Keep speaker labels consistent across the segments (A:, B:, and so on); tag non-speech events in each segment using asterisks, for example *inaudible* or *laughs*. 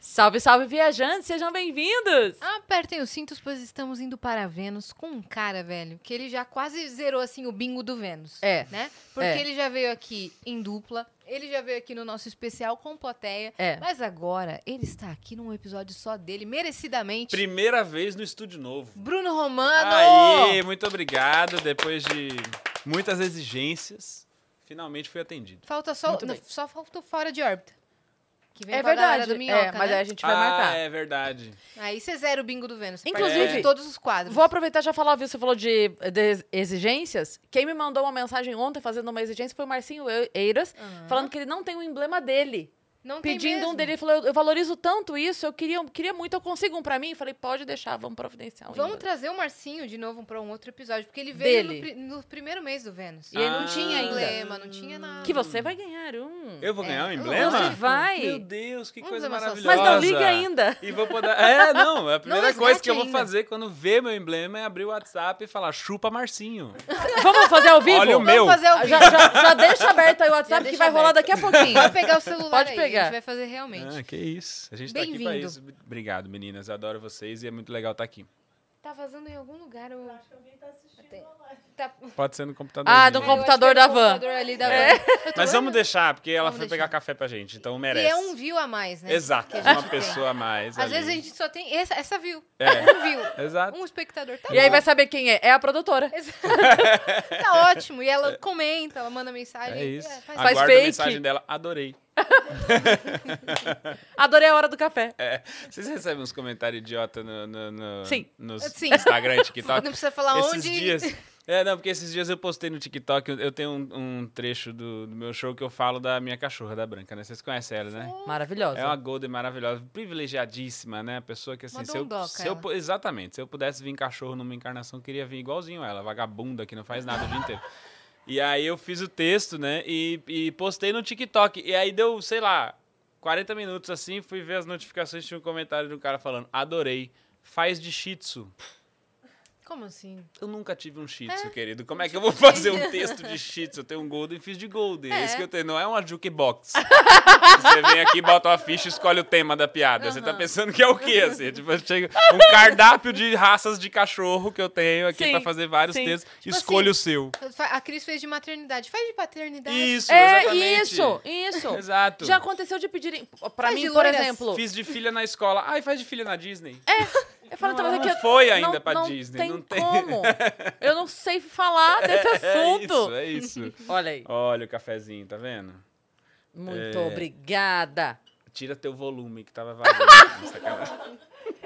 A: Salve, salve, viajantes! Sejam bem-vindos!
B: Ah, Apertem os cintos, pois estamos indo para Vênus com um cara, velho, que ele já quase zerou, assim, o bingo do Vênus.
A: É.
B: Né? Porque
A: É.
B: ele já veio aqui em dupla, ele já veio aqui no nosso especial com plateia.
A: É.
B: Mas agora, ele está aqui num episódio só dele, merecidamente.
C: Primeira vez no estúdio novo.
B: Bruno Romano!
C: Aí, muito obrigado. Depois de muitas exigências, finalmente fui atendido.
B: Falta só...
A: Muito
B: não,
A: bem.
B: só faltou Fora de Órbita. Que vem
A: É
B: com a galera
A: verdade,
B: do Minhoca,
A: é, mas
B: né?
A: aí a gente vai
C: ah,
A: marcar.
C: é verdade.
B: Aí você zera o bingo do Vênus. Você
A: Inclusive-
B: participa de todos os quadros.
A: Vou aproveitar e já falar, viu? Você falou de, de exigências. Quem me mandou uma mensagem ontem fazendo uma exigência foi o Marcinho Eu- Eiras,
B: Aham.
A: falando que ele não tem o emblema dele.
B: Não tem
A: Pedindo um
B: mesmo.
A: dele, ele falou: eu, eu valorizo tanto isso, eu queria, eu queria muito, eu consigo um pra mim. Eu Falei: pode deixar, vamos providenciar um.
B: Vamos
A: emblema.
B: trazer o Marcinho de novo para um outro episódio, porque ele veio no,
A: Dele.
B: pri- no primeiro mês do Vênus.
A: E ele não tinha ainda.
B: Ah. emblema, não tinha nada.
A: Que você vai ganhar um.
C: Eu vou
B: É,
C: ganhar um
B: eu
C: emblema?
A: Você vai.
C: Meu Deus, que
B: Vamos
C: coisa
B: fazer uma
C: maravilhosa.
A: Mas não liga ainda.
C: E vou poder. É, não, a primeira
B: resgate
C: coisa que eu vou
B: ainda.
C: fazer quando ver meu emblema é abrir o WhatsApp e falar chupa Marcinho.
A: *laughs* Vamos fazer ao vivo?
C: Olha o
B: Vamos
C: meu.
B: fazer ao
A: Ah, Já,
B: vivo.
A: já- já deixa aberto aí o WhatsApp que
B: deixa
A: vai rolar
B: aberto.
A: daqui a pouquinho.
B: *laughs* Vai pegar o celular
A: Pode
B: aí,
A: pegar.
B: a gente vai fazer realmente.
C: Ah, que isso. A gente tá aqui pra
B: Bem-vindo.
C: isso. Obrigado, meninas. Eu adoro vocês e é muito legal estar aqui.
B: Tá vazando em algum lugar. Eu... Acho que alguém tá assistindo Tá...
C: Pode ser no computador.
A: Ah, do
B: Eu acho que
A: computador
B: era
A: da
B: é o
A: van.
B: computador ali da
C: É.
B: van.
C: Mas vamos deixar, porque ela
B: Vamos
C: foi
B: deixar.
C: pegar café pra gente, então merece.
B: E é um view a mais, né?
C: Exato,
B: Que a gente
C: uma
B: tem.
C: pessoa a mais.
B: Às
C: ali.
B: vezes a gente só tem essa, essa view.
C: É.
B: *laughs* Um view.
C: Exato.
B: Um espectador. Tá
A: E aí vai saber quem é. É a produtora.
B: bom, Tá ótimo. E ela comenta, ela manda mensagem.
C: É isso.
B: um faz-
A: Faz
C: Aguardo a
A: fake.
C: mensagem dela. Adorei.
A: Adorei a hora do café.
C: É, Vocês recebem uns comentários idiota no, no, no-
A: Sim.
C: nos
B: Sim.
C: Instagram e
B: *laughs* Não
C: TikTok?
B: precisa falar
C: tá Esses
B: onde.
C: dias. É, não, porque esses dias eu postei no TikTok, eu- eu tenho um, um trecho do, do meu show que eu falo da minha cachorra, da Branca, né? Vocês conhecem ela, né?
A: Maravilhosa.
C: É uma Golden maravilhosa, privilegiadíssima, né? Pessoa que, assim,
B: Uma
C: se eu,
B: dondoca
C: se eu
B: ela.
C: pu- Exatamente. Se eu pudesse vir cachorro numa encarnação, eu queria vir igualzinho ela, vagabunda que não faz nada o dia inteiro. E aí eu fiz o texto, né? E, e postei no TikTok. E aí deu, sei lá, 40 minutos assim, fui ver as notificações, tinha um comentário de um cara falando, adorei. Faz de shih tzu.
B: Como assim?
C: Eu nunca tive um shih tzu, querido. Como é que eu vou fazer um texto de shih tzu? Eu tenho um golden e fiz de golden. É.
B: É.
C: isso que eu tenho. Não é uma jukebox. *laughs* você vem aqui, bota uma ficha e escolhe o tema da piada. Você tá pensando que é o quê? Assim? Tipo, chega um cardápio de raças de cachorro que eu tenho aqui
A: Sim,
C: pra fazer vários
A: sim. Tipo assim,
C: textos. Escolha o seu.
B: Fa- A Cris fez de maternidade. Faz de paternidade.
C: Isso,
A: É,
C: exatamente.
A: isso, isso.
C: Exato.
A: Já aconteceu de pedirem. Pra
B: Faz
A: mim,
B: de
A: por
B: loiras.
A: exemplo.
C: Fiz de filha na escola. Ai, faz de filha na Disney. *laughs*
A: Eu falo,
C: Não,
A: tá, mas é
C: ela
A: que
C: não
A: eu-
C: foi ainda pra
A: não
C: Disney,
A: Tem
C: não tem. *laughs*
A: como. Eu não sei falar desse assunto.
C: É isso, é isso.
A: *laughs* Olha aí.
C: Olha o cafezinho, tá vendo?
A: Muito
C: É.
A: obrigada.
C: Tira teu volume
A: *laughs*
C: que tava vazando. Sacanagem.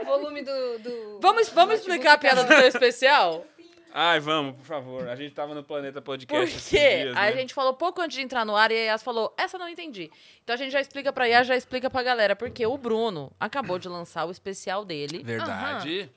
B: O volume do. do-
A: Vamos, vamos
B: do notebook
A: explicar a
B: tá-
A: piada do teu
C: *laughs*
A: especial?
C: Ai, vamos, por favor. A gente tava no Planeta Podcast esses
A: Porque
C: dias,
A: a
C: né?
A: gente falou pouco antes de entrar no ar e a Yas falou, essa eu não entendi. Então a gente já explica pra Yas, já explica pra galera. Porque o Bruno acabou de lançar o especial dele,
C: Verdade.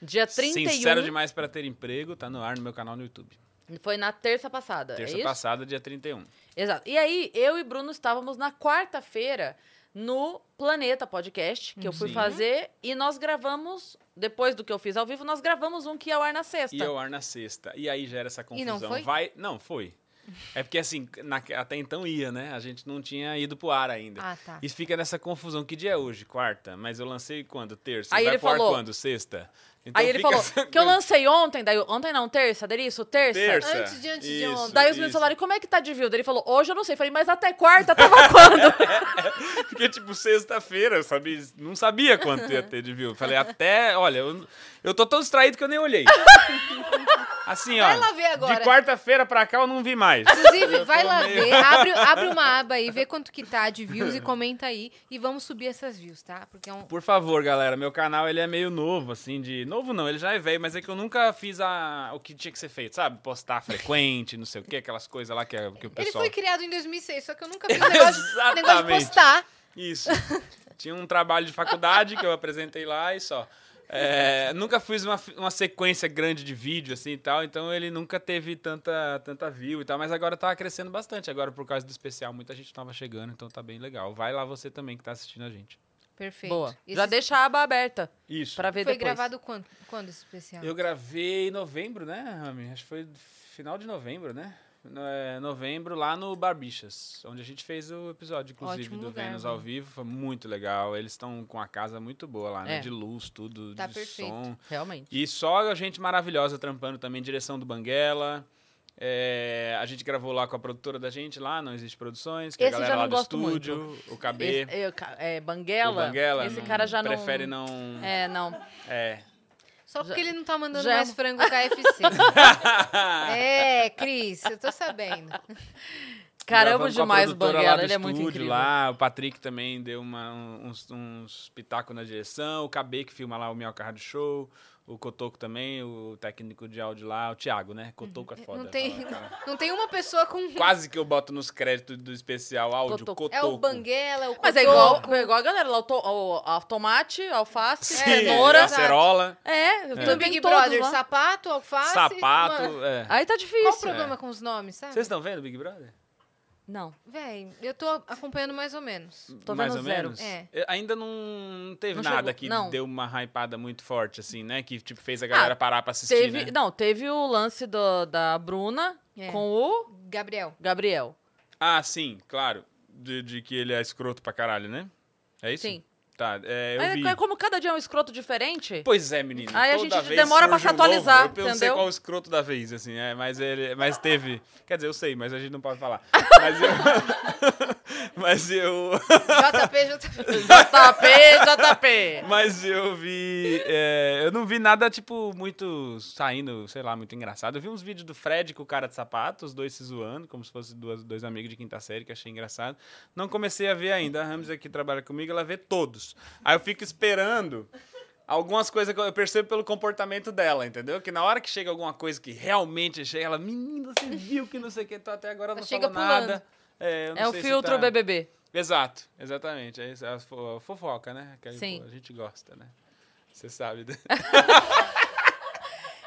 A: dia 31.
C: Sincero demais para ter emprego, tá no ar no meu canal no YouTube.
A: Foi na terça passada, é
C: Terça
A: isso?
C: passada, dia 31.
A: Exato. E aí, eu e Bruno estávamos na quarta-feira no Planeta Podcast, que eu fui
C: Sim.
A: fazer, e nós gravamos, depois do que eu fiz ao vivo, nós gravamos um que ia ao ar na sexta.
C: E ao ar na sexta. E aí gera essa
B: E
C: confusão.
B: não foi?
C: Vai. Não, foi. É porque assim, na- até então ia, né? A gente não tinha ido pro ar ainda.
B: Ah, tá.
C: E fica nessa confusão. Que dia é hoje? Quarta? Mas eu lancei quando? Terça?
A: Aí
C: Vai
A: ele
C: pro ar
A: falou-
C: quando? Sexta? Então
A: aí ele
C: fica
A: falou,
C: essa
A: que eu
C: coisa.
A: lancei ontem, daí eu, ontem não, terça, Derisso, terça.
C: Terça.
B: Antes de- antes de
C: Isso,
B: ontem.
A: Daí os
C: isso.
A: meninos falaram, como é que tá de view? Daí ele falou, hoje eu não sei. Eu Falei, mas até quarta tava *laughs* quando?
C: *laughs* Porque, tipo, sexta-feira, eu sabia, não sabia quanto ia ter de view. Falei, até, olha, eu, eu tô tão distraído que eu nem olhei.
B: *laughs*
C: Assim, ó.
B: Vai lá ver agora.
C: De quarta-feira pra cá eu não vi mais.
B: Inclusive, vai
C: tô
B: lá
C: meio- *laughs*
B: ver, abre, abre uma aba aí, vê quanto que tá de views e comenta aí. E vamos subir essas views, tá? Porque é um.
C: Por favor, galera, meu canal ele é meio novo, assim, de. Novo não, ele já é velho, mas é que eu nunca fiz a... o que tinha que ser feito, sabe? Postar frequente, não sei o quê, aquelas coisas lá que, é- que o
B: Ele
C: pessoal.
B: foi criado em 2006, só que eu
C: *laughs*
B: nunca fiz negócio, negócio de
C: Exatamente.
B: postar.
C: Isso. Tinha um trabalho de faculdade que eu apresentei lá e só. É, nunca fiz uma, fi- uma sequência grande de vídeo assim e tal, então ele nunca teve tanta, tanta view e tal, mas agora tá crescendo bastante. Agora, por causa do especial, muita gente tava chegando, então tá bem legal. Vai lá você também que tá assistindo a gente.
B: Perfeito.
A: Boa.
B: Esse
A: Já deixa a aba aberta
C: Isso.
A: pra ver
B: Foi
A: depois.
B: gravado quando, quando esse especial?
C: Eu gravei em novembro, né, Rami? Acho que foi final de novembro, né? é, novembro, lá no Barbixas, onde a gente fez o episódio, inclusive,
B: Ótimo
C: do
B: lugar,
C: Vênus
A: né?
B: mano.
C: ao vivo. Foi muito legal. Eles estão com a casa muito boa lá, né?
A: É.
C: De luz, tudo,
B: Tá
C: de
B: perfeito.
C: som.
A: Realmente.
C: E só a gente maravilhosa trampando também, direção do Banguela. É, a gente gravou lá com a produtora da gente, lá, Não Existe Produções, que é a
A: Esse eu
C: galera
A: já
C: lá
A: não
C: do
A: gosto muito.
C: estúdio, o KB,
A: Esse- é, ca- é,
C: o
A: Banguela.
C: Banguela.
A: Esse cara já não.
C: Prefere não...
A: É, não.
C: É.
B: Só porque ele não tá mandando
A: já é
B: mais
A: um-
B: frango
C: *laughs*
B: KFC. é, Cris, eu tô sabendo.
A: Caramba
C: Gravamos com a
A: demais o
C: produtora
A: Banguela,
C: lá do
A: ele é muito
C: estúdio
A: incrível.
C: Lá, o Patrick também deu uma, um, uns, uns pitacos na direção, o KB que filma lá o Minhoca Rádio Show, o Cotoco também, o técnico de áudio lá, o Thiago,
A: Uhum.
C: né? Cotoco é foda.
B: Não tem,
C: fala, cara.
B: não tem uma pessoa com.
C: Quase que eu boto nos créditos do especial áudio
A: Cotoco.
C: Cotoco.
B: É o Banguela, o
A: Mas é
B: Cotô.
A: igual, é igual a galera lá, o, to, o, a tomate, a alface,
C: Sim, É.
A: a
B: Cenoura.
A: cenoura.
B: exato.
C: acerola,
A: É,
B: No
A: eu
B: Big
A: Big
B: Brother,
A: lá.
B: sapato, alface. mano.
C: sapato. é.
A: Aí tá
B: Qual o
A: difícil.
B: problema com os nomes, sabe?
C: Vocês estão vendo Big Brother?
A: Não.
B: Véi, eu tô acompanhando mais ou menos.
A: Tô
C: Mais
A: vendo
C: ou
A: zero.
C: menos.
B: É.
C: Eu- Ainda não teve
A: Não
C: nada
A: chegou,
C: que
A: não. Ah,
C: deu uma hypada muito forte, assim, né? Que tipo, fez a galera parar pra assistir.
A: Teve,
C: né?
A: Não, teve o lance do- da Bruna
B: É.
A: com o
B: Gabriel.
A: Gabriel.
C: Ah, sim, claro. De, de que ele é escroto pra caralho, né? É isso?
A: Sim.
C: Tá, é, eu
A: Mas é
C: vi.
A: que- como cada dia é um escroto diferente.
C: Pois é, menino.
A: Aí a
C: toda
A: gente
C: vez
A: demora pra
C: surge
A: se
C: um novo.
A: atualizar,
C: Eu não sei
A: entendeu?
C: qual o escroto da vez, assim, é, mas ele, mas teve. Quer dizer, eu sei, mas a gente não
A: *laughs*
C: pode falar. Mas eu, *laughs* mas eu,
B: JP, JP.
C: *laughs*
A: JP, JP.
C: mas *laughs* eu vi, é, eu não vi nada tipo muito saindo, sei lá, muito engraçado. Eu vi uns vídeos do Fred com o cara de sapato, os dois se zoando, como se fossem duas- dois amigos de quinta série que eu achei engraçado. Não comecei a ver ainda. A Rams aqui trabalha comigo, ela vê todos. Aí eu fico esperando algumas coisas que eu percebo pelo comportamento dela, entendeu? Que na hora que chega alguma coisa que realmente chega, ela, menina, você viu que não sei o que, tô até agora
B: Ela
C: não
B: chega
C: falou nada. É, eu não
A: É o
C: sei se
A: filtro
C: tá-
A: BBB.
C: Exato, exatamente. É isso, é a fo- fofoca, né? Aquela
A: Sim.
C: que A gente gosta, né? Você sabe. né?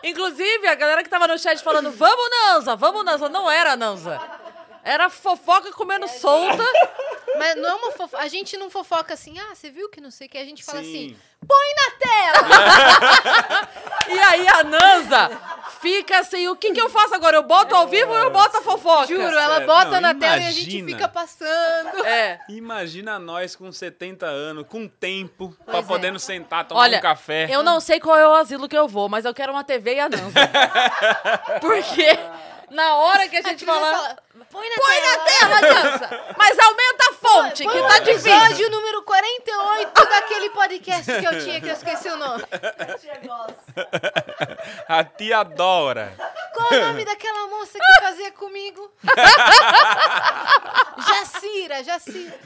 A: Inclusive, a galera que tava no chat falando, vamos, Nanza, vamos, Nanza. Não era Nanza. Era fofoca comendo solta.
B: Mas não é uma fofo... A gente não fofoca assim, ah, você viu que não sei o que. A gente fala
C: Sim.
B: assim, põe na tela!
A: E aí a Nanza fica assim, o que que eu faço agora? Eu boto ao vivo ou eu boto a fofoca?
B: Juro, ela
C: Não,
B: bota na tela e a gente
C: imagina.
B: fica passando.
A: É.
C: Imagina nós com 70 anos, com tempo, pra
B: Pois é.
C: podendo sentar, tomar
A: Olha,
C: um café.
A: eu não sei qual é o asilo que eu vou, mas eu quero uma TV e a *laughs* Nanza. Porque na hora que a gente falar...
B: fala, põe na
A: Põe
B: tela!
A: na tela, Nanza! Mas aumenta a fonte,
B: Põe
A: que
B: o
A: tá difícil.
B: episódio número 48 daquele podcast que eu tinha, que eu esqueci o nome.
C: A tia adora.
B: Qual o nome daquela moça que fazia comigo? *laughs* Jacira, Jacira.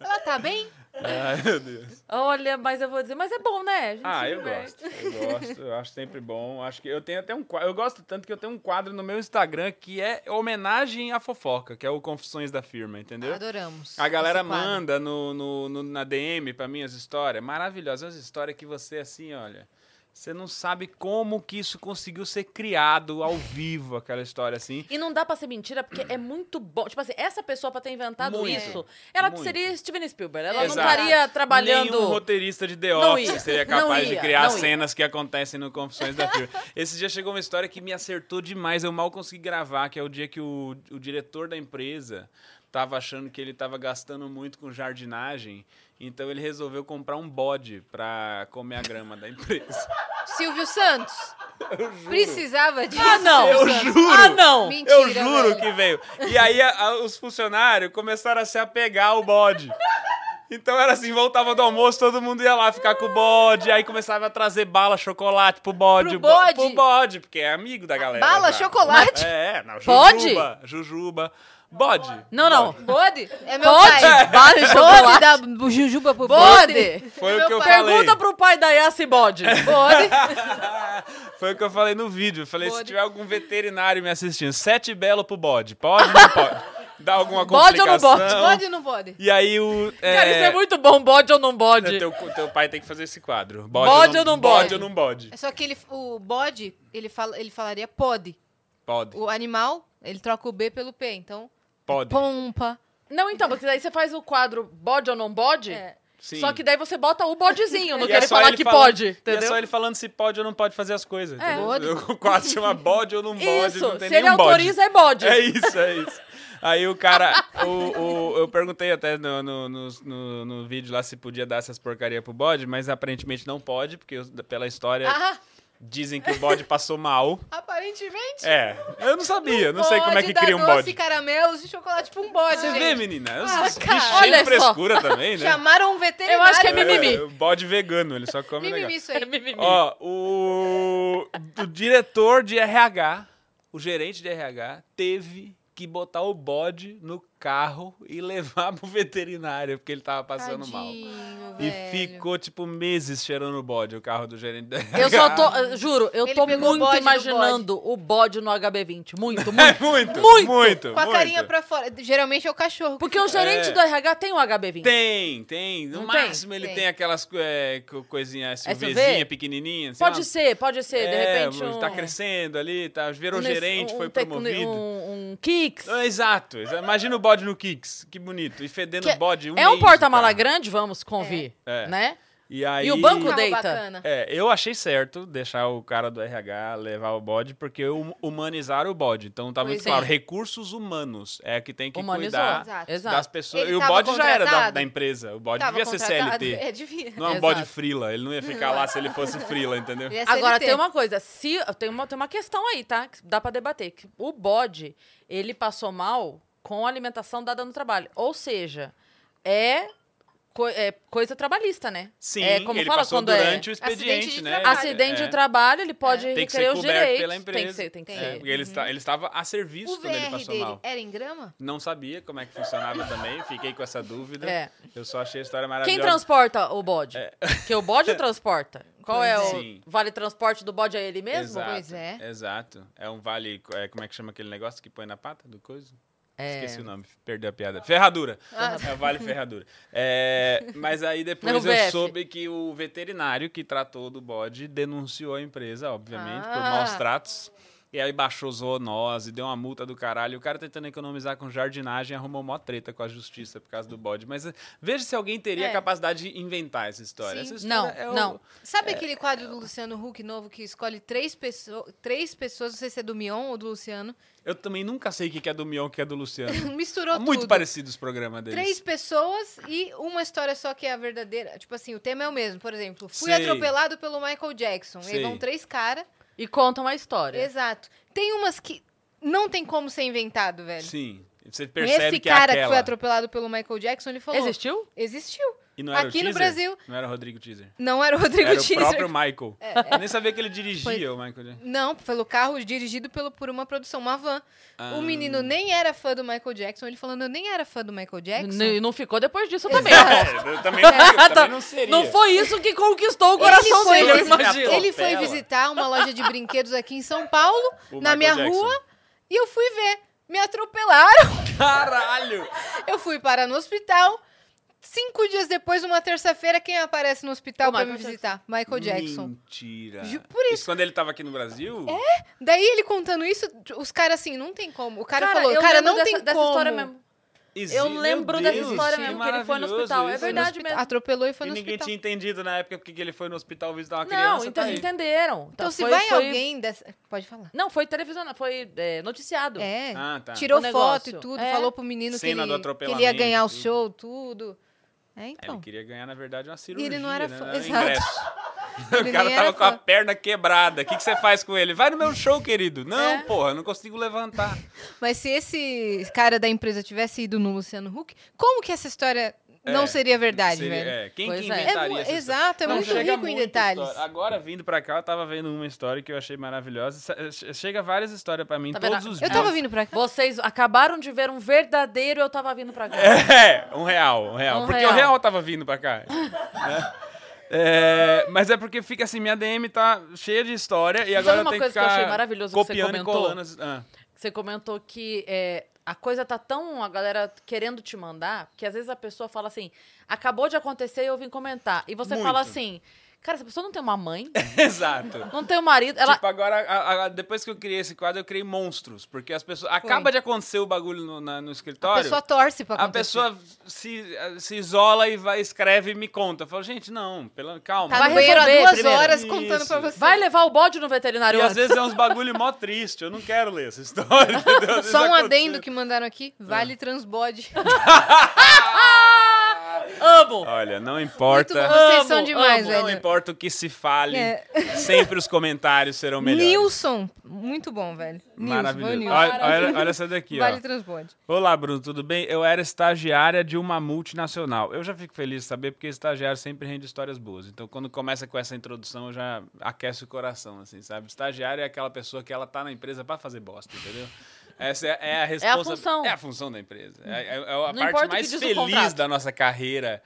B: Ela tá bem?
C: Ai, Ah, meu Deus.
A: Olha, mas eu vou dizer, mas é bom, né? A gente
C: Ah,
A: se
C: eu
A: diverte.
C: gosto. Eu gosto, eu acho sempre bom. Acho que eu tenho até um quadro. Eu gosto tanto que eu tenho um quadro no meu Instagram que é homenagem à fofoca, que é o Confissões da Firma, entendeu?
B: Adoramos.
C: A galera
B: esse quadro.
C: manda no, no- no- na DM pra mim as histórias. Maravilhosas. As histórias que você, assim, olha. Você não sabe como que isso conseguiu ser criado ao vivo, aquela história assim.
A: E não dá pra ser mentira, porque é muito bom. Tipo assim, essa pessoa pra ter inventado
C: Muito.
A: isso, ela
C: Muito.
A: seria Steven Spielberg. Ela não
C: Exato.
A: estaria
C: Nenhum
A: trabalhando.
C: roteirista de The
A: Não
C: Office
A: ia,
C: seria
A: não
C: capaz
A: ia,
C: de criar
A: não ia.
C: cenas que acontecem no Confissões da Firma. Esse dia chegou uma história que me acertou demais. Eu mal consegui gravar, que é o dia que o, o diretor da empresa tava achando que ele tava gastando muito com jardinagem. Então ele resolveu comprar um bode pra comer a grama da empresa.
B: Silvio Santos. Precisava disso.
A: Ah, não!
C: Eu
B: Silvio Santos.
C: juro!
A: Ah, não!
B: Mentira,
C: Eu juro
B: velho.
C: que veio. E aí a- a- os funcionários começaram a se apegar ao bode. Então era assim, voltava do almoço, todo mundo ia lá ficar com o bode, aí começava a trazer bala, chocolate pro bode.
B: Pro
C: o bo-
B: bode?
C: Pro bode, porque é amigo da galera.
B: Bala,
C: tá?
B: chocolate?
C: É, é, não,
A: Bode?
C: jujuba, jujuba, bode.
A: Não, não.
B: Bode? É meu
A: Pode? É.
B: pai.
A: Vale
B: Bode
A: chocolate.
B: da Jujuba pro Bode. É
A: Bode!
C: Foi
B: Meu
C: o que eu
B: pai.
C: falei.
A: Pergunta pro pai da Yassi Bode.
C: É. *laughs*
B: Bode.
C: *laughs* Foi o que eu falei no vídeo. Eu falei, se
B: Bode.
C: tiver algum veterinário me assistindo, sete belo pro bode, pode ou não pode? Dá alguma
A: Bode ou não
C: complicação?
A: bode?
B: Bode ou não bode?
C: E aí o...
A: Cara, isso
C: é,
A: é muito bom, bode ou não bode.
C: Teu, teu pai tem que fazer esse quadro.
A: Bode ou não bode?
C: ou não bode?
B: É só que ele, o bode, ele, fala, ele falaria pode.
C: Pode.
B: O animal, ele troca o B pelo P, então...
C: Pode.
B: Pompa.
A: Não, então, porque daí você faz o quadro bode ou não bode,
B: É.
C: Sim.
A: Só que daí você bota o bodezinho no
C: E
A: que
C: é
A: ele
C: só
A: falar que
C: falando-
A: pode,
C: e
A: entendeu?
C: é só ele falando se pode ou não pode fazer as coisas.
A: É.
C: entendeu?
B: Bode.
C: *laughs* Eu quase chama bode
A: *laughs*
C: ou não bode.
A: Isso,
C: não tem
A: se ele
C: nenhum bode.
A: autoriza, é bode.
C: *laughs* É isso, é isso. Aí o cara, o, o- eu perguntei até no, no, no, no- no vídeo lá se podia dar essas porcaria pro bode, mas aparentemente não pode, porque os- pela história
B: Ah,
C: dizem que o bode
A: *laughs*
C: passou mal.
B: aparentemente.
C: É, eu não sabia, não, sei como é
B: Bode
C: que
B: da
C: cria um
B: doce,
C: bode.
B: caramelos e chocolate pra um bode,
C: Você vê,
B: gente.
C: menina? Os
B: Ah,
C: bichos
B: cara.
C: cheios de
A: Olha só.
C: frescura também, né?
B: Chamaram um veterinário.
A: Eu acho que é
B: pra-
A: mimimi.
C: É, bode vegano, ele só come negócio.
B: Mimimi isso aí.
A: mimimi.
C: Ó, o, o diretor de RH, o gerente de RH, teve que botar o bode no carro e levar *laughs* pro veterinário, porque ele tava passando mal.
B: Tadinho,
C: E
B: velho.
C: ficou, tipo, meses cheirando o bode, o carro do gerente do RH.
A: Eu só tô, eu juro, eu
B: Ele
A: tô
B: pegou o bode
A: muito
B: do
A: imaginando o bode no HB20. Muito,
C: *laughs*
A: muito.
C: É muito, muito,
A: Muito!
C: muito.
B: Com a carinha pra fora. Geralmente é o cachorro.
A: Porque o gerente
C: É.
A: do RH tem um HB20.
C: Tem, tem. No
A: Não tem?
C: máximo ele tem,
B: Tem.
C: aquelas é, co- coisinhas,
A: SUV?
C: SUVzinha, pequenininha. sei lá.
A: Pode ser, pode ser. de
C: assim, É,
A: repente um...
C: Tá crescendo ali, tá, virou
A: um-
C: gerente,
A: um
C: foi
A: tec-
C: promovido.
A: Um, um Kicks.
C: Ah, Exato, exa- imagina o bode no Kicks, que bonito. E fedendo
A: Que-
C: bode um
A: é um
C: mês,
A: porta-mala
C: cara.
A: grande, vamos convir,
C: É. É.
A: né?
C: E, aí,
A: E o banco
B: Carro
A: deita.
B: bacana.
C: É, eu achei certo deixar o cara do RH levar o bode, porque hum- humanizaram o bode. Então tá muito
B: Pois é.
C: claro, recursos humanos é que tem que
A: Humanizou.
C: cuidar
B: Exato.
C: das
A: Exato.
C: pessoas.
B: Ele
C: e o
B: tava
C: bode já era da,
B: contratado?
C: da empresa, o bode
B: Tava
C: devia ser
B: contratado. *laughs*
C: CLT.
A: *laughs*
B: É, devia.
C: Não é um
A: Exato.
C: bode frila, ele não ia ficar lá se ele fosse
A: *laughs*
C: frila, entendeu?
B: Ele é
A: Agora,
B: CLT.
A: tem uma coisa, se tem uma, tem uma questão aí, tá? Que dá pra debater. Que o bode, ele passou mal com a alimentação dada no trabalho. Ou seja, é, co- é coisa trabalhista, né?
C: Sim,
A: é como
C: ele
A: fala
C: passou
A: quando
C: durante
A: é
B: Acidente de
C: o expediente, né?
B: trabalho.
A: acidente
C: É.
A: de trabalho, ele pode
C: Tem que ser
A: requerer os
C: coberto
A: direitos.
C: pela empresa.
A: Tem que ser, tem que
B: Tem.
C: É,
A: ser. Uhum.
C: porque ele, está, ele estava a serviço
B: O
C: quando ele
B: VR
C: passou
B: dele
C: mal.
B: era em grama?
C: Não sabia como é que funcionava também, fiquei com essa dúvida.
A: É.
C: Eu só achei a história
A: Quem
C: maravilhosa.
A: transporta o bode? Porque o bode
C: *laughs*
A: transporta. Qual é
B: Pois
C: é.
A: o
C: Sim.
A: vale transporte do bode? É ele mesmo?
C: Exato,
B: Pois é.
C: Exato. É um vale. é, como é que chama aquele negócio que põe na pata do coisa?
A: É.
C: Esqueci o nome, perdeu a piada. Ferradura.
B: Ah.
C: É o vale ferradura. É, mas aí depois
A: Não,
C: eu
A: VF.
C: soube que o veterinário que tratou do bode denunciou a empresa, obviamente, por
B: Ah.
C: maus tratos. E aí baixou zoonose, deu uma multa do caralho. O cara tentando economizar com jardinagem arrumou mó treta com a justiça por causa do bode. Mas eh, veja se alguém teria
B: É.
C: capacidade de inventar essa história.
B: Sim.
C: Essa
A: Não,
C: história é o-
A: não.
B: Sabe aquele quadro do Luciano Huck novo que escolhe três, pessoas três pessoas, não sei se é do Mion ou do Luciano, *laughs*
C: Eu também nunca sei o que que é do Mion e o que é do Luciano.
B: misturou
C: Muito
B: tudo.
C: parecido os programas deles.
B: Três pessoas e uma história só que é a verdadeira. Tipo assim, o tema é o mesmo. Por exemplo, fui
C: Sei.
B: atropelado pelo Michael Jackson.
C: Sei.
B: Aí vão três caras.
A: E contam a história.
B: Exato. Tem umas que não tem como ser inventado, velho.
C: Sim. Você percebe
B: Esse
C: que
B: cara que
C: é
B: foi
C: aquela.
B: atropelado pelo Michael Jackson, ele falou.
A: Existiu?
B: Existiu.
C: e não era o
B: aqui no
C: Teaser?
B: Brasil.
C: Não era o Rodrigo Teaser.
B: Não era o Rodrigo
C: era
B: Teaser. É,
C: o próprio Michael. Eu nem sabia que ele dirigia o Michael.
B: *laughs*
C: Jackson.
B: Não, pelo carro dirigido pelo, por uma produção, uma van.
C: Ah.
B: O menino nem era fã do Michael Jackson. Ele falando, eu nem era fã do Michael Jackson.
A: N- não ficou depois disso também. Tá,
C: É, eu também,
B: *laughs*
C: não,
B: Tá.
C: eu também não seria.
A: Não foi isso que conquistou o coração
B: foi
A: dele, eu
B: visitar-
A: imagino.
B: assim, Ele foi
C: Atropela.
B: visitar uma loja de brinquedos aqui em São Paulo,
C: *laughs* O
B: na
C: Michael
B: minha
C: Jackson.
B: rua, e eu fui ver. Me atropelaram, *laughs*
C: Caralho!
B: eu fui parar no hospital. Cinco dias depois, uma terça-feira, quem aparece no hospital
A: O
B: pra me
A: Michael
B: visitar?
C: Hum.
B: Michael Jackson.
C: Mentira.
B: Ju- por isso. É.
C: quando ele tava aqui no Brasil?
B: Daí ele contando isso, os caras assim, não tem como. O cara,
A: Cara,
B: falou,
A: eu
B: cara,
A: lembro
B: não
A: dessa,
B: tem
A: dessa
B: como.
A: história mesmo.
C: Exi-
A: Eu
C: Meu
A: lembro dessa
C: Deus,
A: história
C: que
A: mesmo, que ele foi no
C: maravilhoso
A: hospital. É
C: isso. né?
A: verdade mesmo.
B: Atropelou e foi
C: E
B: no
C: ninguém
B: hospital.
C: tinha entendido na época porque que ele foi no hospital visitar uma criança.
A: Não, ente-
C: tá aí.
A: entenderam.
B: Então, se
A: foi-
B: vai
A: foi-
B: alguém dessa. Pode falar.
A: Não, foi televisionado, foi é, noticiado.
B: É.
C: Ah, tá.
B: Tirou
A: O
B: foto
A: negócio.
B: e tudo,
A: É.
B: falou pro menino que ele,
C: Cena do
B: que ele ia
C: atropelamento,
B: ganhar o
C: tudo.
B: show, tudo. É, então.
C: Ele queria ganhar, na verdade, uma cirurgia.
B: não era
C: né?
B: fã-
C: um
B: Exato. *laughs*
C: ingresso.
B: Ele
C: o cara
B: nem
C: tava
B: era
C: com a
B: fã.
C: perna quebrada. O que, que você faz com ele? Vai no meu show, querido. Não,
A: É.
C: porra, eu não consigo levantar.
B: Mas se esse cara da empresa tivesse ido no Luciano Huck, como que essa história
C: É,
B: não seria verdade,
C: Seria-
B: velho?
C: é, quem
A: Pois
C: que
A: é.
B: É
C: inventaria
B: mu-
C: essa história?
B: exato, é
C: Não,
B: muito
C: chega
B: rico em
C: muita
B: detalhes.
C: história. Agora, vindo pra cá, eu tava vendo uma história que eu achei maravilhosa. Se- che- Chega várias histórias pra mim
A: Tá vendo?
C: todos os
B: Eu
C: dias.
B: tava vindo pra cá.
A: Vocês acabaram de ver um verdadeiro eu tava vindo pra cá.
C: É, um real, um real.
A: Um
C: porque o
A: real.
C: real tava vindo pra cá. né? É, mas é porque fica assim, minha DM tá cheia de história e agora
A: uma
C: tem que
A: coisa que eu
C: ficar
A: achei maravilhoso que você
C: copiando e
A: comentou?
C: colando. as- ah.
A: Você comentou que é, a coisa tá tão. a galera querendo te mandar, que às vezes a pessoa fala assim: acabou de acontecer e eu vim comentar. E você
C: Muito.
A: fala assim. Cara, essa pessoa não tem uma mãe,
C: *laughs* Exato.
A: não tem um marido. Ela.
C: Tipo, agora, a- a- depois que eu criei esse quadro, eu criei monstros. Porque as pessoas. Acaba de acontecer o bagulho no, na- no
B: A
C: escritório.
B: pessoa torce pra
C: A
B: acontecer.
C: pessoa se, se isola e vai, escreve e me conta. Eu falo, gente, não, pela, calma.
B: Tá
A: Vai
B: no banheiro há
A: resolver
B: duas
A: primeiro.
B: horas
C: Isso.
B: contando pra você.
A: Vai levar o bode no veterinário
C: E às
A: antes.
C: vezes é uns bagulho mó triste. Eu não quero ler essa *laughs* história. entendeu? Às vezes
B: Só um
C: acontece. É.
B: adendo que mandaram aqui. Vale
C: *laughs*
B: transbode.
A: Amo!
C: Olha, não
B: Muito
C: importa.
B: bom. Vocês são
A: Amo,
B: demais,
A: amo.
B: velho.
C: Não importa o que se fale,
B: É.
C: sempre os comentários serão melhores.
B: Nilson. Muito bom, velho. Nilson,
C: Maravilhoso.
B: Maravilhoso. Nilson.
C: Olha, olha- olha essa daqui,
B: vale
C: ó.
B: transbode.
C: Olá, Bruno, tudo bem? Eu era estagiária de uma multinacional. Eu já fico feliz de saber porque estagiário sempre rende histórias boas. Então, quando começa com essa introdução, eu já aquece o coração, assim, sabe? Estagiário é aquela pessoa que ela tá na empresa pra fazer bosta, entendeu? Essa é, é a responsa...
A: função.
C: É a função da empresa. É, é- é
A: Não
C: a
A: importa o
C: parte
A: que
C: mais
A: diz o
C: feliz
A: contrato.
C: da nossa carreira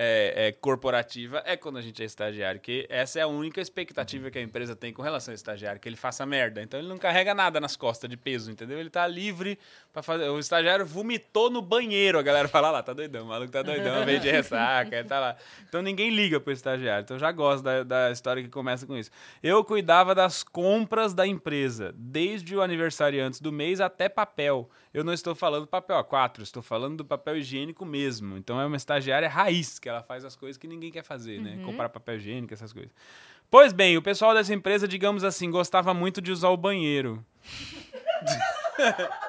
C: é, é, corporativa é quando a gente é estagiário, que essa é a única expectativa que a empresa tem com relação ao estagiário, que ele faça merda. Então ele não carrega nada nas costas de peso, entendeu? Ele tá livre pra fazer. O estagiário vomitou no banheiro, a galera fala "Ah lá, tá doidão, o maluco tá
A: *laughs*
C: doidão, veio de ressaca, ele tá lá. Então ninguém liga pro estagiário. Então eu já gosto da, da história que começa com isso. Eu cuidava das compras da empresa, desde o aniversário antes do mês até papel. Eu não estou falando papel A4, estou falando do papel higiênico mesmo. Então é uma estagiária raiz, que ela faz as coisas que ninguém quer fazer,
B: Uhum.
C: né? Comprar papel higiênico, essas coisas. Pois bem, o pessoal dessa empresa, digamos assim, gostava muito de usar
B: *laughs*
C: o banheiro. *laughs*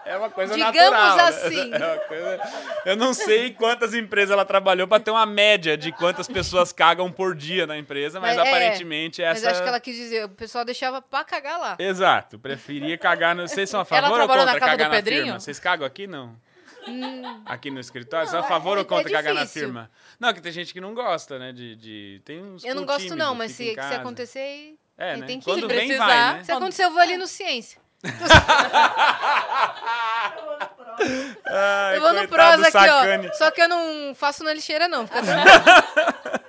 C: É uma coisa
B: Digamos
C: natural. né?
B: assim.
C: É uma coisa- Eu não sei quantas empresas ela trabalhou pra ter uma média de quantas pessoas cagam por dia na empresa, mas,
B: Mas é,
C: aparentemente essa.
B: Mas acho que ela quis dizer, o pessoal deixava pra cagar lá.
C: Exato, preferia cagar no. Vocês são a favor ou
A: trabalhou
C: contra
A: na casa
C: cagar
A: do
C: na
A: Pedrinho?
C: firma? Vocês cagam aqui não? Aqui no escritório? São a favor
B: Hum. é-
C: ou contra
B: é
C: cagar na
B: difícil.
C: firma? Não, que tem gente que não gosta, né? De, de- Tem uns.
B: Eu não
C: cu
B: gosto
C: tímido,
B: não, mas
C: fica em
B: se, se
C: casa.
B: acontecer, aí-
C: É,
B: aí
C: né?
B: tem que
C: Quando
B: ir.
C: vem,
A: precisar,
C: vai,
B: *laughs*
C: né? *laughs*
B: Se acontecer, eu vou ali no Ciência.
C: Ai,
B: eu vou no
C: coitado
B: Prosa
C: do
B: aqui,
C: Sacani.
B: ó. Só que eu não faço na lixeira, não. Fica tranquilo.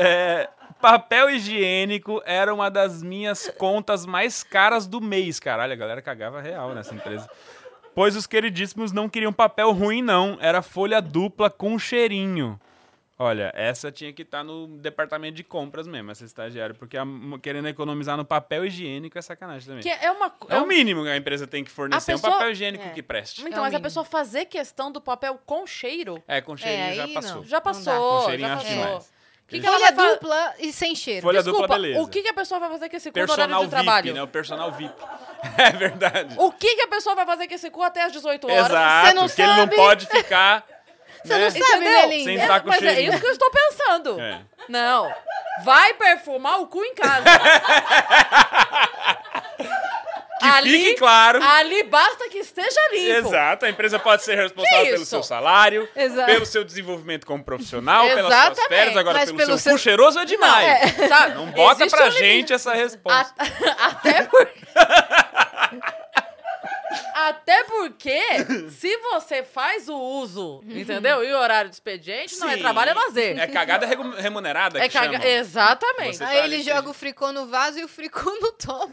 C: É, papel higiênico era uma das minhas contas mais caras do mês. Caralho, a galera cagava real nessa empresa. Pois os queridíssimos não queriam papel ruim, não. Era folha dupla com cheirinho. Olha, essa tinha que estar no departamento de compras mesmo, essa estagiária, porque a- querendo economizar no papel higiênico é sacanagem também.
A: Que é uma. co-
C: É o mínimo que a empresa tem que fornecer,
A: A
C: um
A: pessoa-
C: papel higiênico
B: É.
C: que preste.
A: Então,
B: É o
A: mas a
B: mínimo.
A: pessoa fazer questão do papel com cheiro
C: É, com cheirinho
B: aí
C: já
B: não.
C: passou.
A: já
B: dá.
A: passou.
C: Com cheirinho
A: já
C: acho
A: passou.
C: demais.
A: O que, que ela
B: Folha
A: vai fazer?
B: dupla e sem cheiro.
C: Folha dupla,
A: Desculpa,
C: beleza.
A: o que, que a pessoa vai fazer com esse cu no horário
C: Personal
A: de
C: VIP,
A: trabalho?
C: né? O personal VIP. *laughs* É verdade.
A: O que, que a pessoa vai fazer com esse cu até as 18 horas?
C: Exato,
B: Você não
C: que ele não
B: sabe.
C: pode ficar.
B: Você
C: né?
B: não sabe, né,
A: Entendeu?
B: Linda?
C: Sem tá com
A: mas é
C: cheirinho.
A: isso que eu estou pensando.
C: É.
A: Não. Vai perfumar o cu em casa.
C: *laughs* Que fique claro.
A: Ali basta que esteja limpo.
C: Exato, a empresa pode ser responsável
A: Que
C: pelo
A: isso?
C: seu salário,
B: Exato.
C: pelo seu desenvolvimento como profissional, pelas suas
A: Exatamente,
C: férias, agora
B: mas
C: pelo,
B: pelo
C: seu,
B: seu-
C: cu cheiroso é demais. Não,
A: Não, sabe?
C: bota
A: Existe
C: pra
A: um limite.
C: gente essa resposta.
A: At- *laughs* até porque. Até porque, se você faz o uso, entendeu? E o horário de expediente, não é
C: Sim.
A: trabalho, é lazer.
C: É cagada regu- remunerada
A: É
C: que
A: caga-
C: chama.
A: Exatamente.
C: Você
B: Aí
C: tá
B: ele
C: ali,
B: joga
C: você-
B: o fricô no vaso e o fricô no topo.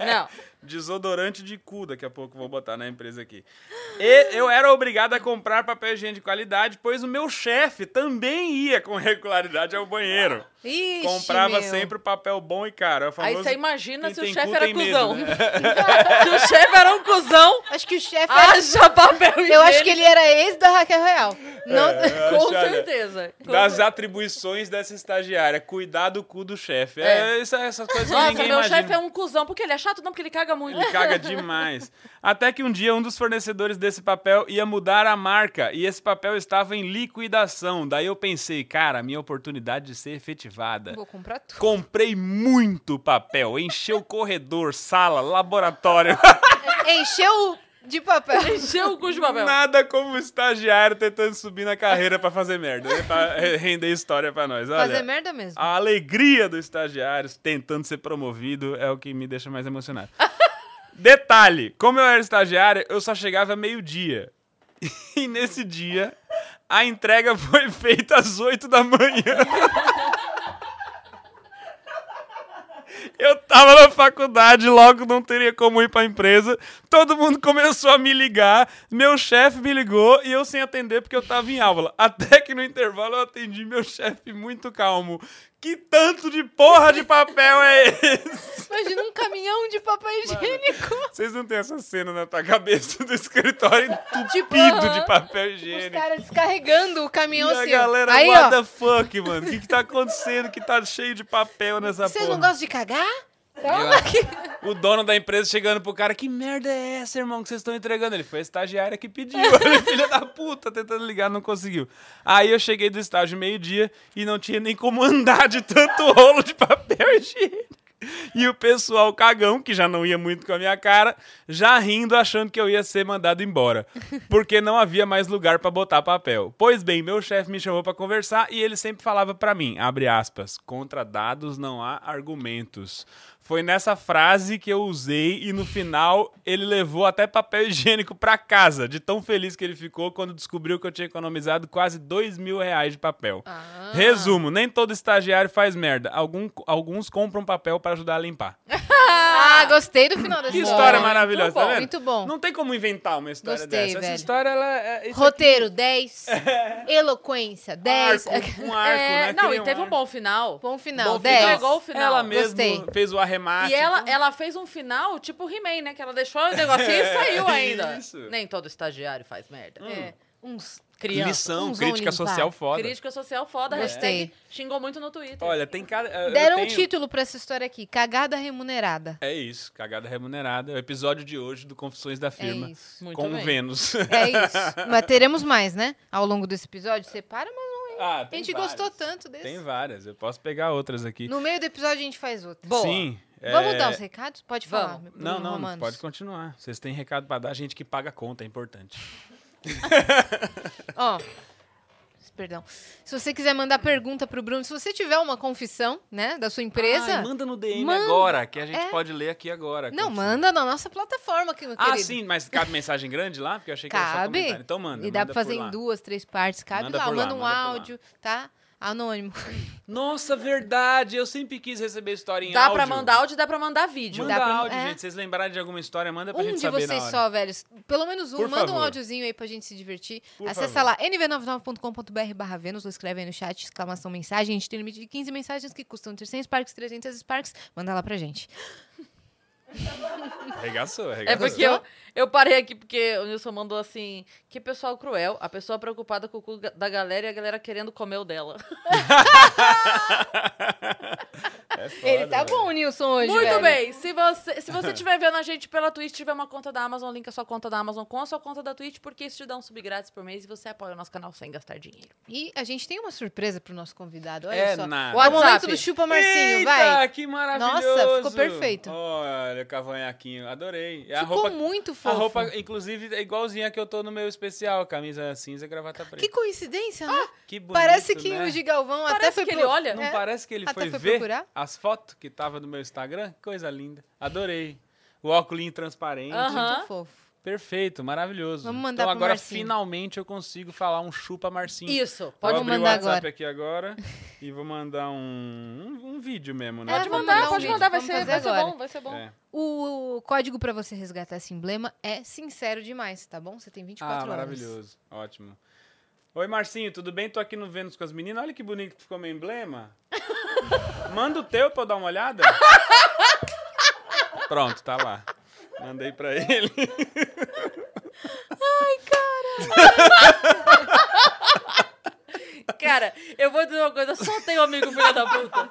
C: é
A: Não.
C: Desodorante de cu, daqui a pouco vou botar na empresa aqui. E eu era obrigado a comprar papel higiênico de qualidade, pois o meu chefe também ia com regularidade ao banheiro.
B: Ixi,
C: Comprava
B: meu.
C: sempre o papel bom e caro. É o
A: Aí
C: famoso
A: você imagina
C: quem
A: se o
C: tem
A: chefe
C: cu
A: era
C: tem medo,
A: cuzão.
C: né?
A: *laughs* Se o chefe era um
C: *laughs*
A: cuzão,
B: É, Acho que o chefe era...
A: haja papel
B: Eu acho
A: higiênico.
B: que ele era ex da Raquel Real. Não...
C: É, eu
A: Com
C: acho, olha,
A: certeza. Com
C: Das
A: certeza.
C: atribuições dessa estagiária, é cuidar do cu do chefe. É, essa- essas coisas que
A: Nossa,
C: ninguém
A: meu
C: imagina.
A: chefe é um cuzão, porque ele é chato, não, porque ele caga
C: *laughs*
A: muito.
C: Ele caga demais. Até que um dia um dos fornecedores desse papel ia mudar a marca e esse papel estava em liquidação. Daí eu pensei, cara, minha oportunidade de ser efetivada.
B: Vou comprar tudo.
C: Comprei muito papel, encheu o corredor, sala, laboratório.
B: Encheu de papel.
A: Encheu o cu de papel.
C: Nada como um estagiário tentando subir na carreira pra fazer merda, né? pra eh, render história pra nós. Olha,
B: Fazer merda mesmo.
C: A alegria dos estagiários tentando ser promovido é o que me deixa mais
B: *laughs*
C: emocionado. Detalhe: como eu era estagiário, eu só chegava meio-dia. E nesse dia, a entrega foi feita às 8 da manhã. Eu tava na faculdade, logo não teria como ir pra empresa. Tô todo mundo começou a me ligar, meu chefe me ligou e eu sem atender porque eu tava em aula. Até que no intervalo eu atendi meu chefe muito calmo. Que tanto de porra de papel é
B: *laughs*
C: esse?
B: Imagina um caminhão de papel higiênico.
C: Vocês não têm essa cena na tua cabeça do escritório
B: Tipo,
C: entupido
B: aham.
C: de papel
B: Os
C: higiênico?
B: caras descarregando o
C: E
B: caminhão
C: a
B: seu.
C: galera,
B: Aí,
C: what
B: ó,
C: the fuck, mano? O que, que tá acontecendo que tá cheio de papel nessa
B: vocês
C: porra?
B: não gostam de cagar?
C: Eu acho. O dono da empresa chegando pro cara, que merda é essa, irmão, que vocês estão entregando? Ele foi a estagiária que pediu. *laughs* Ele, filha da puta, tentando ligar, não conseguiu. Aí eu cheguei do estágio meio-dia e não tinha nem como andar de tanto *laughs* rolo de papel higiênico. E o pessoal cagão, que já não ia muito com a minha cara, já rindo, achando que eu ia ser mandado embora. Porque não havia mais lugar pra botar papel. Pois bem, meu chefe me chamou pra conversar e ele sempre falava pra mim, abre aspas, contra dados não há argumentos. Foi nessa frase que eu usei e no final ele levou até papel higiênico pra casa, de tão feliz que ele ficou quando descobriu que eu tinha economizado quase dois mil reais de papel.
A: Ah.
B: Ah,
C: Resumo, nem todo estagiário faz merda. Algum- alguns compram papel pra ajudar a limpar.
B: Ah, gostei do final dessa
C: Que história
A: Muito
C: maravilhosa,
A: bom,
C: tá vendo?
B: muito bom.
C: Não tem como inventar uma história
B: Gostei,
C: dessa.
B: velho.
C: Essa história, ela é... isso
B: Roteiro
C: *laughs*
B: 10, eloquência 10,
A: *laughs*
C: É. Arco, um arco,
A: É,
C: né?
A: não,
C: Cria
A: e
C: um
A: teve um
C: arco.
A: bom final.
B: *laughs* bom final,
C: Bom final.
B: 10.
A: Não é igual o final.
C: Ela mesmo
B: Gostei.
C: fez o arremate.
A: E ela, ela fez um final tipo He-Man, né? Que ela deixou o negocinho
C: *laughs*
A: e saiu ainda.
C: isso.
A: Nem todo estagiário faz merda.
B: É, uns...
A: Criança.
C: Lição,
B: uns vão
C: crítica
B: limpar.
C: social foda.
A: Crítica social foda.
B: Gostei.
A: Hashtag xingou muito no Twitter.
C: Olha, tem cada... eu
B: Deram um
C: tenho-
B: título pra essa história aqui, Cagada Remunerada.
C: É isso, cagada remunerada. É o episódio de hoje do Confissões da Firma.
B: É isso.
A: Muito
C: com
A: bem.
B: *laughs*
C: Vênus.
B: É isso. Mas teremos mais, né? Ao longo desse episódio, separa, mas
C: Ah,
B: a
C: tem
B: gente
C: várias.
B: gostou tanto desse.
C: Tem várias. Eu posso pegar outras aqui.
B: No meio do episódio a gente faz outro.
A: Boa.
C: Sim.
B: Vamos
C: é,
B: dar os recados? Pode falar.
A: Vamos.
B: Bruno
C: Não, não,
B: Romanos.
C: pode continuar. Vocês têm recado pra dar, gente que paga a conta, é importante.
B: Ó. Perdão. Se você quiser mandar pergunta pro Bruno, se você tiver uma confissão, né, da sua empresa,
C: Ai, manda no DM
B: Manda.
C: agora, que a gente
B: É.
C: pode ler aqui agora.
B: não,
C: Confia.
B: manda na nossa plataforma, que- meu
C: Ah,
B: querido.
C: sim, mas cabe mensagem grande lá? Porque eu achei que era só
B: Cabe.
C: comentário. Então manda.
B: e dá
C: manda
B: pra fazer
C: por lá.
B: em duas, três partes. Cabe
C: Manda
B: lá,
C: por lá,
B: manda um
C: manda por lá.
B: áudio, tá? Anônimo.
C: Nossa, verdade. Eu sempre quis receber história em
A: dá
C: áudio.
A: pra mandar áudio e dá pra mandar vídeo.
C: Manda
B: Dá pra-
C: áudio,
B: é.
C: gente. Vocês lembrarem de alguma história, manda pra
B: um
C: gente
B: de
C: saber
B: vocês
C: na hora.
B: só, velhos. Pelo menos um.
C: Por
B: manda um
C: favor.
B: áudiozinho aí pra gente se divertir.
C: Por
B: Acessa
C: favor.
B: lá nv99.com.br barra Vênus ou escreve aí no chat, exclamação mensagem. A gente tem limite de 15 mensagens que custam entre 100 Sparks e 300 Sparks. Manda lá pra gente.
C: Arregaçou,
A: É
C: arregaçou.
A: porque eu, eu parei aqui porque o Nilson mandou assim: que pessoal cruel, a pessoa preocupada com o cu da galera e a galera querendo comer o dela.
C: É foda,
B: Ele tá
C: velho.
B: bom, Nilson, hoje.
A: Muito
B: velho.
A: bem, se você se você estiver vendo a gente pela Twitch, tiver uma conta da Amazon, linka sua conta da Amazon com a sua conta da Twitch, porque isso te dá um sub grátis por mês e você apoia o nosso canal sem gastar dinheiro.
B: E a gente tem uma surpresa pro nosso convidado, olha
C: É
B: só.
C: nada.
B: É o momento
A: WhatsApp.
B: do Chupa Marcinho,
C: Eita,
B: vai.
C: que maravilhoso.
B: Nossa, ficou perfeito.
C: Olha, cavanhaquinho, adorei. E É a
B: Ficou
C: roupa,
B: muito
C: a
B: fofo.
C: roupa, inclusive, é igualzinha que eu tô no meu especial. Camisa cinza, gravata
B: Que
C: preta. Ah,
B: coincidência, né?
C: Que bonito,
B: Parece que
C: né?
B: o de Galvão até
A: Parece
B: foi
A: que
B: pro-
A: ele olha.
C: Não
B: É.
C: parece que ele
B: Até
C: foi,
B: foi
C: ver
B: procurar?
C: as fotos que tava no meu Instagram? Coisa linda. Adorei. O óculos transparente.
A: Aham.
B: Muito fofo.
C: Perfeito, maravilhoso.
B: Ah. Vamos mandar
C: então
B: pro
C: agora
B: Marcinho.
C: finalmente eu consigo falar um chupa Marcinho.
A: Isso,
C: Vou
A: pode
B: Vamos
C: abrir
B: mandar
C: o WhatsApp
B: agora.
C: aqui
B: *laughs*
C: agora e vou mandar um, um, um vídeo mesmo, né?
B: É,
A: Pode
B: vamos
A: mandar,
B: mandar um
A: pode
B: vídeo,
A: mandar, vai
B: vamos
A: ser,
B: fazer
A: vai ser
B: agora.
A: bom, vai ser bom.
C: É.
B: O código pra você resgatar esse emblema é sincero demais, tá bom? Você tem 24
C: Ah,
B: horas.
C: maravilhoso. Ótimo. Oi, Marcinho, tudo bem? Tô aqui no Vênus com as meninas. Olha que bonito que ficou meu emblema.
A: *laughs*
C: Manda o teu pra eu dar uma olhada. Pronto, tá lá. Mandei pra
A: *laughs*
C: ele.
A: Cara, eu vou dizer uma coisa, só tem um amigo filho da puta.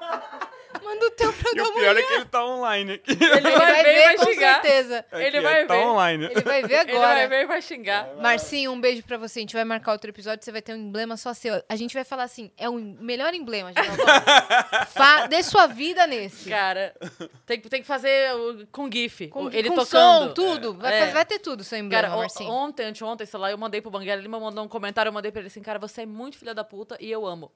B: Manda o teu pra
C: E
B: dar
C: o
B: uma
C: pior é
B: olhada.
C: que ele tá online aqui.
A: Ele
B: Ele
A: vai
B: vai
A: ver e
B: ver,
A: vai
B: com
A: xingar.
B: certeza.
A: Ele
C: Aqui,
A: vai
C: ó, Tá
A: ver.
C: online.
B: Ele vai ver
A: *laughs* Ele vai
B: agora.
A: ver e vai xingar.
B: Marcinho, um beijo pra você. A gente vai marcar outro episódio, você vai ter um emblema só seu. A gente vai falar assim, é o melhor emblema de
C: *laughs*
B: Galvão. Fa- Dê sua vida
C: É.
B: nesse.
A: Cara, tem, que- tem que fazer o- com GIF.
B: Com,
A: ele
B: com
A: tocando.
B: som, tudo. Vai,
A: É.
B: faz- vai ter tudo seu emblema,
A: Cara, o-
B: Marcinho.
A: ontem, anteontem, sei lá, eu mandei pro Banguela, ele me mandou um comentário, eu mandei pra ele assim, cara, você é muito filha da puta e eu amo.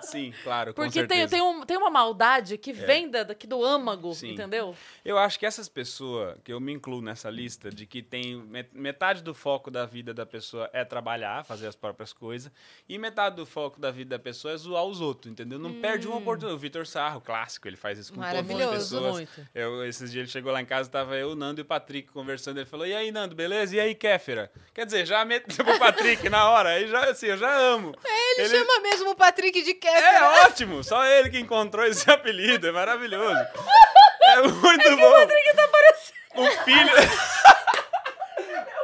C: Sim, claro, com
A: Porque tem,
C: certeza. É.
A: tem, um, tem uma maldade que vem da, daqui do âmago,
C: Sim.
A: entendeu?
C: Eu acho que essas pessoas, que eu me incluo nessa lista, de que tem met- metade do foco da vida da pessoa é trabalhar, fazer as próprias coisas, e metade do foco da vida da pessoa é zoar os outros, entendeu? Não perde uma oportunidade. O Vitor Sarro, clássico, ele faz isso com todas as
B: Maravilhoso,
C: pessoas.
A: muito.
C: Eu, esses dias ele chegou lá em casa, tava eu, o Nando e o Patrick conversando. Ele falou: E aí, Nando, beleza? E aí, Kéfera? Quer dizer, já *laughs* meteu pro Patrick na hora. Aí já, assim, eu já amo.
B: É, Ele, chama mesmo o Patrick de Kevin.
C: É ótimo! Só ele que encontrou esse apelido, é maravilhoso. É muito bom. O Patrick tá aparecendo. O filho.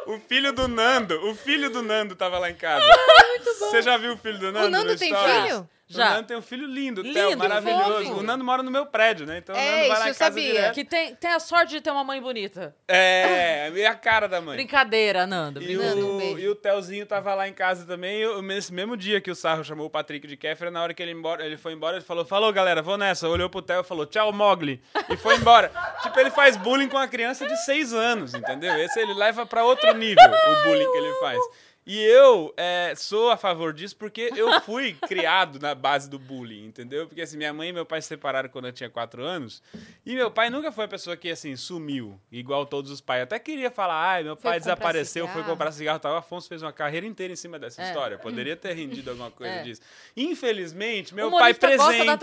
C: O filho do Nando, o filho do Nando tava lá em casa.
B: Ah,
C: Você já viu o filho do Nando?
B: Nando
C: no
B: tem
C: Stories?
B: filho?
A: Já.
C: O Nando tem um filho lindo,
A: Lindo,
C: Theo, maravilhoso.
A: fofo.
C: O Nando mora no meu prédio, né? Então o
B: É,
C: Nando vai
B: isso
C: lá em
B: eu
C: casa
B: sabia.
C: direto.
A: Que tem, tem a sorte de ter uma mãe bonita.
C: É, é a cara da mãe.
A: Brincadeira, Nando.
C: E
A: brincadeira.
B: Nando, um
C: o,
B: beijo.
C: e o Telzinho tava lá em casa também. e eu- nesse mesmo dia que o Sarro chamou o Patrick de Kéfera, na hora que ele, embora, ele foi embora, ele falou: Falou, galera, vou nessa. Olhou pro Theo e falou: Tchau, Mogli. E foi embora. *laughs* tipo, ele faz bullying com a criança de 6 anos, entendeu? Esse ele leva pra outro nível o bullying que ele faz. E eu é, sou a favor disso porque eu fui
B: *laughs*
C: criado na base do bullying, entendeu? Porque assim, minha mãe e meu pai se separaram quando eu tinha 4 anos. E meu pai nunca foi a pessoa que, assim, sumiu, igual todos os pais. Eu até queria falar, ai, meu
B: Foi
C: pai
B: comprar
C: desapareceu, foi
B: cigarro."
C: comprar comprar cigarro e tal. O Afonso fez uma carreira inteira em cima dessa
A: É.
C: história. Poderia ter
B: *laughs*
C: rendido alguma coisa
A: É.
C: disso. Infelizmente, meu
A: o
C: pai
A: Um
B: tá
A: humorista gosta da
C: presente,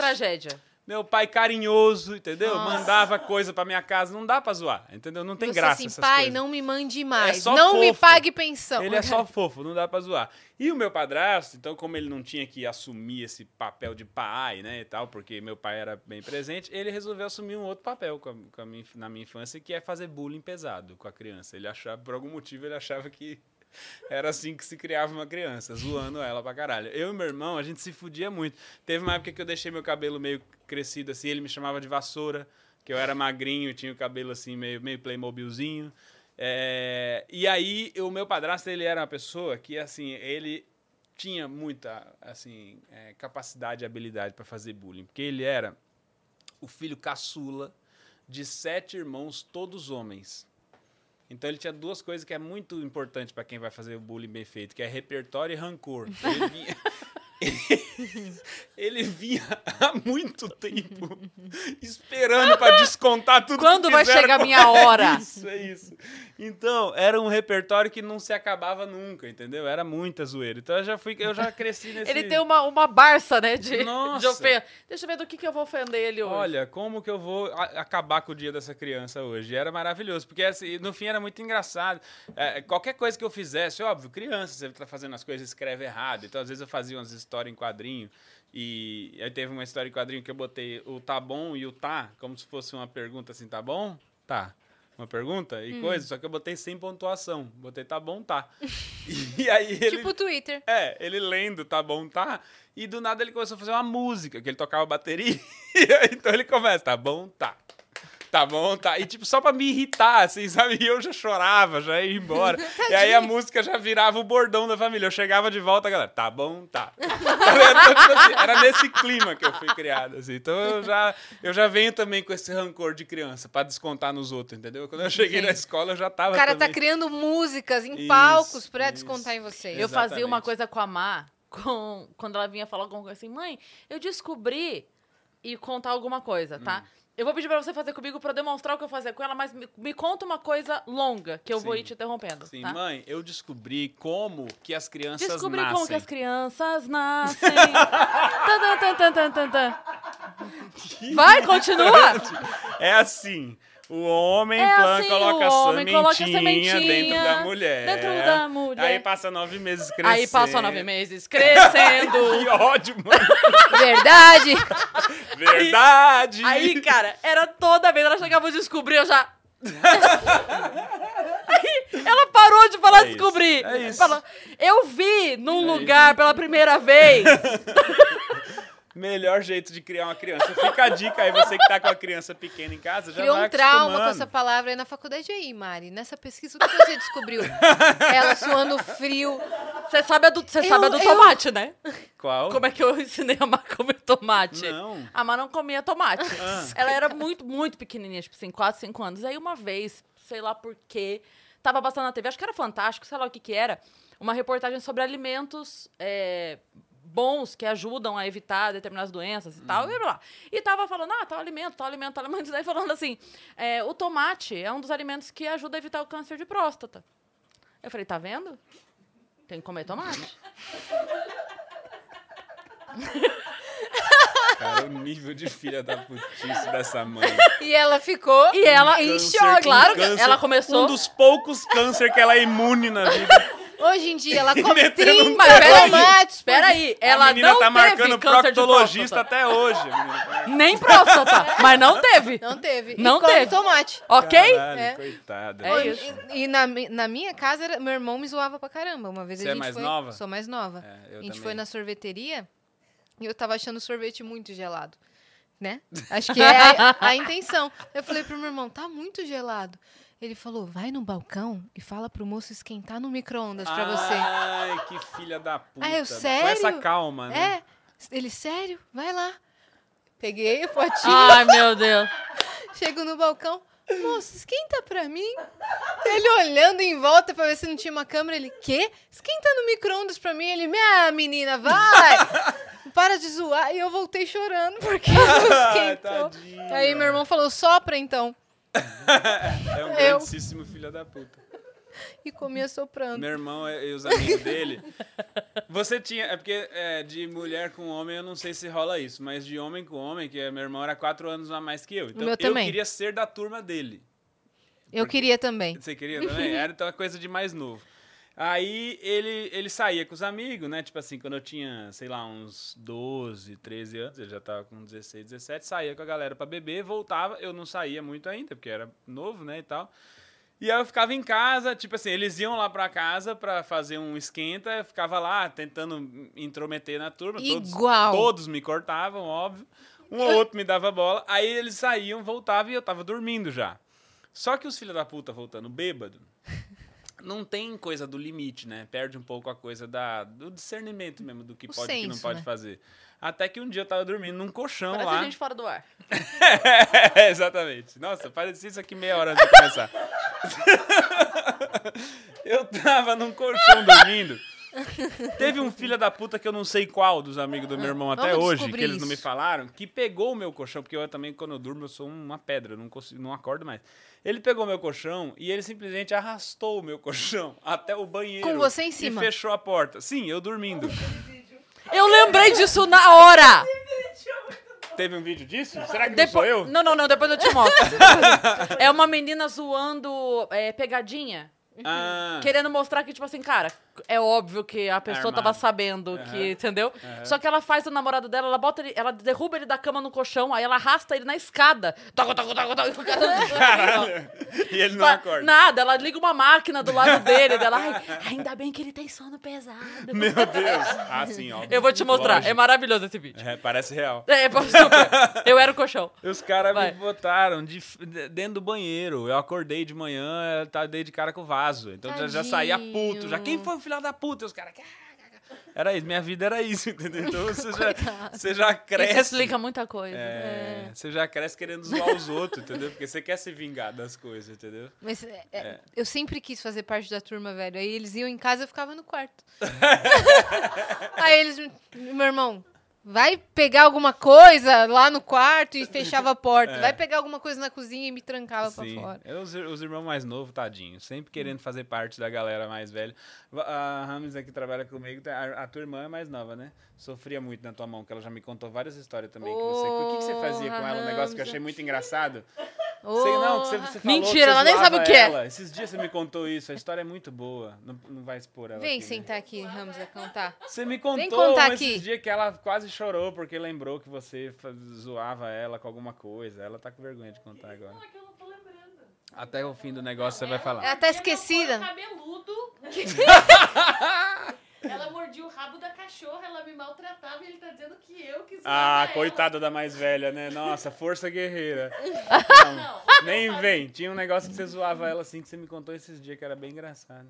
A: tragédia.
C: meu pai carinhoso, entendeu?
B: Nossa.
C: Mandava coisa pra minha casa. Não dá pra zoar, entendeu? Não tem
B: Você
C: graça
B: assim,
C: essas
B: pai,
C: coisas.
B: não me mande mais.
C: É só
B: não me
C: fofo.
B: pague pensão.
C: Ele
B: *laughs*
C: é só fofo, não dá pra zoar. E o meu padrasto, então, como ele não tinha que assumir esse papel de pai, né, e tal, porque meu pai era bem presente, ele resolveu assumir um outro papel com a- com a minha inf- na minha infância, que é fazer bullying pesado com a criança. Ele achava, por algum motivo, ele achava que *laughs* era assim que se criava uma criança, zoando ela pra caralho. Eu e meu irmão, a gente se fudia muito. Teve uma época que eu deixei meu cabelo meio crescido assim, ele me chamava de vassoura, que eu era magrinho, tinha o cabelo assim, meio, meio playmobilzinho. É, e aí, o meu padrasto, ele era uma pessoa que, assim, ele tinha muita, assim, é, capacidade e habilidade pra fazer bullying. Porque ele era o filho caçula de sete irmãos, todos homens. Então ele tinha duas coisas que é muito importante pra quem vai fazer o bullying bem feito, que é repertório e rancor.
A: *laughs*
C: Ele vinha, ele vinha há muito tempo esperando pra descontar tudo. que
A: Quando vai
C: fizeram
A: chegar a
C: com
A: minha
C: *laughs*
A: hora?
C: É isso, é isso. Então, era um repertório que não se acabava nunca, entendeu? Era muita zoeira. Então eu já fui, eu
A: *laughs*
C: já cresci nesse
A: Ele tem uma, uma barça, né, de, de
C: Nossa.
A: ofensa. Deixa eu ver do que, que eu vou ofender ele hoje.
C: Olha, como que eu vou a- acabar com o dia dessa criança hoje? E Era maravilhoso, porque assim, no fim era muito engraçado. É, qualquer coisa que eu fizesse, óbvio, criança, você tá fazendo as coisas, escreve errado. Então, às vezes eu fazia umas histórias em quadrinho. E aí teve uma história em quadrinho que eu botei o tá bom e o tá, como se fosse uma pergunta assim, tá bom? Tá. Uma pergunta e coisa, só que eu botei sem pontuação. Botei tá bom, tá. *laughs* E aí ele
B: Tipo o Twitter.
C: é, ele lendo, tá bom, tá? E do nada ele começou a fazer uma música, que ele tocava bateria. *laughs* E aí, então ele começa, tá bom, tá. Tá bom, tá. E tipo, só pra me irritar, assim, sabe? E eu já chorava, já ia
B: *laughs*
C: embora. e aí a música já virava o bordão da família. Eu chegava de volta, a galera, tá bom, tá. Tá vendo? Então, tipo assim, era nesse clima que eu fui criado, assim. Então eu já, eu já venho também com esse rancor de criança, pra descontar nos outros, entendeu? Quando eu cheguei na escola, eu já tava
B: O cara tá
C: também...
B: criando músicas em
C: Isso,
B: palcos pra
C: isso.
B: descontar em vocês.
A: Eu fazia uma
C: Exatamente.
A: coisa com a Má, com- quando ela vinha falar alguma coisa assim, mãe, eu descobri e contar alguma coisa, tá?
C: Hum.
A: Eu vou pedir pra você fazer comigo pra eu demonstrar o que eu fazia com ela, mas me, me conta uma coisa longa, que eu vou
C: Sim.
A: ir te interrompendo,
C: Sim,
A: tá?
C: mãe, eu descobri como que as crianças
A: Descobri
C: nascem.
A: como que as crianças
C: *laughs*
A: nascem. Tan, tan, tan, tan, tan, tan. Vai, continua!
C: *laughs* É assim. O homem
A: É
C: plan
A: assim,
C: coloca,
A: o
C: a
A: homem coloca a
C: sementinha dentro
A: sementinha
C: da mulher.
A: dentro da mulher.
C: Aí passa nove meses crescendo.
A: Aí passou nove meses crescendo.
C: *laughs* Que ódio,
A: *laughs*
C: mano. *laughs*
B: Verdade.
C: Verdade.
A: Aí, cara, era toda vez. Ela chegava a descobrir, eu
B: *laughs*
A: já. Aí, ela parou de falar
C: É isso,
A: descobrir.
C: é isso.
A: Falou, eu vi num
C: É
A: lugar pela primeira vez.
C: Melhor jeito de criar uma criança. Fica a dica aí, você que tá com a criança pequena em casa, já
B: Criou
C: vai
B: um trauma com
C: acostumando.
B: essa palavra aí na faculdade. E aí, Mari, nessa pesquisa, o que você
C: *laughs*
B: descobriu? Ela suando frio.
A: Você sabe a do, você
B: Eu-
A: sabe a do
B: eu-
A: tomate, né?
C: Qual?
A: Como é que eu *laughs* ensinei a Má a comer tomate?
C: Não.
A: A Má não comia tomate.
C: Ah.
A: *laughs* Ela era muito, muito pequenininha, tipo assim, 4, 5 anos. Aí uma vez, sei lá por quê, tava passando na TV, acho que era fantástico, sei lá o que que era, uma reportagem sobre alimentos é, bons que ajudam a evitar determinadas doenças e
C: Hum.
A: tal, e blá, blá. E tava falando, ah, tal alimento, tal alimento, tal alimento. *laughs* E daí falando assim, é, o tomate é um dos alimentos que ajuda a evitar o câncer de próstata. Eu falei, tá vendo? Tem que comer tomate.
C: Cara, o nível de filha da putice
A: *laughs*
C: dessa mãe.
B: E ela ficou
A: E ela,
B: em
C: Câncer
B: choque.
C: com
A: claro que
C: câncer,
A: ela começou-
C: Um dos poucos câncer que ela é imune na vida.
B: Hoje em dia, ela come
C: *laughs* metendo
B: 30
C: um
A: Mas peraí,
B: tomates. por dia.
A: peraí, ela
C: a menina
A: não
C: tá marcando
A: teve câncer de
C: proctologista
A: próstata.
C: até hoje. menina.
A: Nem próstata, *laughs* mas não teve.
B: Não teve.
A: Não
B: e come
A: teve.
B: tomate.
A: Ok?
C: Caralho,
B: É.
C: coitada.
A: É
B: E-
A: isso.
B: E, e na, mi- na minha casa, era- meu irmão me zoava pra caramba. Uma vez
C: Você
B: a
C: é
B: gente
C: mais
B: foi.
C: nova?
B: Sou mais nova.
C: É, eu
B: a gente
C: também.
B: foi na sorveteria e eu tava achando o sorvete muito gelado.
C: *laughs*
B: Né? Acho que é a, a intenção. Eu falei pro meu irmão, tá muito gelado. Ele falou, vai no balcão e fala pro moço esquentar no micro-ondas pra
C: Ah,
B: você.
C: Ai, que filha da puta.
B: Ah, eu,
C: Com
B: sério?
C: essa calma, né?
B: É. Ele, sério? Vai lá. Peguei o potinho.
C: Ah,
A: Ai, meu Deus.
B: Chego no balcão. Moço, esquenta pra mim. Ele olhando em volta pra ver se não tinha uma câmera. Ele, quê? Esquenta no micro-ondas pra mim. Ele, ah, menina,
C: *laughs*
B: vai! Para de zoar. E eu voltei chorando porque não
C: Ai,
B: esquentou.
C: tadinho.
B: Aí meu irmão falou, sopra então.
C: É um
B: Eu.
C: grandíssimo filho da puta.
B: E comia soprando.
C: Meu irmão e e os amigos
A: *laughs*
C: dele. Você tinha. É porque é, de mulher com homem eu não sei se rola isso, mas de homem com homem, que é, meu irmão era quatro anos a mais que eu. Então
B: meu
C: eu
B: também.
C: queria ser da turma dele.
B: Eu queria também.
C: Você queria também? Era então uma coisa de mais novo. Aí ele, ele saía com os amigos, né? Tipo assim, quando eu tinha, sei lá, uns 12, 13 anos, ele já tava com 16, 17, saía com a galera pra beber, voltava, eu não saía muito ainda, porque era novo, né, e tal. E aí eu ficava em casa, tipo assim, eles iam lá pra casa pra fazer um esquenta, eu ficava lá tentando intrometer na turma. todos-
B: Igual.
C: todos me cortavam, óbvio. Um ou outro me dava bola. Aí eles saíam, voltavam e eu tava dormindo já. Só que os filhos da puta voltando bêbado, não tem coisa do limite, né? Perde um pouco a coisa da, do discernimento mesmo do que
B: O
C: pode e que não
B: senso,
C: pode
B: né?
C: fazer. Até que um dia eu tava dormindo num colchão
A: Parece
C: lá.
A: a gente fora do ar.
C: É, *laughs* exatamente. Nossa, parecia isso aqui meia hora antes de começar. *laughs* eu tava num colchão dormindo. Teve um filho da puta que eu não sei qual dos amigos do meu irmão até
B: Vamos
C: hoje, que
B: descobrir
C: eles não
B: isso.
C: me falaram, que pegou o meu colchão, porque eu também, quando eu durmo, eu sou uma pedra, eu não, consigo, não acordo mais. Ele pegou o meu colchão e ele simplesmente arrastou o meu colchão até o banheiro.
B: Com você em
C: E
B: cima?
C: fechou a porta. Sim, eu dormindo.
A: Eu lembrei disso na hora.
C: Teve um vídeo disso? Será que não sou
A: Depois,
B: *laughs*
C: eu?
A: Não, não, não, depois eu te mostro.
C: *laughs*
A: é uma menina zoando é, pegadinha,
C: Ah,
A: querendo mostrar que, tipo assim, cara, é óbvio que a pessoa
C: Armado.
A: tava sabendo que, entendeu? Só que ela faz o namorado dela, ela bota ele, ela derruba ele da cama no colchão, aí ela arrasta ele na escada. Toco, toco, toco, toco, o cara-
C: caralho. *laughs* E ele não
A: Fa-
C: acorda.
A: Nada, ela liga uma máquina do lado dele, dela, ai, ainda bem que ele tem sono pesado.
C: Meu Deus! Ah, *laughs* sim, ó.
A: Eu vou te mostrar, é
C: Lógico.
A: maravilhoso esse vídeo.
C: É, parece real.
A: É, super. Eu era o colchão.
C: Os caras me
A: Vai.
C: botaram de f- de- dentro do banheiro. Eu acordei de manhã, eu tava- dei de cara com o vaso. Então já, já saía
B: Tadinho.
C: puto. Já quem foi o filho da puta? Os caras. "Ah, ah, ah." Era isso, minha vida era isso, *laughs* entendeu? Então você já, você já
A: Isso
C: cresce.
A: explica muita coisa. é.
C: É, Você já cresce querendo zoar os outros, entendeu? Porque você quer se vingar das coisas, entendeu?
B: Mas é, é, eu sempre quis fazer parte da turma, velho. Aí eles iam em casa e eu ficava no quarto.
C: *laughs*
B: Aí eles. me- Meu irmão, vai pegar alguma coisa lá no quarto e fechava a porta. Vai pegar alguma coisa na cozinha e me trancava
C: É. Sim.
B: pra fora.
C: Eu, os, ir- os irmãos mais novos, tadinho. Sempre querendo fazer parte da galera mais velha. Va- A Rames aqui trabalha comigo. tá- A, a tua irmã é mais nova, né? Sofria muito na tua mão, que ela já me contou várias histórias também. que você, o que, que você
B: Ô,
C: fazia com ela? Um negócio que eu
B: Ramsa.
C: achei muito engraçado.
B: Ô,
C: Sei não, que você, você falou
A: Mentira,
C: que você
B: ela nem
C: zoava
B: sabe o que é.
C: ela. Esses dias você me contou isso. A história é muito boa. Não, não vai expor ela.
B: Vem
C: aqui, né?
B: sentar aqui, Ramza, contar.
C: Você me contou
B: contar
C: esses
B: aqui.
C: dias que ela quase chorou porque lembrou que você fa- zoava ela com alguma coisa. Ela tá com vergonha de contar agora.
D: É
C: Até o fim do negócio você vai falar.
B: Ela tá esquecida. *laughs*
D: cabeludo. ela mordia o rabo da cachorra, ela me maltratava e ele tá dizendo que eu que zoava
C: Ah,
D: ela.
C: coitada da mais velha, né? Nossa, força guerreira.
D: Não,
C: Nem vem. Tinha um negócio que você zoava ela assim, que você me contou esses dias, que era bem engraçado.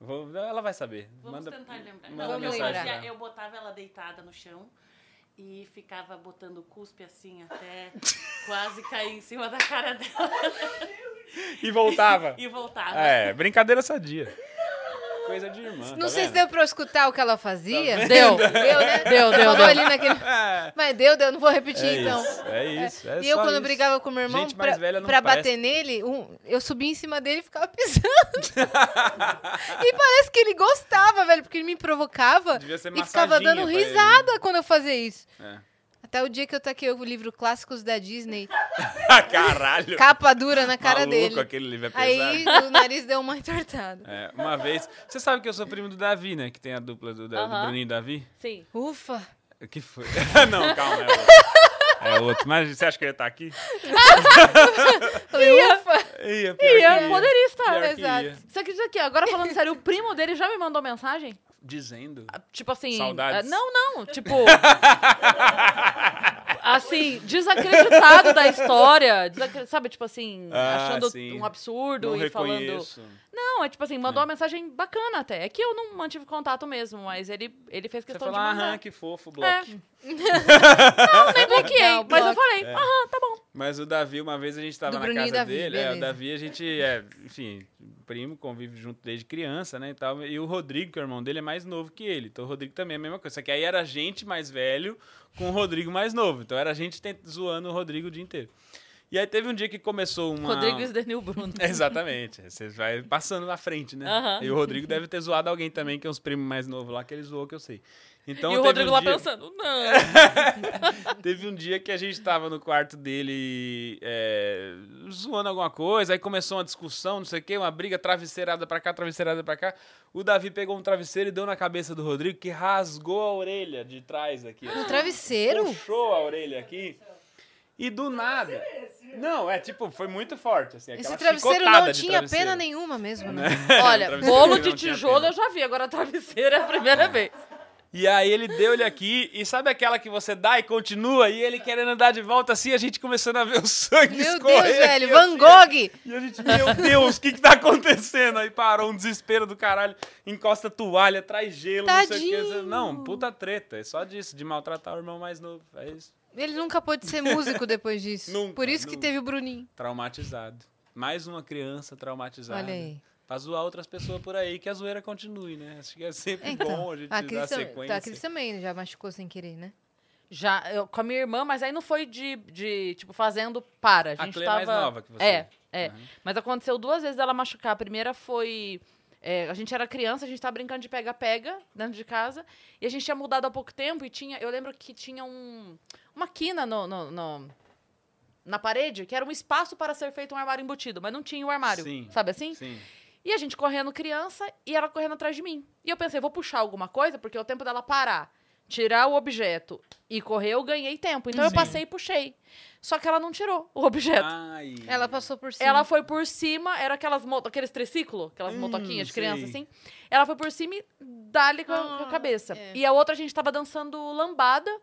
C: Vou- ela vai saber.
D: vamos
C: Manda-
D: tentar lembrar.
C: manda
D: Não, o que eu
B: mensagem
D: fazia,
C: pra ela.
D: eu botava ela deitada no chão e ficava botando cuspe assim
B: *laughs*
D: até quase cair em cima da cara dela
C: E voltava.
D: *laughs*
B: *laughs*
D: e voltava.
C: É, brincadeira sadia. coisa de irmã.
B: Não sei se deu pra eu escutar o que ela fazia.
C: Tá
A: Deu.
B: Deu, né?
A: Deu, deu,
B: Falou
A: deu.
B: ali naquele... Mas deu, deu, não vou repetir
C: É
B: então.
C: isso, é isso. é
B: e eu,
C: só
B: quando
C: isso. *laughs*
B: brigava com meu irmão,
C: Gente mais
B: pra,
C: velha não
B: pra
C: presta.
B: bater nele, um- eu subia em cima dele e ficava *laughs* pisando. e parece que ele gostava, velho, porque ele me provocava
C: Devia ser
B: e ficava
C: massaginha
B: dando
C: pra ele, né?
B: risada quando eu fazia isso.
C: É.
B: Até o dia que eu taquei o livro Clássicos da Disney, *laughs*
C: Caralho.
B: capa dura na cara
C: Maluco,
B: dele.
C: aquele livro é pesado.
B: Aí o nariz deu uma entortada.
C: É, uma vez. Você sabe que eu sou primo do Davi, né? Que tem a dupla do, da- do
D: Aham.
C: Bruninho e Davi?
D: Sim.
B: Ufa!
C: O que foi? *laughs* não, calma, é outro. É outro. Mas você acha que eu ia estar aqui?
B: Falei,
C: é,
B: ufa!
C: Ia, pior que
A: Ia, poderia estar.
C: Pior que
B: exato.
C: ia.
A: é. Você acredita que, agora falando sério, o primo dele já me mandou mensagem?
C: Dizendo.
A: Tipo assim.
C: Saudades.
A: eh, Não, não. Tipo. assim, desacreditado da história. desacre- Sabe, tipo assim,
C: Ah,
A: achando
C: sim.
A: um absurdo
C: Não
A: e falando.
C: reconheço.
A: Não, é tipo assim, mandou uma mensagem bacana até. É que eu não mantive contato mesmo, mas ele, ele fez
C: Você
A: questão
C: fala,
A: de mandar.
C: aham, que fofo, bloco.
A: É. não, nem bloqueei,
B: Não,
A: mas eu
B: bloque.
A: falei,
C: É.
A: aham, tá bom.
C: Mas o Davi, uma vez a gente tava
B: Do
C: na
B: Bruninho e
C: casa
B: Davi,
C: dele. É, o
B: beleza.
C: Davi, a gente é, enfim, primo, convive junto desde criança, né? E, tal. e o Rodrigo, que é o irmão dele, é mais novo que ele. Então o Rodrigo também é a mesma coisa. Só que aí era a gente mais velho com o Rodrigo mais novo. Então era a gente tent- zoando o Rodrigo o dia inteiro. E aí teve um dia que começou uma.
A: Rodrigo e Denil Bruno.
C: *laughs* Exatamente. Você vai passando na frente, né?
A: Aham.
C: E o Rodrigo deve ter zoado alguém também, que é uns primos mais novos lá, que ele zoou, que eu sei. Então,
A: e o
C: teve
A: Rodrigo
C: um
A: lá
C: dia-
A: pensando, não.
C: *laughs* Teve um dia que a gente tava no quarto dele é, zoando alguma coisa, aí começou uma discussão, não sei o quê, uma briga travesseirada pra cá, travesseirada pra cá. O Davi pegou um travesseiro e deu na cabeça do Rodrigo, que rasgou a orelha de trás aqui. ó.
B: No travesseiro?
C: Puxou a orelha aqui. E do nada. Não, é tipo, foi muito forte. Assim,
B: Esse
C: aquela
B: travesseiro
C: chicotada
B: não
C: de
B: tinha
C: travesseiro.
B: pena nenhuma mesmo,
C: *laughs*
B: né?
A: *laughs* Olha,
C: Travesseiro
A: bolo
C: não
A: de
C: tinha
A: tijolo
C: pena.
A: eu já vi, agora travesseiro é a primeira vez.
C: E aí ele deu ele aqui, e sabe aquela que você dá e continua, e ele querendo andar de volta assim, a gente começando a ver o sangue
B: Meu Deus,
C: escorrer
B: velho,
C: aqui,
B: Van
C: assim,
B: Gogh!
C: E a gente, meu Deus, o que que tá acontecendo? Aí parou um desespero do caralho, encosta a toalha, traz gelo, não sei o
B: Tadinho.
C: que. Não, puta treta, é só disso, de maltratar o irmão mais novo. É isso,
B: Ele nunca pôde ser músico depois disso.
C: *laughs* Nunca,
B: Por isso que
C: nunca.
B: teve o Bruninho.
C: traumatizado. Mais uma criança traumatizada.
B: Olha aí.
C: Pra zoar outras pessoas por aí, que a zoeira continue, né? Acho que é sempre
B: Então,
C: bom a gente
B: a
C: dar
B: Cris, tam- tá,
C: sequência.
B: a Cris também já machucou sem querer, né?
A: Já, eu, com a minha irmã, mas aí não foi de, de tipo, fazendo para. A
C: A
A: gente
C: Clê é
A: tava...
C: mais nova que você.
A: É, é.
C: Aham.
A: Mas aconteceu duas vezes ela machucar. A primeira foi... é, a gente era criança, a gente tava brincando de pega-pega dentro de casa. E a gente tinha mudado há pouco tempo e tinha... Eu lembro que tinha um, uma quina no, no- no- na parede, que era um espaço para ser feito um armário embutido. Mas não tinha o armário,
C: Sim.
A: sabe assim?
C: Sim.
A: E a gente correndo criança e ela correndo atrás de mim. E eu pensei, vou puxar alguma coisa, porque é o tempo dela parar, tirar o objeto e correr, eu ganhei tempo. Então eu
C: Sim.
A: passei e puxei. Só que ela não tirou o objeto.
C: Ai.
B: Ela passou por cima.
A: Ela foi por cima, era aquelas mo- aqueles triciclo, aquelas
C: Hum,
A: motoquinhas de
C: sei.
A: criança, assim. Ela foi por cima e dá-lhe com, a- com a
B: Ah,
A: cabeça.
B: é.
A: E a outra a gente tava dançando
B: *laughs*
A: lambada.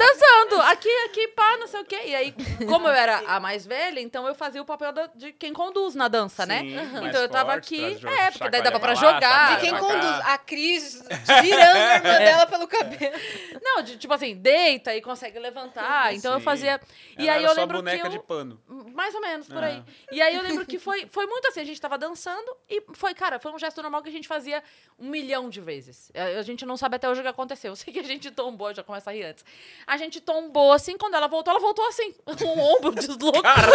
A: dançando! Aqui, aqui, pá, não sei o quê. E aí, como eu era a mais velha, então eu fazia o papel da- de quem conduz na dança, né?
C: Sim, mais
A: Então eu tava
C: forte,
A: aqui.
C: traz jo-
A: É, porque daí dava pra
C: chacoalha pra lá,
A: jogar.
C: chacoalha
B: E quem
C: pra
B: conduz? Ah,
C: cá.
B: A Cris virando a irmã dela pelo cabelo.
A: Não, de- tipo assim, deita e consegue levantar. Então eu
C: Sim.
A: fazia. E
C: Ela
A: aí
C: era
A: eu
C: só
A: lembro que.
C: boneca
A: eu-
C: de pano.
A: Mais ou menos, por
C: Ah.
A: aí. E aí eu lembro que foi, foi muito assim, a gente tava dançando e foi, cara, foi um gesto normal que a gente fazia um milhão de vezes. É, A a gente não sabe até hoje o que aconteceu. Eu sei que a gente tombou, já começa a rir antes. A gente tombou assim, quando ela voltou, ela voltou assim, com o
C: *laughs*
A: ombro deslocado.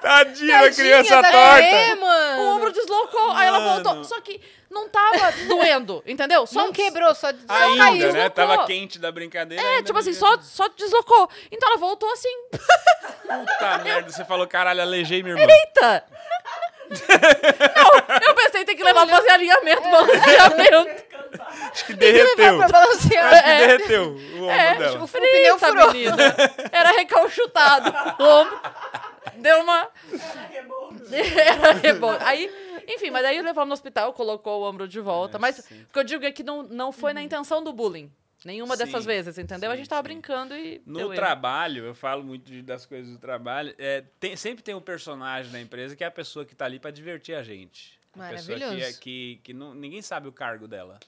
C: Tadinha,
B: Tadinha,
C: criança
B: tá
C: torta.
B: bem,
A: O
B: mano.
A: ombro deslocou, aí ela voltou.
C: Mano.
A: Só que não tava doendo, entendeu? Só
B: Não quebrou, só, só
C: Ainda,
B: caiu.
C: né?
A: deslocou.
C: Tava quente da brincadeira.
A: É,
C: ainda
A: tipo assim,
C: devia-
A: só, só deslocou. Então ela voltou assim,
C: Puta merda, você falou, caralho, alejei minha irmã. *laughs*
A: Eita! Não, eu pensei tem que levar fazer alinhamento,
B: É.
A: balanceamento.
C: Acho que
B: Tem que levar
C: derreteu.
B: pra *laughs* balancear.
A: *laughs*
C: Acho que derreteu tipo, o ombro
A: É,
C: dela.
A: o
B: pneu furou.
A: menina. Era recalchutado. O ombro deu uma... Era rebote. Aí, enfim, mas aí levamos no hospital, colocou o ombro de volta.
C: É,
A: mas
C: sim.
A: o que eu digo é que não, não foi
B: Uhum.
A: na intenção do bullying. Nenhuma
C: Sim,
A: dessas vezes, entendeu? a
C: sim,
A: gente tava
C: sim.
A: brincando e
C: No
A: deu erro.
C: trabalho, eu falo muito de- das coisas do trabalho, é, tem- sempre tem um personagem na empresa que é a pessoa que tá ali pra divertir a gente. A pessoa que é-
B: Maravilhoso.
C: que, que não- ninguém sabe o cargo dela.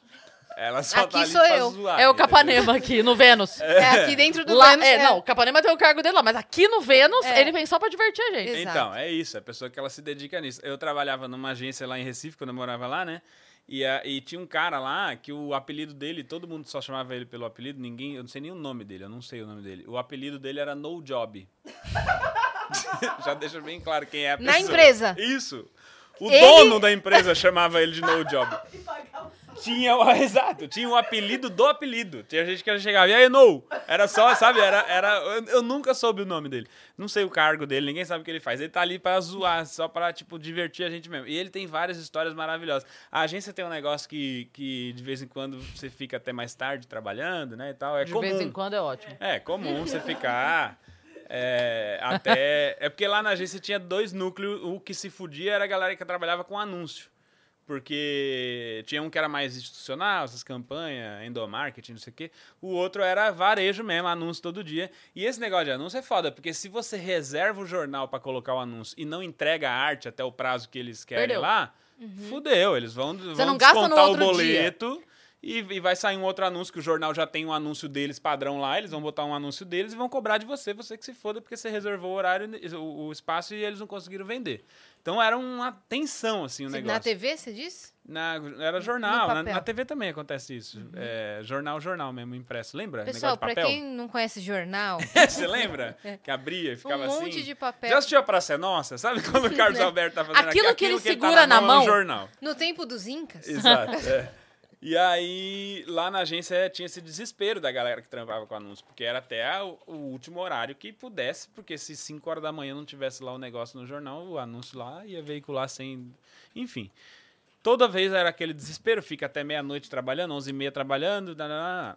C: Ela só
B: Aqui
C: tá ali
B: sou
C: pra
B: eu.
C: zoar.
A: É o
C: entendeu?
A: Capanema aqui, no Vênus.
B: É aqui dentro do
A: Lá,
B: Vênus.
A: é, Não, o Capanema tem o cargo dele lá, mas aqui no Vênus,
B: É.
A: ele vem só pra divertir a gente.
B: Exato.
C: Então, é isso, é a pessoa que ela se dedica nisso. Eu trabalhava numa agência lá em Recife, quando eu morava lá, né? E, a- e tinha um cara lá que o apelido dele, todo mundo só chamava ele pelo apelido, ninguém, eu não sei nem o nome dele, eu não sei o nome dele. O apelido dele era No Job. *laughs* Já deixa bem claro quem é a
B: Na
C: pessoa.
B: empresa.
C: Isso. O
B: Ele-
C: dono da empresa chamava ele de No Job. Tinha o, *laughs* exato, tinha o apelido do apelido. Tinha gente que chegava, e aí, no? Era só, sabe? Era, era, eu, eu nunca soube o nome dele. Não sei o cargo dele, ninguém sabe o que ele faz. Ele tá ali pra zoar, só pra, tipo, divertir a gente mesmo. E ele tem várias histórias maravilhosas. A agência tem um negócio que, que de vez em quando você fica até mais tarde trabalhando, né? E tal. É
A: De
C: comum.
A: vez em quando é ótimo.
C: É comum você ficar. é, até. É porque lá na agência tinha dois núcleos. O que se fudia era a galera que trabalhava com anúncio. Porque tinha um que era mais institucional, essas campanhas, endomarketing, não sei o quê. O outro era varejo mesmo, anúncio todo dia. E esse negócio de anúncio é foda, porque se você reserva o jornal pra colocar o anúncio e não entrega a arte até o prazo que eles querem
A: Perdeu. Uhum.
C: lá, fudeu. Eles vão, vão
A: não gasta no
C: descontar o
A: outro dia.
C: boleto boleto e, e vai sair um outro anúncio que o jornal já tem um anúncio deles padrão lá, eles vão botar um anúncio deles e vão cobrar de você, você que se foda porque você reservou o horário, o, o espaço e eles não conseguiram vender. Então era uma tensão assim o negócio. É um
B: Na TV, você disse?
C: Na- era jornal, na,
B: papel. Uhum.
C: na TV também acontece isso. É, jornal, jornal mesmo, impresso. Lembra?
B: Pessoal,
C: Negócio
B: pra
C: de papel?
B: quem não conhece jornal,
C: *laughs* você lembra? Que abria e ficava
B: um
C: assim.
B: monte de papel. Né?
C: Já assistiu a Praça é Nossa? Sabe *laughs* quando o Carlos Alberto tá fazendo
A: Aquilo
C: aqui-
A: que ele
C: tá
A: segura na
C: na é um
A: mão.
C: jornal.
B: No tempo dos Incas?
C: Exato. é. E aí, lá na agência é, tinha esse desespero da galera que trampava com anúncio, porque era até a- o último horário que pudesse, porque se 5 horas da manhã não tivesse lá o negócio no jornal, o anúncio lá ia veicular sem. Enfim. Toda vez era aquele desespero, fica até meia-noite trabalhando, 11 e meia trabalhando. nananana.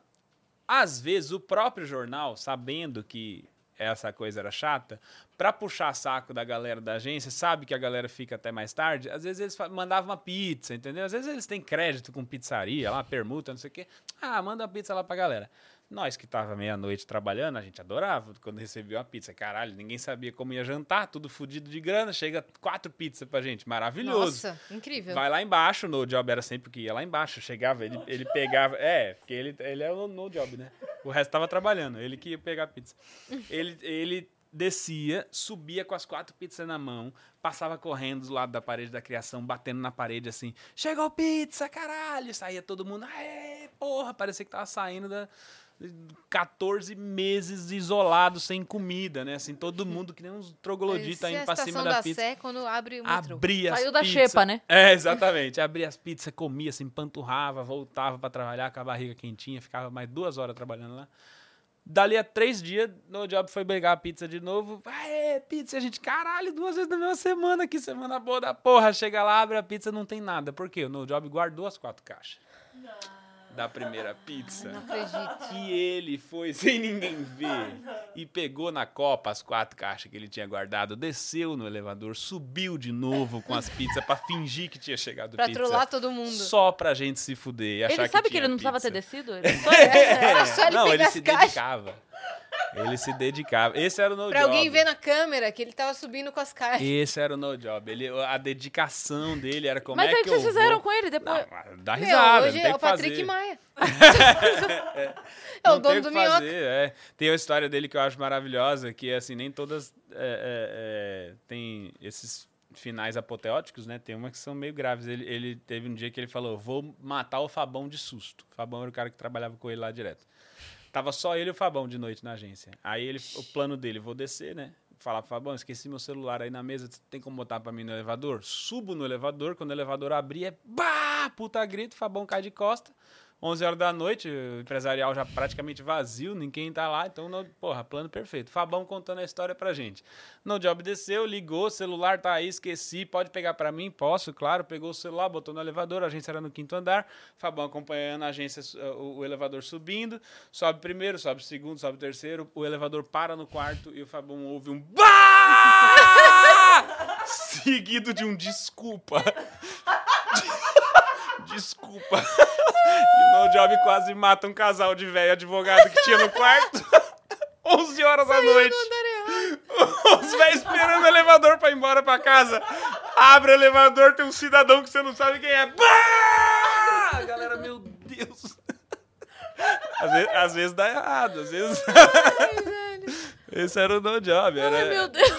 C: Às vezes, o próprio jornal, sabendo que essa coisa era chata, pra puxar saco da galera da agência, sabe que a galera fica até mais tarde, às vezes eles fa- mandavam uma pizza, entendeu? Às vezes eles têm crédito com pizzaria, lá, permuta, não sei o quê. Ah, manda uma pizza lá pra galera. Nós que tava meia-noite trabalhando, a gente adorava quando recebia uma pizza. Caralho, ninguém sabia como ia jantar, tudo fudido de grana, chega quatro pizzas pra gente, maravilhoso.
B: Nossa, incrível.
C: Vai lá embaixo, no job era sempre que ia lá embaixo, chegava, ele, ele pegava. É, porque ele, ele é o no job, né? O resto tava trabalhando, ele que ia pegar a pizza. Ele, ele descia, subia com as quatro pizzas na mão, passava correndo do lado da parede da criação, batendo na parede assim: chegou pizza, caralho! Saía todo mundo, aê, porra, parecia que tava saindo da. 14 meses isolado, sem comida, né? Assim, todo mundo que nem uns
B: Essa é
C: trogloditas tá indo
B: a
C: pra
B: estação
C: cima
B: da,
C: da pizza
B: Sé quando abre o metrô.
C: abria as
A: Saiu da
C: pizza.
A: xepa, né?
C: É, exatamente. Abria as pizzas, comia, se empanturrava, voltava pra trabalhar com a barriga quentinha, ficava mais duas horas trabalhando lá. Dali a três dias, no job foi pegar a pizza de novo. Aê, pizza, a gente, caralho, duas vezes na mesma semana, que semana boa da porra. Chega lá, abre a pizza, não tem nada. Por quê? O no job guardou as quatro caixas. Da primeira
A: Ah,
C: pizza
B: Não acredito.
C: que ele foi *laughs* sem ninguém
B: Ah,
C: ver e pegou na copa as quatro caixas que ele tinha guardado, desceu no elevador, subiu de novo com as pizzas pra fingir que tinha chegado
B: Pra
C: pizza.
B: trollar todo mundo.
C: Só pra gente se fuder e achar
A: Ele sabe que,
C: tinha
A: ele não precisava
C: pizza.
A: ter
C: É, *laughs*
A: descido? Ele só
B: É, Era só ele
C: Não,
B: pegar
C: ele
B: as
C: se
B: caixas.
C: dedicava. Ele se dedicava. Esse era o no
B: Pra
C: job.
B: alguém ver na câmera que ele tava subindo com as caixas.
C: Esse era o no job. Ele, a dedicação dele era como
A: Mas
C: é
A: aí
C: que,
A: o que vocês
C: eu vou-
A: fizeram com ele
C: Não,
A: depois?
C: dá
B: Meu,
C: risada,
B: hoje
C: não tem
B: é o
C: que
B: Patrick
C: fazer. *laughs*
B: Maia. é
C: Não
B: o dono
C: tem
B: do
C: que fazer,
B: minhoca.
C: é. Tem uma história dele que eu acho maravilhosa, que assim, nem todas é, é, é, tem esses finais apoteóticos, né? Tem uma que são meio graves. Ele, ele teve um dia que ele falou, vou matar o Fabão de susto. O Fabão era o cara que trabalhava com ele lá direto. Tava só ele e o Fabão de noite na agência. Aí ele, o plano dele, vou descer, né? Falar pro Fabão, esqueci meu celular aí na mesa, tem como botar pra mim no elevador? Subo no elevador, quando o elevador abrir é bah, puta grito, Fabão cai de costa. 11 horas da noite, o empresarial já praticamente vazio, ninguém tá lá, então, no, porra, plano perfeito. Fabão contando a história pra gente. No job desceu, ligou, celular tá aí, esqueci, pode pegar pra mim? Posso, claro. Pegou o celular, botou no elevador, a agência era no quinto andar. Fabão acompanhando a agência, su- o, o elevador subindo, sobe primeiro, sobe segundo, sobe terceiro, o elevador para no quarto e o Fabão ouve um bah! seguido de um desculpa. Desculpa. E o No Job quase mata um casal de velho advogado que tinha no quarto. 11 horas da noite. *laughs* Os velhos esperando o elevador pra ir embora pra casa. Abre o elevador, tem um cidadão que você não sabe quem é. Bah! A galera, meu Deus. views. Às vezes, às vezes dá errado, às vezes. Esse era o No Job. Era...
A: Ai,
C: *laughs*
A: meu Deus.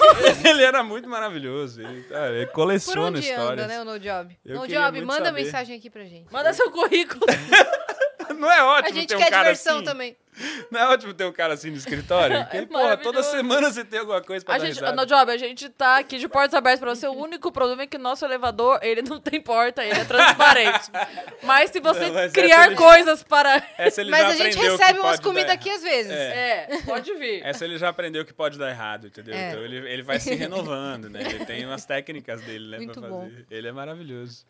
C: Ele era muito maravilhoso. Ele, cara, ele
B: Por
C: coleciona
B: onde
C: histórias.
B: anda, né, o No Job?
C: Eu
B: no
C: queria
B: Job,
C: muito
B: manda
C: saber.
B: mensagem aqui pra gente.
A: Manda seu currículo.
C: Não é
B: A
C: ótimo
B: gente
C: ter um
B: quer
C: cara
B: diversão
C: assim?
B: também. É
C: Não é ótimo ter um cara assim
B: *laughs*
C: no escritório? Porque, porra, toda
A: maravilhoso.
C: semana você tem alguma coisa pra
A: A
C: dar
A: gente,
C: risada.
A: no job, a gente tá aqui de portas abertas pra você. O único problema é que o nosso elevador, ele não tem porta, ele é *laughs* transparente. mas se você
C: Não, mas é essa
A: criar
C: ele-
A: coisas para...
C: Essa ele
B: Mas
C: já
B: a gente
C: aprendeu que
B: recebe umas
C: pode dar
B: comidas
C: errado.
B: aqui às vezes.
C: É.
A: É, pode vir.
C: Essa ele já aprendeu que pode dar errado, entendeu?
B: É.
C: Então ele, ele
B: *laughs*
C: vai se renovando, né? Ele tem umas técnicas dele, né?
B: Muito
C: pra
B: bom.
C: fazer. Ele
B: *laughs*
C: é maravilhoso.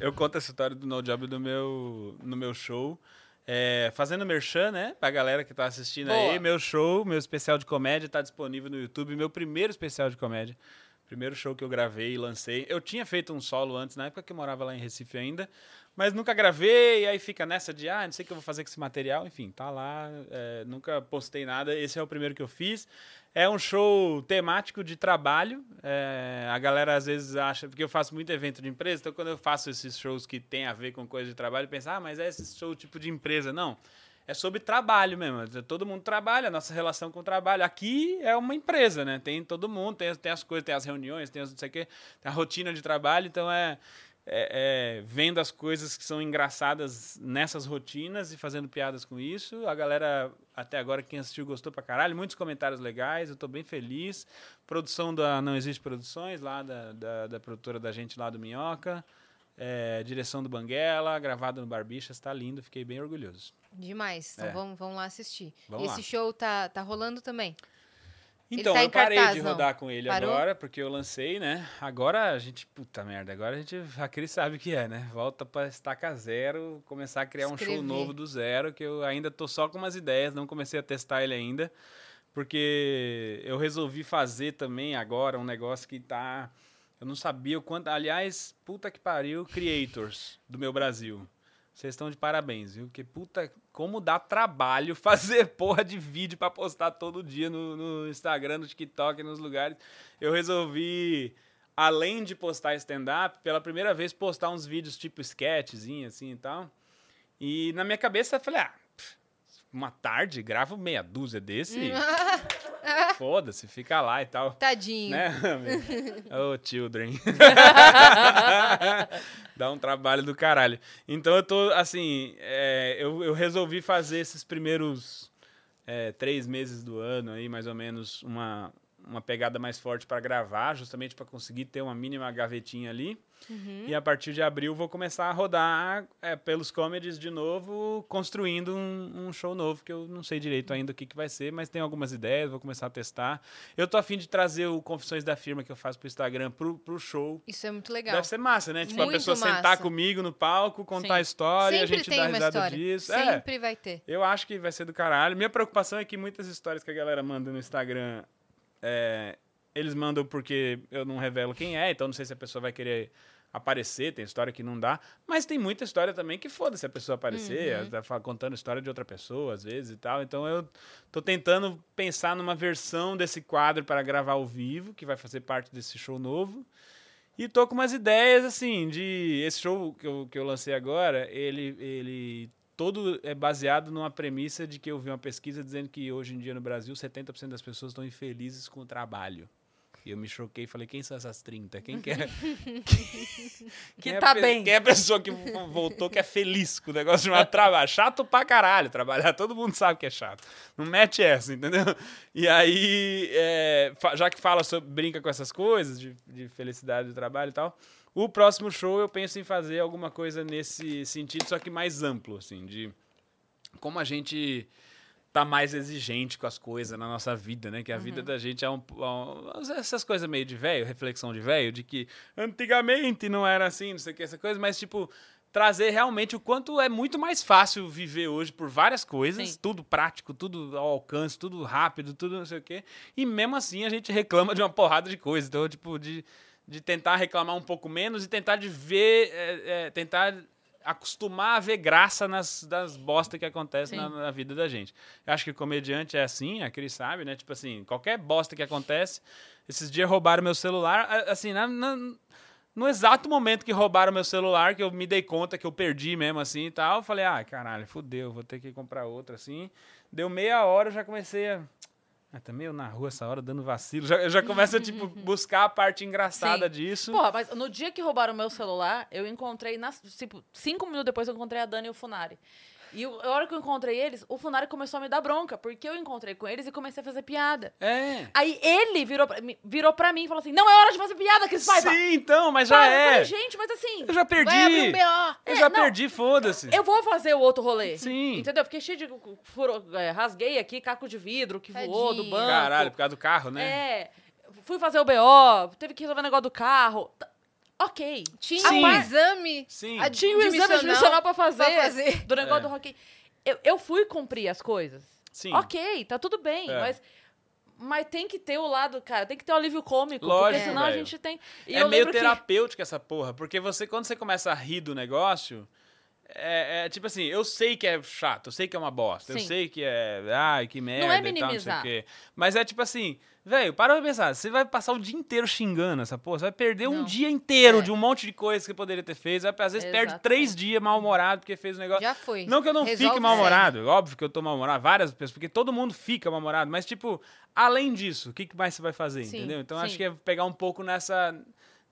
C: Eu conto essa história do No Job no meu, no meu show. É, fazendo merchan, né? Pra galera que tá assistindo
A: Boa.
C: aí. Meu show, meu especial de comédia tá disponível no YouTube. Meu primeiro especial de comédia. Primeiro show que eu gravei e lancei. Eu tinha feito um solo antes, na época que eu morava lá em Recife ainda. Mas nunca gravei, e aí fica nessa de, ah, não sei o que eu vou fazer com esse material. Enfim, tá lá, é, nunca postei nada. Esse é o primeiro que eu fiz. É um show temático de trabalho. é, a galera às vezes acha, porque eu faço muito evento de empresa, então quando eu faço esses shows que tem a ver com coisa de trabalho, pensa, ah, mas é esse show tipo de empresa. Não. É sobre trabalho mesmo. é Todo mundo trabalha, a nossa relação com o trabalho. Aqui é uma empresa, né? Tem todo mundo, tem, tem as coisas, tem as reuniões, tem as não sei o quê, tem a rotina de trabalho, então é, é- é vendo as coisas que são engraçadas nessas rotinas e fazendo piadas com isso. A galera, até agora, quem assistiu gostou pra caralho, muitos comentários legais, eu tô bem feliz. Produção da Não Existe Produções, lá da, da, da produtora da gente lá do Minhoca. É, direção do Banguela, gravado no Barbixas, tá lindo, fiquei bem orgulhoso.
B: Demais. Então
C: É.
B: vamos, vamos lá assistir.
C: Vamos
B: Esse
C: lá.
B: show tá, tá rolando também. Ele
C: Então,
B: tá em
C: eu parei
B: cartaz,
C: de
B: não?
C: rodar com ele
B: Parou?
C: agora, porque eu lancei, né? Agora a gente, puta merda, agora a gente, a Cris sabe o que é, né? Volta pra estaca zero, começar a criar um
B: Escrever.
C: show novo do zero, que eu ainda tô só com umas ideias, não comecei a testar ele ainda, porque eu resolvi fazer também agora um negócio que tá... Eu não sabia o quanto... Aliás, puta que pariu, creators do meu Brasil. Vocês estão de parabéns, viu? Porque, puta, como dá trabalho *laughs* fazer porra de vídeo pra postar todo dia no, no Instagram, no TikTok, nos lugares. Eu resolvi, além de postar stand-up, pela primeira vez postar uns vídeos tipo sketchzinho, assim e tal. E na minha cabeça eu falei, ah, pff, uma tarde gravo meia dúzia desse. e Foda-se, fica lá e tal.
B: Tadinho.
C: Né? oh, children. *laughs* Dá um trabalho do caralho. Então eu tô, assim, é, eu, eu resolvi fazer esses primeiros é, três meses do ano aí, mais ou menos, uma, uma pegada mais forte pra gravar, justamente pra conseguir ter uma mínima gavetinha ali. E a partir de abril vou começar a rodar é, pelos comedies de novo, construindo um, um show novo, que eu não sei direito ainda o que, que vai ser, mas tem algumas ideias, vou começar a testar. Eu tô afim de trazer o Confissões da Firma que eu faço pro Instagram pro, pro show.
B: Isso é muito legal.
C: Deve ser massa, né? Tipo,
B: Muito
C: a pessoa sentar
B: massa.
C: comigo no palco, contar a
A: Sim.
C: história,
B: Sempre
C: a gente
B: tem
C: dar
B: uma
C: risada
B: história.
C: disso. É.
B: Sempre vai ter.
C: Eu acho que vai ser do caralho. Minha preocupação é que muitas histórias que a galera manda no Instagram, é, eles mandam porque eu não revelo quem é, então não sei se a pessoa vai querer aparecer, tem história que não dá, mas tem muita história também que foda-se a pessoa aparecer, ela tá fa- contando história de outra pessoa às vezes e tal. Então eu tô tentando pensar numa versão desse quadro para gravar ao vivo, que vai fazer parte desse show novo. E tô com umas ideias, assim, de. Esse show que eu, que eu lancei agora, ele, ele todo é baseado numa premissa de que eu vi uma pesquisa dizendo que hoje em dia no Brasil 70% das pessoas estão infelizes com o trabalho. E eu me choquei e falei, quem são essas 30? Quem
A: *laughs*
C: que é?
A: Que
C: é a
A: tá
C: pe-
A: bem.
C: Quem é a pessoa que voltou que é feliz com o negócio de uma trabalho? Chato pra caralho trabalhar. Todo mundo sabe que é chato. Não mete essa, entendeu? E aí, é, fa- já que fala sobre, brinca com essas coisas de, de felicidade do trabalho e tal, o próximo show eu penso em fazer alguma coisa nesse sentido, só que mais amplo, assim, de como a gente tá mais exigente com as coisas na nossa vida, né? Que a vida da gente é um, é um- essas coisas meio de velho, reflexão de velho, de que antigamente não era assim, não sei o que essa coisa, mas tipo trazer realmente o quanto é muito mais fácil viver hoje por várias coisas,
A: Sim.
C: tudo prático, tudo ao alcance, tudo rápido, tudo não sei o quê. E mesmo assim a gente reclama de uma porrada de coisa, então tipo de de tentar reclamar um pouco menos e tentar de ver, é, é, tentar acostumar a ver graça nas das bosta que acontece na, na vida da gente. Eu acho que comediante é assim, a Cris sabe, né? Tipo assim, qualquer bosta que acontece, esses dias roubaram meu celular, a- assim, na- na- No exato momento que roubaram meu celular, que eu me dei conta que eu perdi mesmo assim e tal, eu falei, ah, caralho, fudeu, vou ter que comprar outro assim. Deu meia hora, eu já comecei a. Ah, também eu na rua essa hora dando vacilo. Já, eu já começo
A: *laughs*
C: a, tipo, buscar a parte engraçada
B: Sim.
C: disso.
A: Porra, mas no dia que roubaram o meu celular, eu encontrei, nas, tipo, cinco minutos depois eu encontrei a Dani e o Funari. E o- a hora que eu encontrei eles, o Funari começou a me dar bronca, porque eu encontrei com eles e comecei a fazer piada.
C: É.
A: Aí ele virou pra, me- virou pra mim e falou assim, não é hora de fazer piada, Cris Paiva!
C: Sim, então, mas já
A: Para, eu
C: é.
A: falei, gente, mas assim,
C: Eu já perdi.
B: Vai abrir um B.O.
C: Eu
A: É,
C: já
A: não.
C: perdi, foda-se.
A: eu vou fazer o outro rolê.
C: Sim.
A: Entendeu? Fiquei cheio de... Furo, é, rasguei aqui, caco de vidro que voou do
B: Tadinho.
A: banco.
C: Caralho, por causa do carro, né?
A: É. Fui fazer o BO, teve que resolver o negócio do carro. Tá- Ok.
B: Tinha
C: Sim.
B: um exame.
C: Sim.
B: A-
A: Tinha o exame
B: Admissional
A: admissional pra fazer,
B: pra fazer.
A: do negócio
C: É.
A: do hockey. Eu, eu fui cumprir as coisas.
C: Sim.
A: Ok, tá tudo bem,
C: É.
A: mas... Mas tem que ter o lado, cara, tem que ter o alívio cômico,
C: Lógico,
A: porque senão a
C: velho.
A: gente tem... E
C: É
A: eu
C: meio
A: lembro que-
C: terapêutico essa porra, porque você, quando você começa a rir do negócio, é, é tipo assim, eu sei que é chato, eu sei que é uma bosta, eu
A: Sim.
C: sei que é, ai, que merda e tal, não sei o
A: minimizar.
C: quê. Mas é tipo assim, velho, para pra pensar, você vai passar o dia inteiro xingando essa porra, você vai perder um
B: Não.
C: dia inteiro
A: É.
C: de um monte de coisa que você poderia ter feito, você vai- às vezes perde
A: Exatamente.
C: três dias mal-humorado porque fez o negócio.
B: Já foi.
C: Não que eu não
B: Resolve
C: fique mal-humorado, óbvio que eu tô mal-humorado, várias pessoas, porque todo mundo fica mal-humorado, mas, tipo, além disso, o que que mais você vai fazer,
B: Sim,
C: entendeu? Então,
A: sim.
C: acho que é pegar um pouco nessa,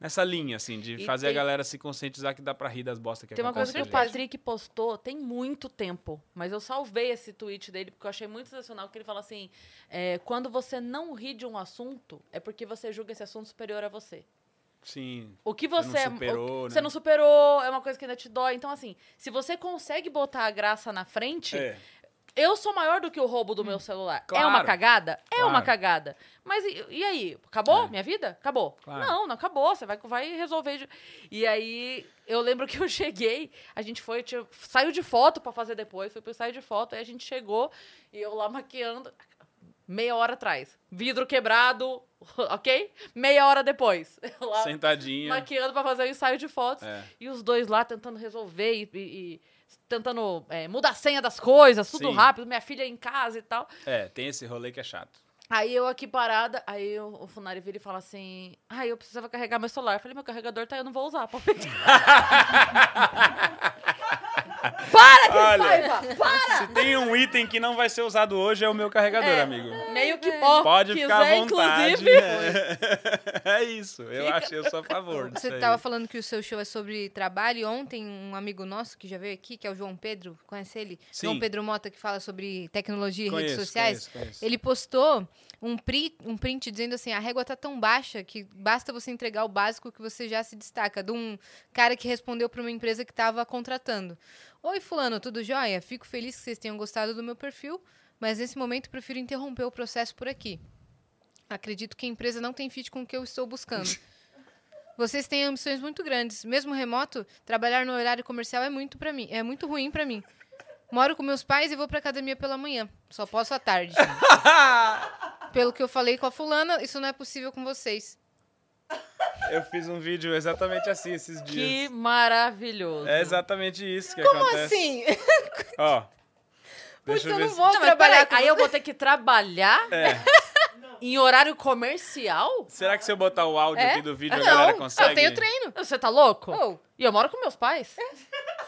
C: nessa linha, assim, de
A: E
C: fazer
A: tem-
C: a galera se conscientizar que dá pra rir das bostas que
A: Tem uma coisa
C: acontecem
A: que o
C: com a gente.
A: Patrick postou tem muito tempo, mas eu salvei esse tweet dele porque eu achei muito sensacional que ele fala assim: é, quando você não ri de um assunto, é porque você julga esse assunto superior a você.
C: Sim,
A: O que
C: não
A: você é, o-
C: superou,
A: o-
C: né?
A: você não superou, é uma coisa que ainda te dói. Então assim, se você consegue botar a graça na frente,
C: é.
A: eu sou maior do que o roubo do meu celular.
C: Hum. Claro.
A: É uma cagada? É uma
C: Claro.
A: cagada. Mas e, e aí? Acabou
C: É.
A: minha vida? Acabou.
C: Claro.
A: Não, não acabou. Você vai, vai resolver. de- E aí, eu lembro que eu *laughs* cheguei, a gente foi, tinha- saiu de foto pra fazer depois, foi pro sair de foto, aí a gente chegou e eu lá maquiando. Meia hora atrás. Vidro quebrado, *laughs* ok? Meia hora depois. *laughs* Eu lá
C: sentadinha.
A: maquiando pra fazer o ensaio de fotos.
C: É.
A: E os dois lá tentando resolver e, e- e tentando é, mudar a senha das coisas, tudo
C: Sim.
A: rápido, minha filha em casa e tal.
C: É, tem esse rolê que é chato.
A: Aí eu aqui parada, aí o, o Funari vira e fala assim: ai eu precisava carregar meu celular. Eu falei: meu carregador tá aí, eu não vou usar. Pode
C: *laughs*
A: pegar." para,
C: Olha.
A: que saiba! Para!
C: Se tem um item que não vai ser usado hoje, é o meu carregador,
A: É.
C: amigo.
A: Meio que ó,
C: Pode
A: quiser,
C: ficar à vontade.
A: inclusive.
C: *laughs* É, É isso, eu
A: Fica-
C: acho, eu sou a favor disso
B: É. Você
C: aí.
B: tava falando que o seu show é sobre trabalho. e Ontem, um amigo nosso que já veio aqui, que é o João Pedro, conhece ele?
C: Sim.
B: João Pedro Mota, que fala sobre tecnologia e
C: Conheço,
B: redes sociais.
C: conheço, conheço.
B: Ele postou um print, um print dizendo assim: a régua tá tão baixa que basta você entregar o básico que você já se destaca. De um cara que respondeu para uma empresa que estava contratando: Oi, Fulano, tudo jóia? Fico feliz que vocês tenham gostado do meu perfil, mas nesse momento prefiro interromper o processo por aqui. Acredito que a empresa não tem fit com o que eu estou buscando. Vocês têm ambições muito grandes. Mesmo remoto, trabalhar no horário comercial é muito para mim, é muito ruim para mim. Moro com meus pais e vou pra academia pela manhã. Só posso à tarde. Pelo que eu falei com a fulana, isso não é possível com vocês.
C: Eu fiz um vídeo exatamente assim esses
A: Que
C: dias.
A: maravilhoso.
C: É exatamente isso que
B: Como
C: acontece.
B: assim?
C: Ó.
B: Putz,
C: Deixa eu
B: eu
C: ver.
B: não
C: se-
B: vou
A: Não, mas peraí,
B: trabalhar com
A: aí eu vou ter que trabalhar
C: É,
A: em horário comercial?
C: será que se eu botar o áudio
A: É?
C: aqui do vídeo a galera
B: Ah, Não,
C: consegue?
B: eu tenho treino.
A: Você tá louco?
B: Oh,
A: E eu moro com meus pais.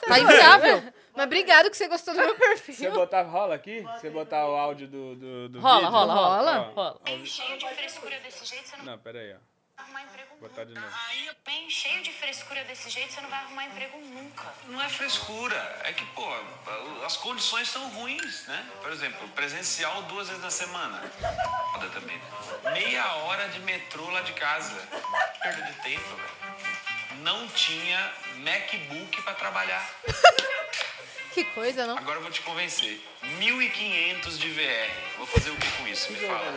A: Tá inviável.
B: mas obrigado que você gostou do meu
C: Se eu
B: perfil.
C: botar rola aqui? Se eu botar o áudio do, do, do
A: Rola,
C: vídeo?
A: rola, rola,
B: Rola?
A: rola. rola.
E: Bem cheio de frescura desse jeito, você não vai
C: Não, pera aí, ó.
E: arrumar emprego nunca.
C: botar de novo.
E: Aí, bem cheio de frescura desse jeito, você não vai arrumar emprego nunca.
F: Não é frescura, é que, pô, as condições são ruins, né? Por exemplo, presencial duas vezes na semana. Foda também, né? Meia hora de metrô lá de casa. Que Perda de tempo, velho. Não tinha MacBook pra trabalhar.
B: Que coisa, não?
F: Agora eu vou te convencer. 1.500 de VR. Vou fazer o que com isso? Me fala.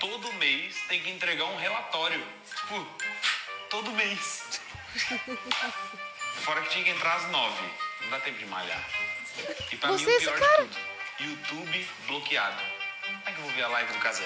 F: Todo mês tem que entregar um relatório. Tipo, todo mês.
B: *laughs*
F: Fora que tinha que entrar às nove. Não dá tempo de malhar. E pra
B: Você
F: mim
B: é
F: o
B: esse
F: pior
B: cara?
F: de tudo. YouTube bloqueado. Como é que eu vou ver a live do Casé?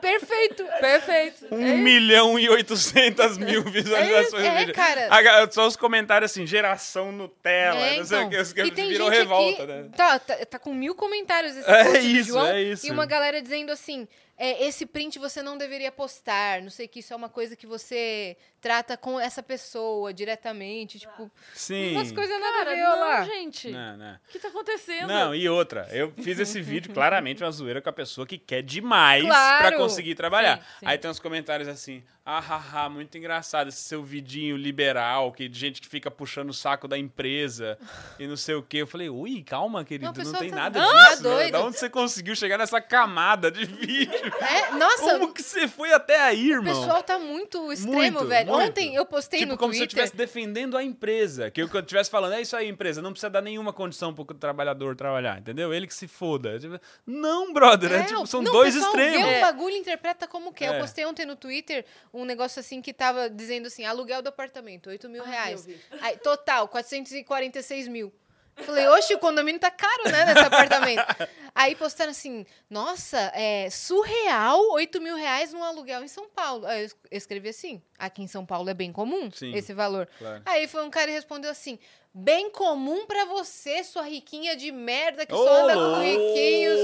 B: Perfeito.
A: Perfeito.
C: 1 milhão e 800 mil visualizações
B: É,
C: do vídeo.
B: cara.
C: A ga- só os comentários assim, geração Nutella,
B: É,
C: não sei o
B: então.
C: que, os que
B: E tem
C: virou
B: gente
C: revolta,
B: aqui-
C: né?
B: Tá, tá, tá com mil comentários esse
C: É
B: post do
C: isso,
B: João,
C: é isso.
B: E uma galera dizendo assim, é, esse print você não deveria postar, não sei que isso é uma coisa que você trata com essa pessoa diretamente, tipo,
C: Sim.
B: umas coisas nada a
A: Cara,
B: ver,
A: não,
B: olha lá.
A: gente.
C: Não, não.
A: O que tá acontecendo?
C: Não, e outra, eu fiz esse vídeo claramente uma zoeira com a pessoa que quer demais
B: Claro.
C: pra conseguir trabalhar.
A: Sim, sim.
C: Aí tem uns comentários assim: ah, ha, ha, muito engraçado esse seu vidinho liberal, que de gente que fica puxando o saco da empresa e não sei o quê. Eu falei: ui, calma, querido,
B: Não,
C: não,
B: pessoal
C: tem
B: tá-
C: nada
B: Ah,
C: disso. né?
B: doido.
C: Da onde você conseguiu chegar nessa camada de vídeo?
B: É, nossa,
C: Como que você foi até aí,
B: o
C: irmão?
B: pessoal tá muito extremo,
C: Muito,
B: velho.
C: muito.
B: Ontem eu postei
C: Tipo,
B: no
C: como se eu
B: Twitter.
C: estivesse defendendo a empresa. Que eu que eu estivesse falando, é isso aí, empresa, não precisa dar nenhuma condição pro trabalhador trabalhar, entendeu? Ele que se foda. Tipo, Não, brother, é, tipo, são
B: não,
C: dois
B: o pessoal
C: extremos.
B: Vê o
C: É.
B: bagulho e interpreta como quer.
C: É.
B: Eu postei ontem no Twitter um negócio assim que tava dizendo assim: aluguel do apartamento, 8 mil reais. Aí, total, 446 mil. Falei, oxe, o condomínio tá caro, né, nesse
C: *laughs*
B: apartamento. Aí postaram assim, nossa, é surreal 8 mil reais num aluguel em São Paulo. Aí eu es- eu escrevi assim, aqui em São Paulo é bem comum
C: Sim.
B: esse valor.
C: Claro.
B: Aí foi um cara e respondeu assim, bem comum pra você, sua riquinha de merda que
C: É. Ô,
B: só anda com
C: louco.
B: riquinhos.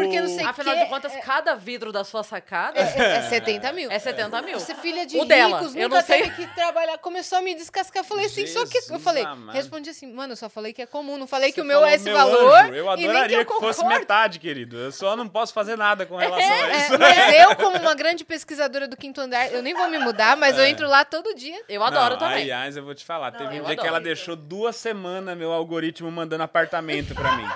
B: Porque não sei o
A: Afinal
B: que.
A: de contas, cada vidro da sua sacada
B: É, é, é 70 mil.
A: é 70 mil.
B: Você é filha de
A: O
B: ricos,
A: dela,
B: nunca
A: eu não sei.
B: teve que trabalhar. Começou a me descascar. Eu Falei assim, só que... Eu
C: Jesus
B: falei,
C: amado.
B: respondi assim, mano, eu só falei que é comum. Não falei que
C: Você
B: o meu
C: falou,
B: é esse
C: "Meu
B: valor
C: anjo, Eu
B: e nem que
C: adoraria
B: eu
C: que, fosse
B: concordo.
C: metade, querido. Eu só não posso fazer
B: *laughs*
C: nada com relação a isso. né?
B: É, mas eu, como uma grande pesquisadora do quinto andar, eu nem vou me mudar, mas
C: É.
B: eu entro lá todo dia.
A: Eu adoro
C: não, é.
A: também.
C: Aliás, eu vou te falar. teve um dia
A: eu
C: que
A: adoro.
C: ela deixou duas semanas meu algoritmo mandando apartamento pra mim.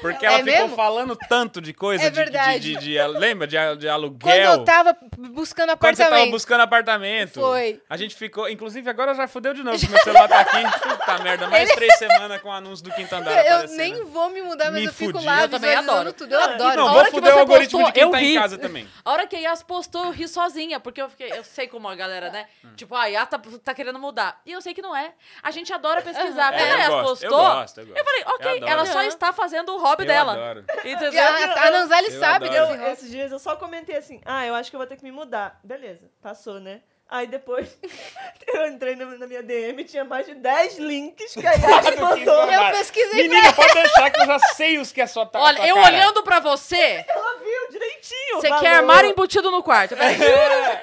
C: Porque ela
B: É
C: ficou
B: mesmo?
C: falando tanto de coisa.
B: É
C: de- de-
B: verdade.
C: De, de- de- lembra? De, de aluguel.
B: Quando eu tava buscando
C: Quando você tava
B: apartamento.
C: buscando apartamento.
B: Foi.
C: A gente ficou. Inclusive, agora já fudeu de novo. que Meu celular tá aqui. Puta merda. Mais três semanas com o anúncio do quinto andar.
B: eu
C: aparecendo.
B: nem vou me mudar, mas
C: Me
B: eu fico
C: fudi.
B: lá
A: Eu também
B: visualizando
A: adoro. Ah,
B: tudo. Eu adoro.
C: Não,
A: A
C: vou
A: hora que
C: foder
A: você
C: o algoritmo
A: postou,
C: de quem
A: eu
C: tá em
A: ri.
C: casa também.
A: A hora que a Yas postou, eu ri sozinha, porque eu fiquei. Eu sei como a galera, né?
C: Hum.
A: Tipo, ah, a Yas tá, tá querendo mudar. E eu sei que não é. A gente adora pesquisar.
C: É,
A: Quando a
C: eu
A: Yas
C: gosto, eu
A: postou.
C: gosto, eu gosto.
A: falei, ok,
C: adoro.
A: ela só está fazendo o hobby
C: Eu
A: dela.
C: adoro.
A: Entendeu?
B: A, a Nanzelli
C: Eu
B: sabe
C: adoro.
B: desse
G: Eu, esses dias eu só comentei assim, ah, eu acho que eu vou ter que me mudar. Beleza, passou, né? Aí depois *laughs* eu entrei na, na minha DM e tinha mais de 10 links *laughs* que a Yas botou.
B: Eu pesquisei
C: Menina, pode deixar que eu já sei os que é só tá.
A: Olha, eu olhando pra *laughs* você,
G: Ela viu direitinho. o
A: você
G: valor.
A: quer armário embutido no *laughs* quarto.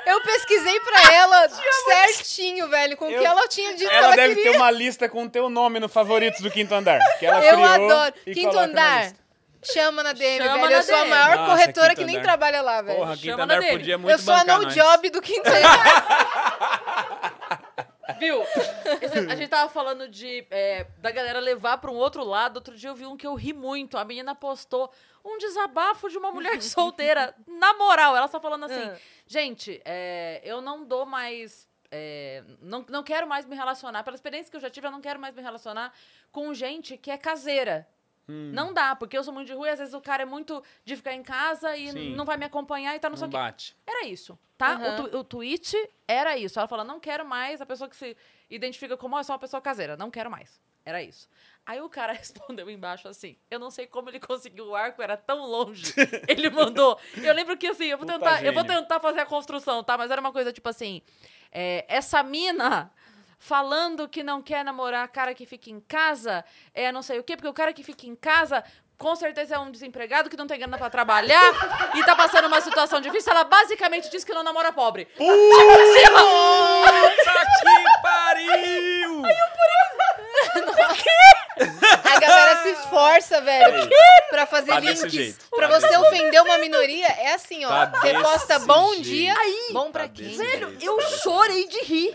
B: Eu pesquisei
A: *laughs*
B: pra ela certinho, velho, com o
C: Eu-
B: que ela tinha dito que
C: Ela
B: ela
C: deve
B: queria.
C: ter uma lista com o teu nome no favoritos do quinto andar. Que ela
B: Eu
C: criou
B: adoro.
C: e
B: Quinto
C: coloca na
B: andar.
C: lista.
B: Chama na DM,
A: Chama
B: velho.
A: na
B: eu sou a
A: DM.
B: maior
C: Nossa,
B: corretora
C: Quinto
B: que nem
C: Andar.
B: trabalha lá, velho.
C: Porra, quinto
A: Chama na
C: andar
A: dele.
C: podia muito
B: eu sou a
C: bancar
B: no
C: nós.
B: job do quinto andar.
A: Viu? Esse- A gente tava falando de é, da galera levar pra um outro lado. Outro dia eu vi um que eu ri muito. A menina postou um desabafo de uma mulher solteira. Na moral, ela tá falando assim: gente, é, eu não dou mais. é, não, não quero mais me relacionar. Pela experiência que eu já tive, eu não quero mais me relacionar com gente que é caseira. Não dá, porque eu sou muito de rua e às vezes o cara é muito de ficar em casa e
C: Sim.
A: não vai me acompanhar e tá não sei
C: Não
A: o quê.
C: bate.
A: Era isso, tá? O, tu- o tweet era isso. Ela fala, não quero mais a pessoa que se identifica como "Ah, eu sou uma pessoa caseira. Não quero mais. Era isso. Aí o cara *laughs* respondeu embaixo assim, eu não sei como ele conseguiu o arco, era tão longe. ele mandou. Eu lembro que assim, eu vou
C: Puta
A: tentar, eu vou
C: gênio.
A: tentar fazer a construção, tá? Mas era uma coisa tipo assim, é, essa mina falando que não quer namorar cara que fica em casa, é não sei o quê, porque o cara que fica em casa com certeza é um desempregado que não tem grana pra trabalhar e tá passando uma situação difícil. Ela basicamente diz que não namora pobre.
C: Puta que pariu!
B: A galera se esforça, velho, pra fazer
C: Tá É desse
B: links.
C: jeito.
B: Pra
C: Tá
B: você
C: desse
B: ofender uma minoria, é assim, ó.
C: Tá
B: você
C: desse
B: posta bom
C: jeito.
B: dia, bom pra
C: Tá
B: quem?
C: desse jeito.
A: Eu chorei de rir.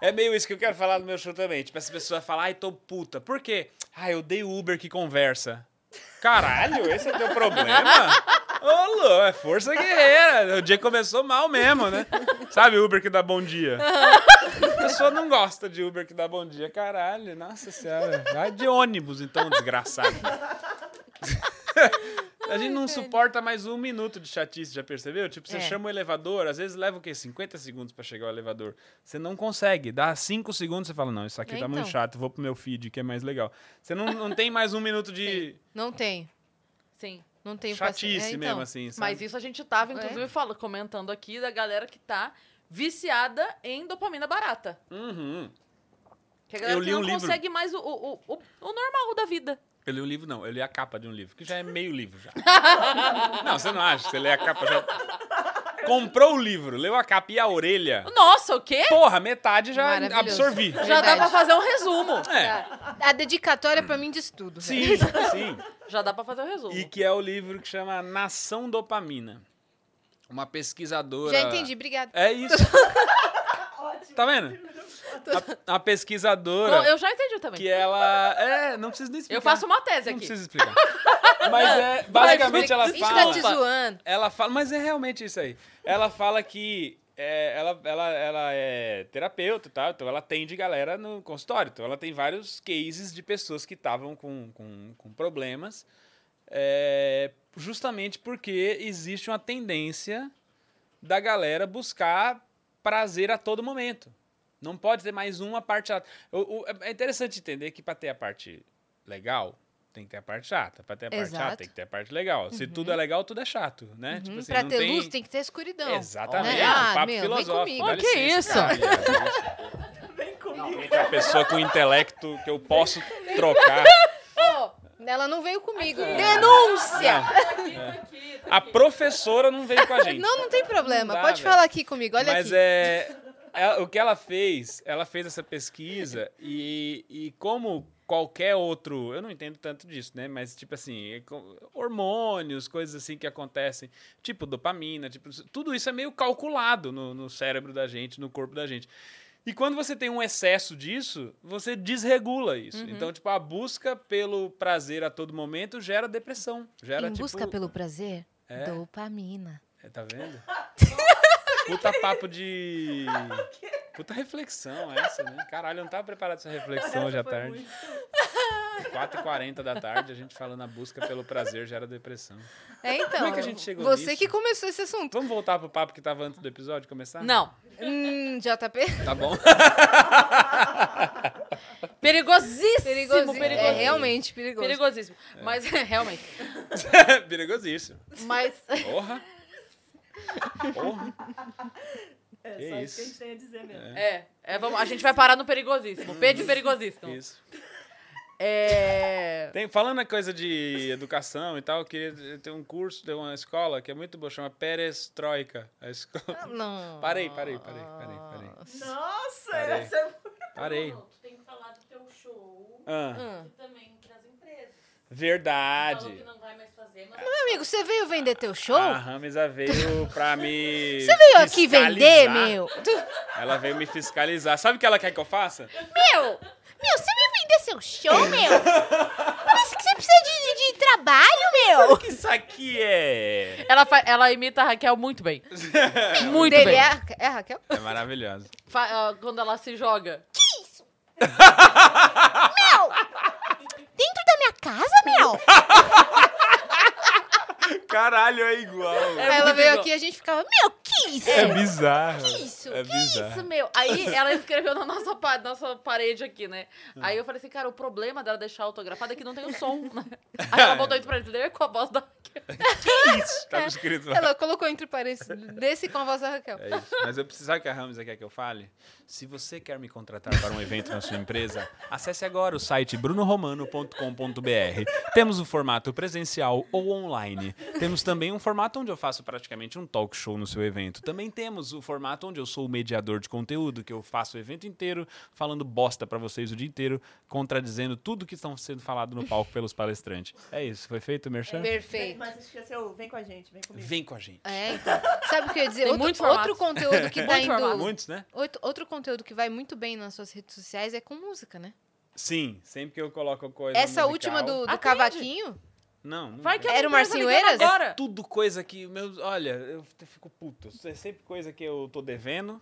C: É meio isso que eu quero falar no meu show também. Tipo, essa pessoa fala, ai, tô puta. Por quê? Ah, eu dei Uber que conversa. Caralho, esse é teu problema? Ô, Lô, é força guerreira. O dia começou mal mesmo, né? Sabe Uber que dá bom dia? A pessoa não gosta de Uber que dá bom dia. Caralho, nossa senhora. Vai de ônibus, então, desgraçado. A gente não suporta mais um minuto de chatice, já percebeu? Tipo, você
B: É.
C: chama o elevador, às vezes leva o quê? 50 segundos pra chegar ao elevador. Você não consegue. Dá 5 segundos, você fala, não, isso aqui
B: É,
C: tá muito
B: então.
C: chato, vou pro meu feed, que é mais legal. Você não, não tem mais um minuto de
B: Não tem.
A: Sim.
B: Não tem
C: chatice
B: paciência. É, então.
C: mesmo, assim, sabe?
A: Mas isso a gente tava, inclusive, fala- comentando aqui da galera que tá viciada em dopamina barata.
C: Uhum.
A: Que a galera
C: Eu
A: que
C: li um
A: não
C: livro.
A: consegue mais o, o, o, o- o normal da vida.
C: Eu li um livro, não. Eu li a capa de um livro, que já é meio livro
A: *laughs*
C: já. não, você não acha? Você lê a capa já. Comprou o livro, leu a capa e a orelha.
A: Nossa, o quê?
C: Porra, metade já
B: Maravilhoso.
C: absorvi.
A: Já dá
B: Verdade.
A: pra fazer um resumo.
C: É.
A: Tá.
B: A dedicatória pra mim diz tudo. velho.
C: Sim, sim.
A: Já dá pra fazer um resumo.
C: E que é o livro que chama Nação Dopamina. Uma pesquisadora.
B: Já entendi, obrigada.
C: É isso. tá vendo? A, a
A: Bom,
C: pesquisadora
A: eu já entendi também.
C: que ela. É, não precisa nem explicar.
A: Eu faço uma tese
C: Não
A: aqui.
C: precisa explicar. Mas é, basicamente ela
B: A gente tá te
C: fala.
B: zoando.
C: Ela fala, mas é realmente isso aí. Ela fala que é, ela, ela, ela é terapeuta, tá? Então ela atende galera no consultório. Então ela tem vários cases de pessoas que estavam com, com, com problemas. é, justamente porque existe uma tendência da galera buscar prazer a todo momento. Não pode ter mais uma parte chata. O- o- é interessante entender que pra ter a parte legal, tem que ter a parte chata. Pra ter a parte chata,
B: Exato.
C: tem que ter a parte legal. Se tudo é legal, tudo é chato, né?
B: Hum,
C: Tipo assim,
B: pra
C: não
B: ter
C: tem...
B: luz tem que ter escuridão.
C: Exatamente.
B: Né? Ah,
C: um papo
B: meu, vem
C: filosófico.
B: comigo.
C: dá
A: Ah, que
C: licença,
A: isso?
C: cara.
G: Vem comigo.
C: Gente, é uma pessoa com intelecto que eu posso trocar.
B: Ela não veio comigo. tá Denúncia!
C: A professora não veio
B: *laughs*
C: com a gente.
B: tá Não, não tem problema.
C: Não dá,
B: Pode
C: velho.
B: falar aqui comigo. Olha
C: Mas
B: aqui.
C: é. ela- o que ela fez, ela fez essa pesquisa e, e como qualquer outro. Eu não entendo tanto disso, né? Mas, tipo assim, é co- hormônios, coisas assim que acontecem, tipo dopamina, tipo. Tudo isso é meio calculado no, no cérebro da gente, no corpo da gente. E quando você tem um excesso disso, você desregula isso.
B: Uhum.
C: Então, tipo, a busca pelo prazer a todo momento gera depressão. Gera,
B: em
C: tipo,
B: busca pelo prazer,
C: É.
B: dopamina.
C: é, tá
G: *laughs*
C: vendo? Puta papo de. Puta reflexão essa, né? Caralho, eu não tava preparado pra essa reflexão hoje à
G: Foi
C: tarde.
G: muito.
C: 4h40 da tarde, a gente falando a busca pelo prazer gera depressão.
B: É, então.
C: Como é que a gente chegou
B: Você
C: nisso?
B: que começou esse
C: *laughs*
B: assunto.
C: Vamos voltar pro papo que tava antes do episódio começar?
A: Não.
B: Hum, JP.
C: Tá bom? *laughs*
A: Perigosíssimo,
B: Perigoso.
A: perigosíssimo.
B: É realmente perigoso.
A: Perigosíssimo.
C: É.
A: Mas, *laughs* realmente.
C: Perigosíssimo.
A: Mas,
C: Porra!
A: *laughs*
C: Porra!
G: É
C: Que
G: só isso
C: isso.
G: que a gente tem a dizer mesmo.
A: é. é, vamos, a gente vai parar no perigosíssimo. P de perigosíssimo.
C: Isso.
A: É...
C: Tem, falando a coisa de educação e tal, eu queria ter um curso de uma escola que é muito boa, chama Perestroika. A
A: Ah,
C: escola.
B: Não.
C: Parei, parei, parei, parei, parei.
G: Nossa,
C: Parei.
G: essa é
C: Parei.
D: Bruno, tu tem que falar do teu show
C: Ah,
B: Hum.
D: e também das empresas. Falou que
C: verdade.
D: não vai mais fazer, mas
B: Meu amigo, você veio vender teu show?
C: A Ramesa veio pra me.
B: *laughs* você veio aqui
C: fiscalizar.
B: vender, meu? Tu-
C: Ela veio me fiscalizar. Sabe o que ela quer que eu
B: *laughs*
C: faça?
B: Meu! Meu, você veio vender seu show,
C: É.
B: meu? Parece que você precisa de, de- de trabalho, meu!
C: Que isso aqui é.
A: Ela, fa- ela imita a Raquel muito
C: *laughs*
A: bem. Muito
B: Dele
A: bem.
B: é, a- é a Raquel?
C: É maravilhoso.
A: Fa- ah, quando ela se joga.
B: Dentro da minha casa, meu?
C: Caralho, é igual.
A: É
B: ela
A: muito
B: veio
A: igual.
B: aqui e a gente ficava, meu, que isso?
C: É bizarro.
B: Que isso?
C: É
B: Que
A: Isso,
C: bizarro.
A: meu. Aí ela escreveu na nossa, pa- nossa parede aqui, né?
C: Tá.
A: Aí eu falei assim, cara, o problema dela deixar autografada é que não tem o som,
C: *laughs*
A: né? Aí ela botou isso pra entender com a voz da Raquel.
C: Isso, tá escrito lá.
B: Ela colocou entre parênteses, desse com a voz da Raquel.
C: É isso. Mas eu preciso. Sabe o que a Ramesa quer que eu fale? Se você quer me contratar para um evento na sua empresa, acesse agora o site brunoromano.com.br. Temos o formato presencial ou online. Temos também um formato onde eu faço praticamente um talk show no seu evento. Também temos o formato onde eu sou o mediador de conteúdo, que eu faço o evento inteiro falando bosta para vocês o dia inteiro, contradizendo tudo que estão sendo falado no palco pelos palestrantes. É isso. Foi feito, Merchan?
G: Vem,
B: Perfeito.
G: mas esqueceu, vem com a gente, vem comigo.
C: Vem com a gente.
B: É, então. Sabe o que eu ia dizer?
A: Tem
B: Outro,
A: muito formato.
B: outro conteúdo que tá
A: Muito formato.
B: indo.
C: Muitos, né?
B: Outro, outro conteúdo que vai muito bem nas suas redes sociais é com música, né?
C: Sim, sempre que eu coloco coisa.
B: Essa
C: musical-
B: última do, do
A: Atende.
B: cavaquinho.
C: Não, não
A: Vai que é.
C: tem.
A: a
B: Era o
A: empresa
B: Marcinho
A: ligando
B: Eiras?
A: Agora.
C: Tudo coisa que. Meus, olha, eu te- fico puto. É sempre coisa que eu tô devendo.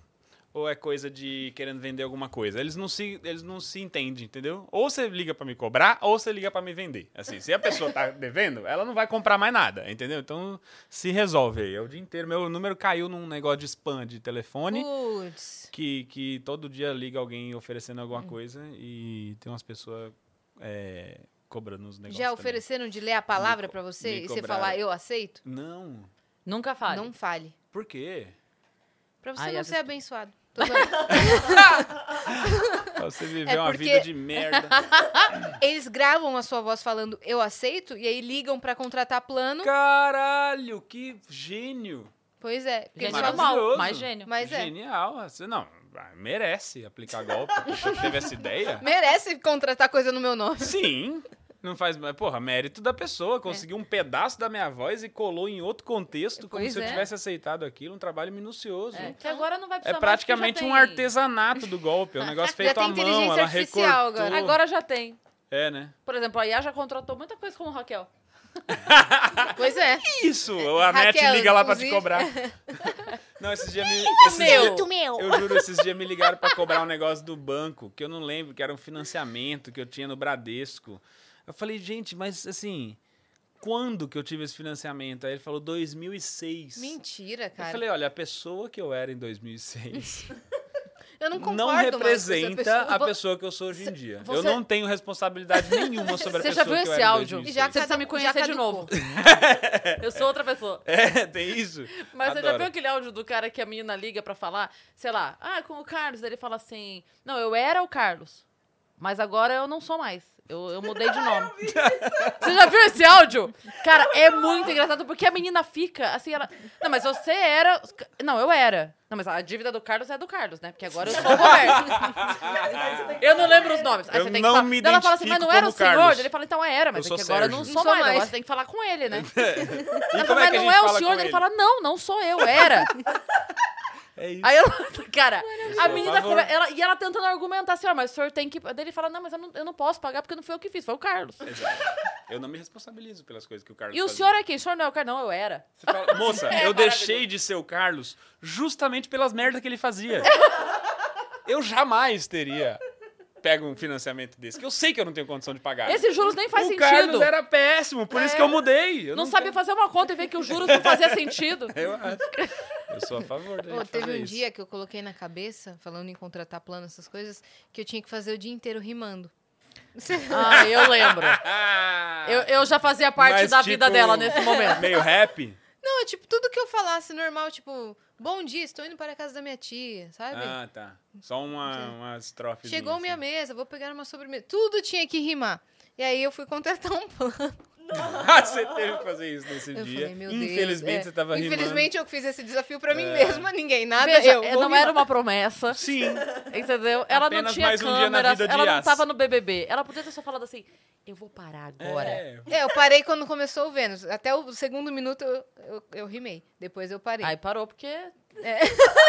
C: Ou é coisa de querendo vender alguma coisa. Eles não se, eles não se entendem, entendeu? Ou você liga pra me cobrar, ou você liga pra me vender. Assim, se a pessoa tá *laughs* devendo, ela não vai comprar mais nada, entendeu? Então se resolve aí. É o dia inteiro. Meu número caiu num negócio de spam de telefone.
B: Putz.
C: que, que todo dia liga alguém oferecendo alguma coisa e tem umas pessoas é, cobrando os negócios.
B: Já
C: também.
B: ofereceram de ler a palavra
C: Me co-
B: pra você
C: me
B: e você
C: cobraram.
B: falar eu aceito?
C: Não.
A: Nunca fale.
B: Não fale.
C: Por quê?
B: Pra você
A: Ai,
B: não
A: às
B: ser
A: vezes-
C: *laughs*
B: abençoado. Tô zoando.
C: Tá Você viveu
B: É
C: uma
B: porque-
C: vida
B: *laughs*
C: de merda.
B: Eles gravam a sua voz falando eu aceito e aí ligam pra contratar plano.
C: Caralho, que gênio.
B: Pois é. porque
A: Gente
B: eles
C: Maravilhoso.
B: falam-
A: normal, mais
C: né?
A: gênio.
B: Mas é.
C: Genial. Você não, ah, merece aplicar golpe. *laughs* Você teve essa ideia?
B: Merece contratar coisa no meu nome.
C: Sim. Não faz. mas, Porra, mérito da
B: É.
C: pessoa. Conseguiu um pedaço da minha voz e colou em outro contexto, como
B: Pois
C: se eu
B: é.
C: tivesse aceitado aquilo. Um trabalho minucioso.
A: É, que agora não vai
C: É
A: precisar mais, porque já
C: praticamente um
A: tem.
C: artesanato do golpe. É
B: *laughs*
C: um negócio
B: Já
C: feito
B: tem
C: à mão.
B: inteligência
C: Ela
B: artificial
C: recortou.
B: agora.
A: Agora já tem.
C: É, né?
A: Por exemplo, a IA já contratou muita coisa com o Raquel.
B: Pois é.
C: Isso! A net
B: Raquel,
C: liga lá pra te
B: inclusive.
C: cobrar. Não, esses dias me. esses
A: meu?
C: dias- Eu juro, esses dias me ligaram pra cobrar um negócio do banco, que eu não lembro, que era um financiamento que eu tinha no Bradesco. Eu falei, gente, mas assim, quando que eu tive esse financiamento? Aí ele falou 2006.
B: *laughs* Mentira,
C: Eu
B: cara. Eu,
C: falei, olha, a pessoa que eu era em 2006
B: não concordo
C: não
B: mais com essa
C: representa a
B: Vou-
C: pessoa que eu sou hoje em dia. Eu
B: você-
C: não tenho responsabilidade nenhuma sobre a
A: Você já
C: pessoa que eu
A: viu
C: era
A: esse
C: em
A: áudio?
C: 2006.
B: E já
A: Você precisa
B: cadu-
A: me
B: já
A: conhecer de
B: caducou.
A: novo. Eu sou outra pessoa.
C: É, tem isso.
A: Mas você já
C: Adoro.
A: viu aquele áudio do cara que a menina liga pra falar, sei lá, ah, com o Carlos, ele fala assim, não, eu era o Carlos, mas agora eu não sou mais. Eu, eu mudei de nome. Você já viu esse áudio? Cara, é muito engraçado porque a menina fica assim, ela. Não, mas você era. Não, eu era. Não, mas a dívida do Carlos é do Carlos, né? Porque agora eu sou o Roberto. eu não lembro os nomes. Aí
C: Eu
A: você tem que
C: não
A: falar.
C: me
A: Daí ela fala assim, mas
C: identifico
A: não era o
C: como
A: senhor?
C: Carlos.
A: Daí Ele fala, então era, mas
C: Eu
A: é
C: sou
A: que agora eu não
C: Sérgio.
A: sou
B: Não sou
A: mais. Agora
B: mais.
A: você tem que falar com ele, né?
C: E
A: Ela fala,
C: como é
A: mas
C: que a
A: não
C: gente
A: é o
C: fala
A: senhor? Daí
C: com ele?
A: Ele fala, não, não sou eu,
C: *laughs*
A: era.
C: É isso.
A: Aí ela, cara, a
C: Por
A: menina,
C: favor.
A: come- ela, e ela tentando argumentar assim, ó, mas o senhor tem que. Daí ele fala, não, mas eu não, eu não posso pagar porque não foi eu que fiz, foi o Carlos.
C: Eu não me responsabilizo pelas coisas que o Carlos
A: E o
C: fazia.
A: senhor é quem? O senhor não é o Carlos? Não, eu era.
C: Você fala, moça,
A: É
C: eu
A: maravilhoso.
C: deixei de ser o Carlos justamente pelas merdas que ele fazia. Eu jamais teria pego um financiamento desse, que eu sei que eu não tenho condição de pagar.
A: Esses juros nem faz
C: o
A: sentido.
C: Carlos era péssimo, por isso que eu mudei. Eu É
A: Não sabia fazer uma conta e ver que os juros não fazia
C: *laughs*
A: sentido.
C: Eu acho. Eu sou a favor da
B: Pô,
C: gente
B: teve
C: fazer
B: um
C: isso. *laughs*
B: dia que eu coloquei na cabeça, falando em contratar plano, essas coisas, que eu tinha que fazer o dia inteiro rimando.
A: Ah, eu lembro.
C: Ah,
A: Eu, eu já fazia parte
C: mas
A: da vida
C: tipo,
A: dela nesse momento.
C: *laughs* Meio rap?
B: Não, é tipo, tudo que eu falasse normal, tipo, bom dia, estou indo para a casa da minha tia, sabe?
C: Ah, né? tá. Só uma, uma estrofe. um
B: Chegou minha mesa, vou pegar uma sobremesa. Tudo tinha que rimar. E aí eu fui contratar um *laughs* plano.
C: *laughs* Você teve que fazer isso nesse
B: Eu
C: dia.
B: falei, meu Deus.
C: Infelizmente
B: é.
C: você tava rimando. É.
B: Infelizmente eu que fiz esse desafio pra mim mesma, ninguém, nada
A: Veja,
B: eu.
A: é,
B: vou
A: não
B: rimar.
A: era uma promessa.
C: Sim.
A: Entendeu? Ela não
C: Apenas
A: tinha
C: mais um dia na
A: câmeras,
C: vida de
A: ela não
C: Yas.
A: tava no BBB. Ela podia ter só falado assim, eu vou parar agora.
C: É,
B: É, eu parei quando começou o Vênus. Até o segundo minuto eu, eu, eu rimei. Depois eu parei.
A: Aí parou porque. é. *laughs*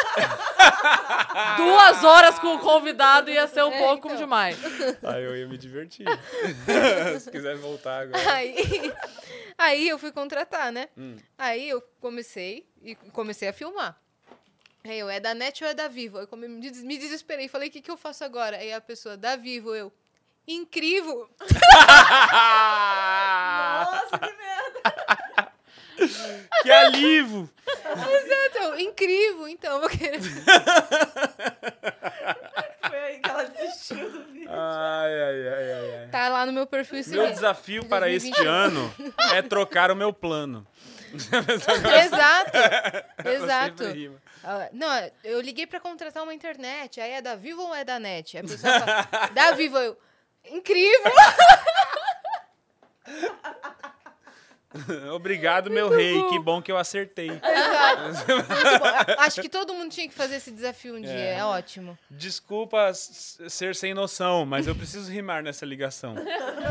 A: Duas horas com o convidado ia ser um
B: É,
A: pouco
B: então.
A: demais.
C: Aí eu ia me divertir. *laughs* Se quiser voltar agora.
B: Aí, *laughs* aí eu fui contratar, né? Aí eu comecei e comecei a filmar. Aí eu, é da NET ou é da Vivo? Aí eu come- me des- me desesperei, falei, o que, que eu faço agora? Aí a pessoa, da Vivo, eu, incrível! *laughs*
G: Nossa, que merda.
C: *laughs*
G: *laughs*
C: que alívio!
B: Exato, eu, incrível, então, eu vou querer...
G: Foi aí que ela desistiu do vídeo.
C: Ai, ai, ai, ai, ai.
B: Tá lá no meu perfil esse
C: Meu desafio para este ano é trocar o meu *laughs* plano.
B: Exato, exato.
C: Sempre rima.
B: Ah, Não, eu liguei pra contratar uma internet, aí é da Vivo ou é da NET? Aí A pessoa fala, da Vivo, eu, incrível! *laughs*
C: Obrigado, meu rei. Que bom que eu acertei.
B: Exato. Muito bom. Acho que todo mundo tinha que fazer esse desafio um dia. É, ótimo.
C: Desculpa s- ser sem noção, mas eu preciso rimar nessa ligação.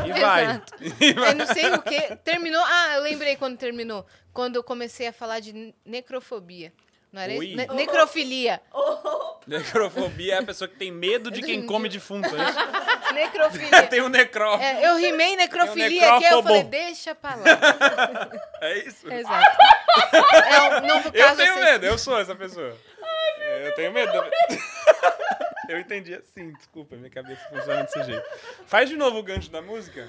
C: E vai.
B: Exato. Eu não sei o que.
C: *laughs*
B: Terminou. Ah, eu lembrei quando terminou. Quando eu comecei a falar de ne- necrofobia. Não era
C: Oi.
B: isso? Ne- necrofilia.
C: Necrofobia é a pessoa que tem medo de quem come defunto. é isso? *laughs*
B: Necrofilia.
C: Tem um necrófobo. É,
B: É, eu rimei
C: É um
B: necrofilia aqui, eu falei,
C: necrófobo.
B: deixa pra lá.
C: isso? *laughs*
B: Exato. É um novo
C: Eu
B: caso.
C: tenho
B: assim.
C: medo,
B: *laughs*
C: eu sou essa pessoa. eu tenho medo. *laughs* Eu entendi assim, desculpa, minha cabeça funciona desse jeito. Faz de novo o gancho da música.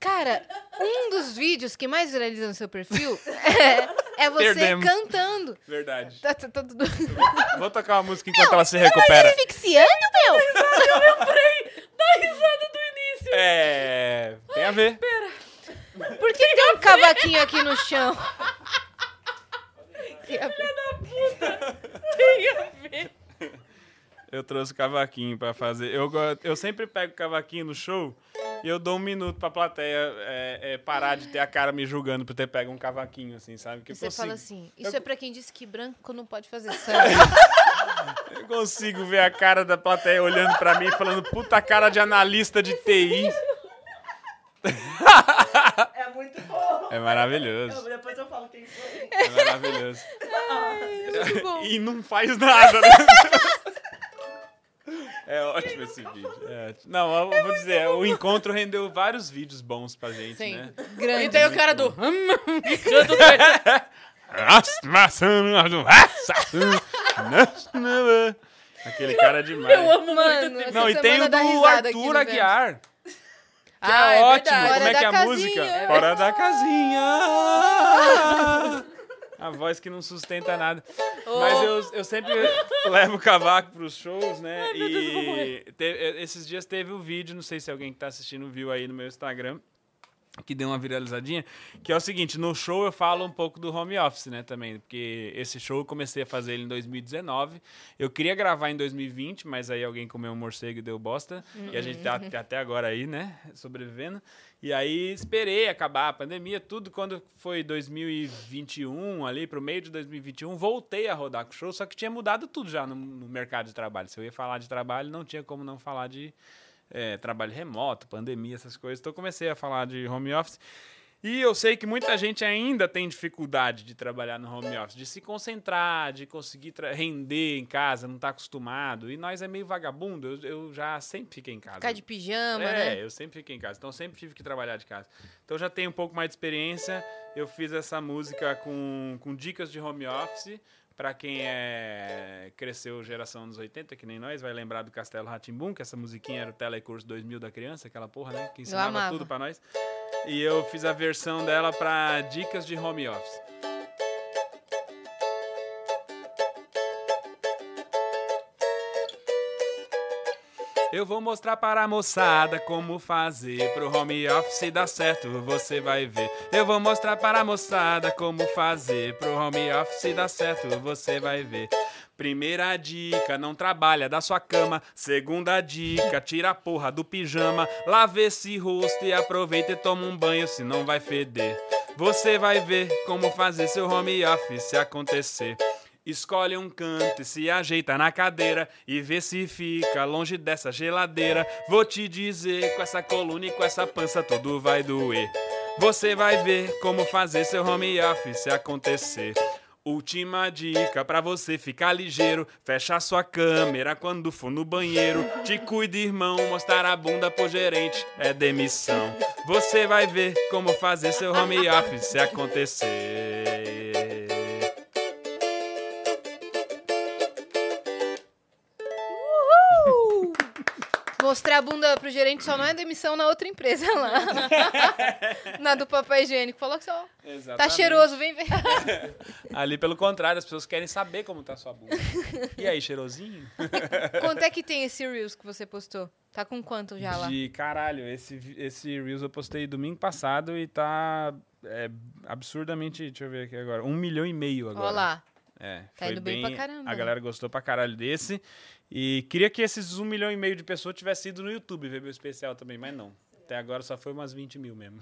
B: Cara, um dos vídeos que mais viraliza no
A: *laughs*
B: seu perfil é, é você
C: Perdemos.
B: cantando.
C: Verdade.
B: Tá, tá, tá tudo... tá
C: Vou tocar uma música enquanto ela se recupera.
B: Asfixiando, meu!
C: É. Tem a ver.
B: Por que tem um cavaquinho aqui no chão?
A: é
B: Filha da puta!
A: Tem a ver.
C: Eu trouxe o cavaquinho pra fazer. Eu, go- eu sempre pego o cavaquinho no show e eu dou um minuto pra plateia é, é, parar de ter a cara me julgando por ter pego um cavaquinho, assim, sabe?
B: E
C: Que eu
B: você fala
C: consigo-
B: assim, isso
C: eu-
B: é pra quem disse que branco não pode
A: *laughs*
B: fazer samba.
A: Né?
B: assim,
C: Eu consigo ver a cara da plateia olhando pra mim e falando, puta cara de analista de TI.
G: É muito bom.
C: É
G: Eu-
C: maravilhoso.
G: depois eu falo quem foi. Então,
C: É maravilhoso.
B: Muito *laughs* bom.
C: e não faz nada, né? *laughs* É ótimo esse vídeo. é ótimo. Não, eu vou dizer, o encontro rendeu vários vídeos bons pra gente,
B: Sim.
C: né?
A: E
B: Grande.
A: tem o cara do. Canta o-
C: né?
B: *laughs*
C: Aquele cara é demais.
A: Eu amo
B: Mano,
A: muito.
B: essa
C: Não, e tem
B: semana
C: o
B: dá
C: do
B: risada aqui
C: Arthur
B: no
C: Aguiar. Que
A: Ah,
C: é,
A: é
C: ótimo.
A: verdade.
C: Como é
B: Hora
C: que
B: da
C: é a
B: casinha.
C: música?
B: É
C: Hora da casinha. A voz que não sustenta nada. Mas eu, eu sempre levo o cavaco pros shows, né? e te- eh, esses dias teve o vídeo, não sei se alguém que tá assistindo viu aí no meu Instagram, que deu uma viralizadinha, que é o seguinte, no show eu falo um pouco do home office, né, também, porque esse show eu comecei a fazer ele em 2019, eu queria gravar em 2020, mas aí alguém comeu um morcego e deu bosta, e a gente tá até- até agora aí, né, sobrevivendo, e aí esperei acabar a pandemia, tudo, quando foi 2021, ali pro meio de 2021, voltei a rodar com o show, só que tinha mudado tudo já no, no mercado de trabalho, se eu ia falar de trabalho, não tinha como não falar de é, trabalho remoto, pandemia, essas coisas. Então eu comecei a falar de home office. E eu sei que muita gente ainda tem dificuldade de trabalhar no home office, de se concentrar, de conseguir tra- render em casa, não tá acostumado. E nós é meio vagabundo, eu, eu já sempre fiquei em casa.
B: Ficar de pijama,
C: É,
B: né?
C: eu sempre fiquei em casa, então eu sempre tive que trabalhar de casa. Então eu já tenho um pouco mais de experiência. Eu fiz essa música com, com dicas de home office. Pra quem é cresceu geração dos 80, que nem nós, vai lembrar do Castelo Ratimbum, que essa musiquinha era o Telecurso 2000 da criança, aquela porra, né? Que ensinava
B: amava.
C: tudo pra nós. E eu fiz a versão dela pra dicas de home office. Eu vou mostrar para a moçada como fazer pro home office dar certo, você vai ver. Eu vou mostrar para a moçada como fazer pro home office dar certo, você vai ver. Primeira dica, não trabalha da sua cama. Segunda dica, tira a porra do pijama. Lave esse rosto e aproveita e toma um banho, senão vai feder. Você vai ver como fazer seu home office acontecer. Escolhe um canto e se ajeita na cadeira e vê se fica longe dessa geladeira. Vou te dizer, com essa coluna e com essa pança tudo vai doer. Você vai ver como fazer seu home office acontecer. Última dica pra você ficar ligeiro, fecha sua câmera quando for no banheiro. Te cuida, irmão, mostrar a bunda pro gerente é demissão. Você vai ver como fazer seu home office acontecer.
B: Mostrar a bunda pro gerente só não é demissão na outra empresa
C: *laughs*
B: lá. na do papel higiênico. Falou que só. Tá
C: Exatamente.
B: cheiroso, vem ver.
C: Ali, pelo contrário, as pessoas querem saber como tá a sua bunda. E aí, cheirosinho?
B: Quanto é que tem esse Reels que você postou? Tá com quanto já lá?
C: De caralho, esse, vi- esse Reels eu postei domingo passado e tá é, absurdamente, deixa eu ver aqui agora, um milhão e meio agora.
B: Olha lá.
C: É,
B: Tá
C: foi
B: indo bem pra caramba,
C: A
B: né?
C: galera gostou pra caralho desse. E queria que esses um milhão e meio de pessoas tivessem ido no YouTube ver meu especial também, mas não. Até agora só foi umas 20 mil mesmo.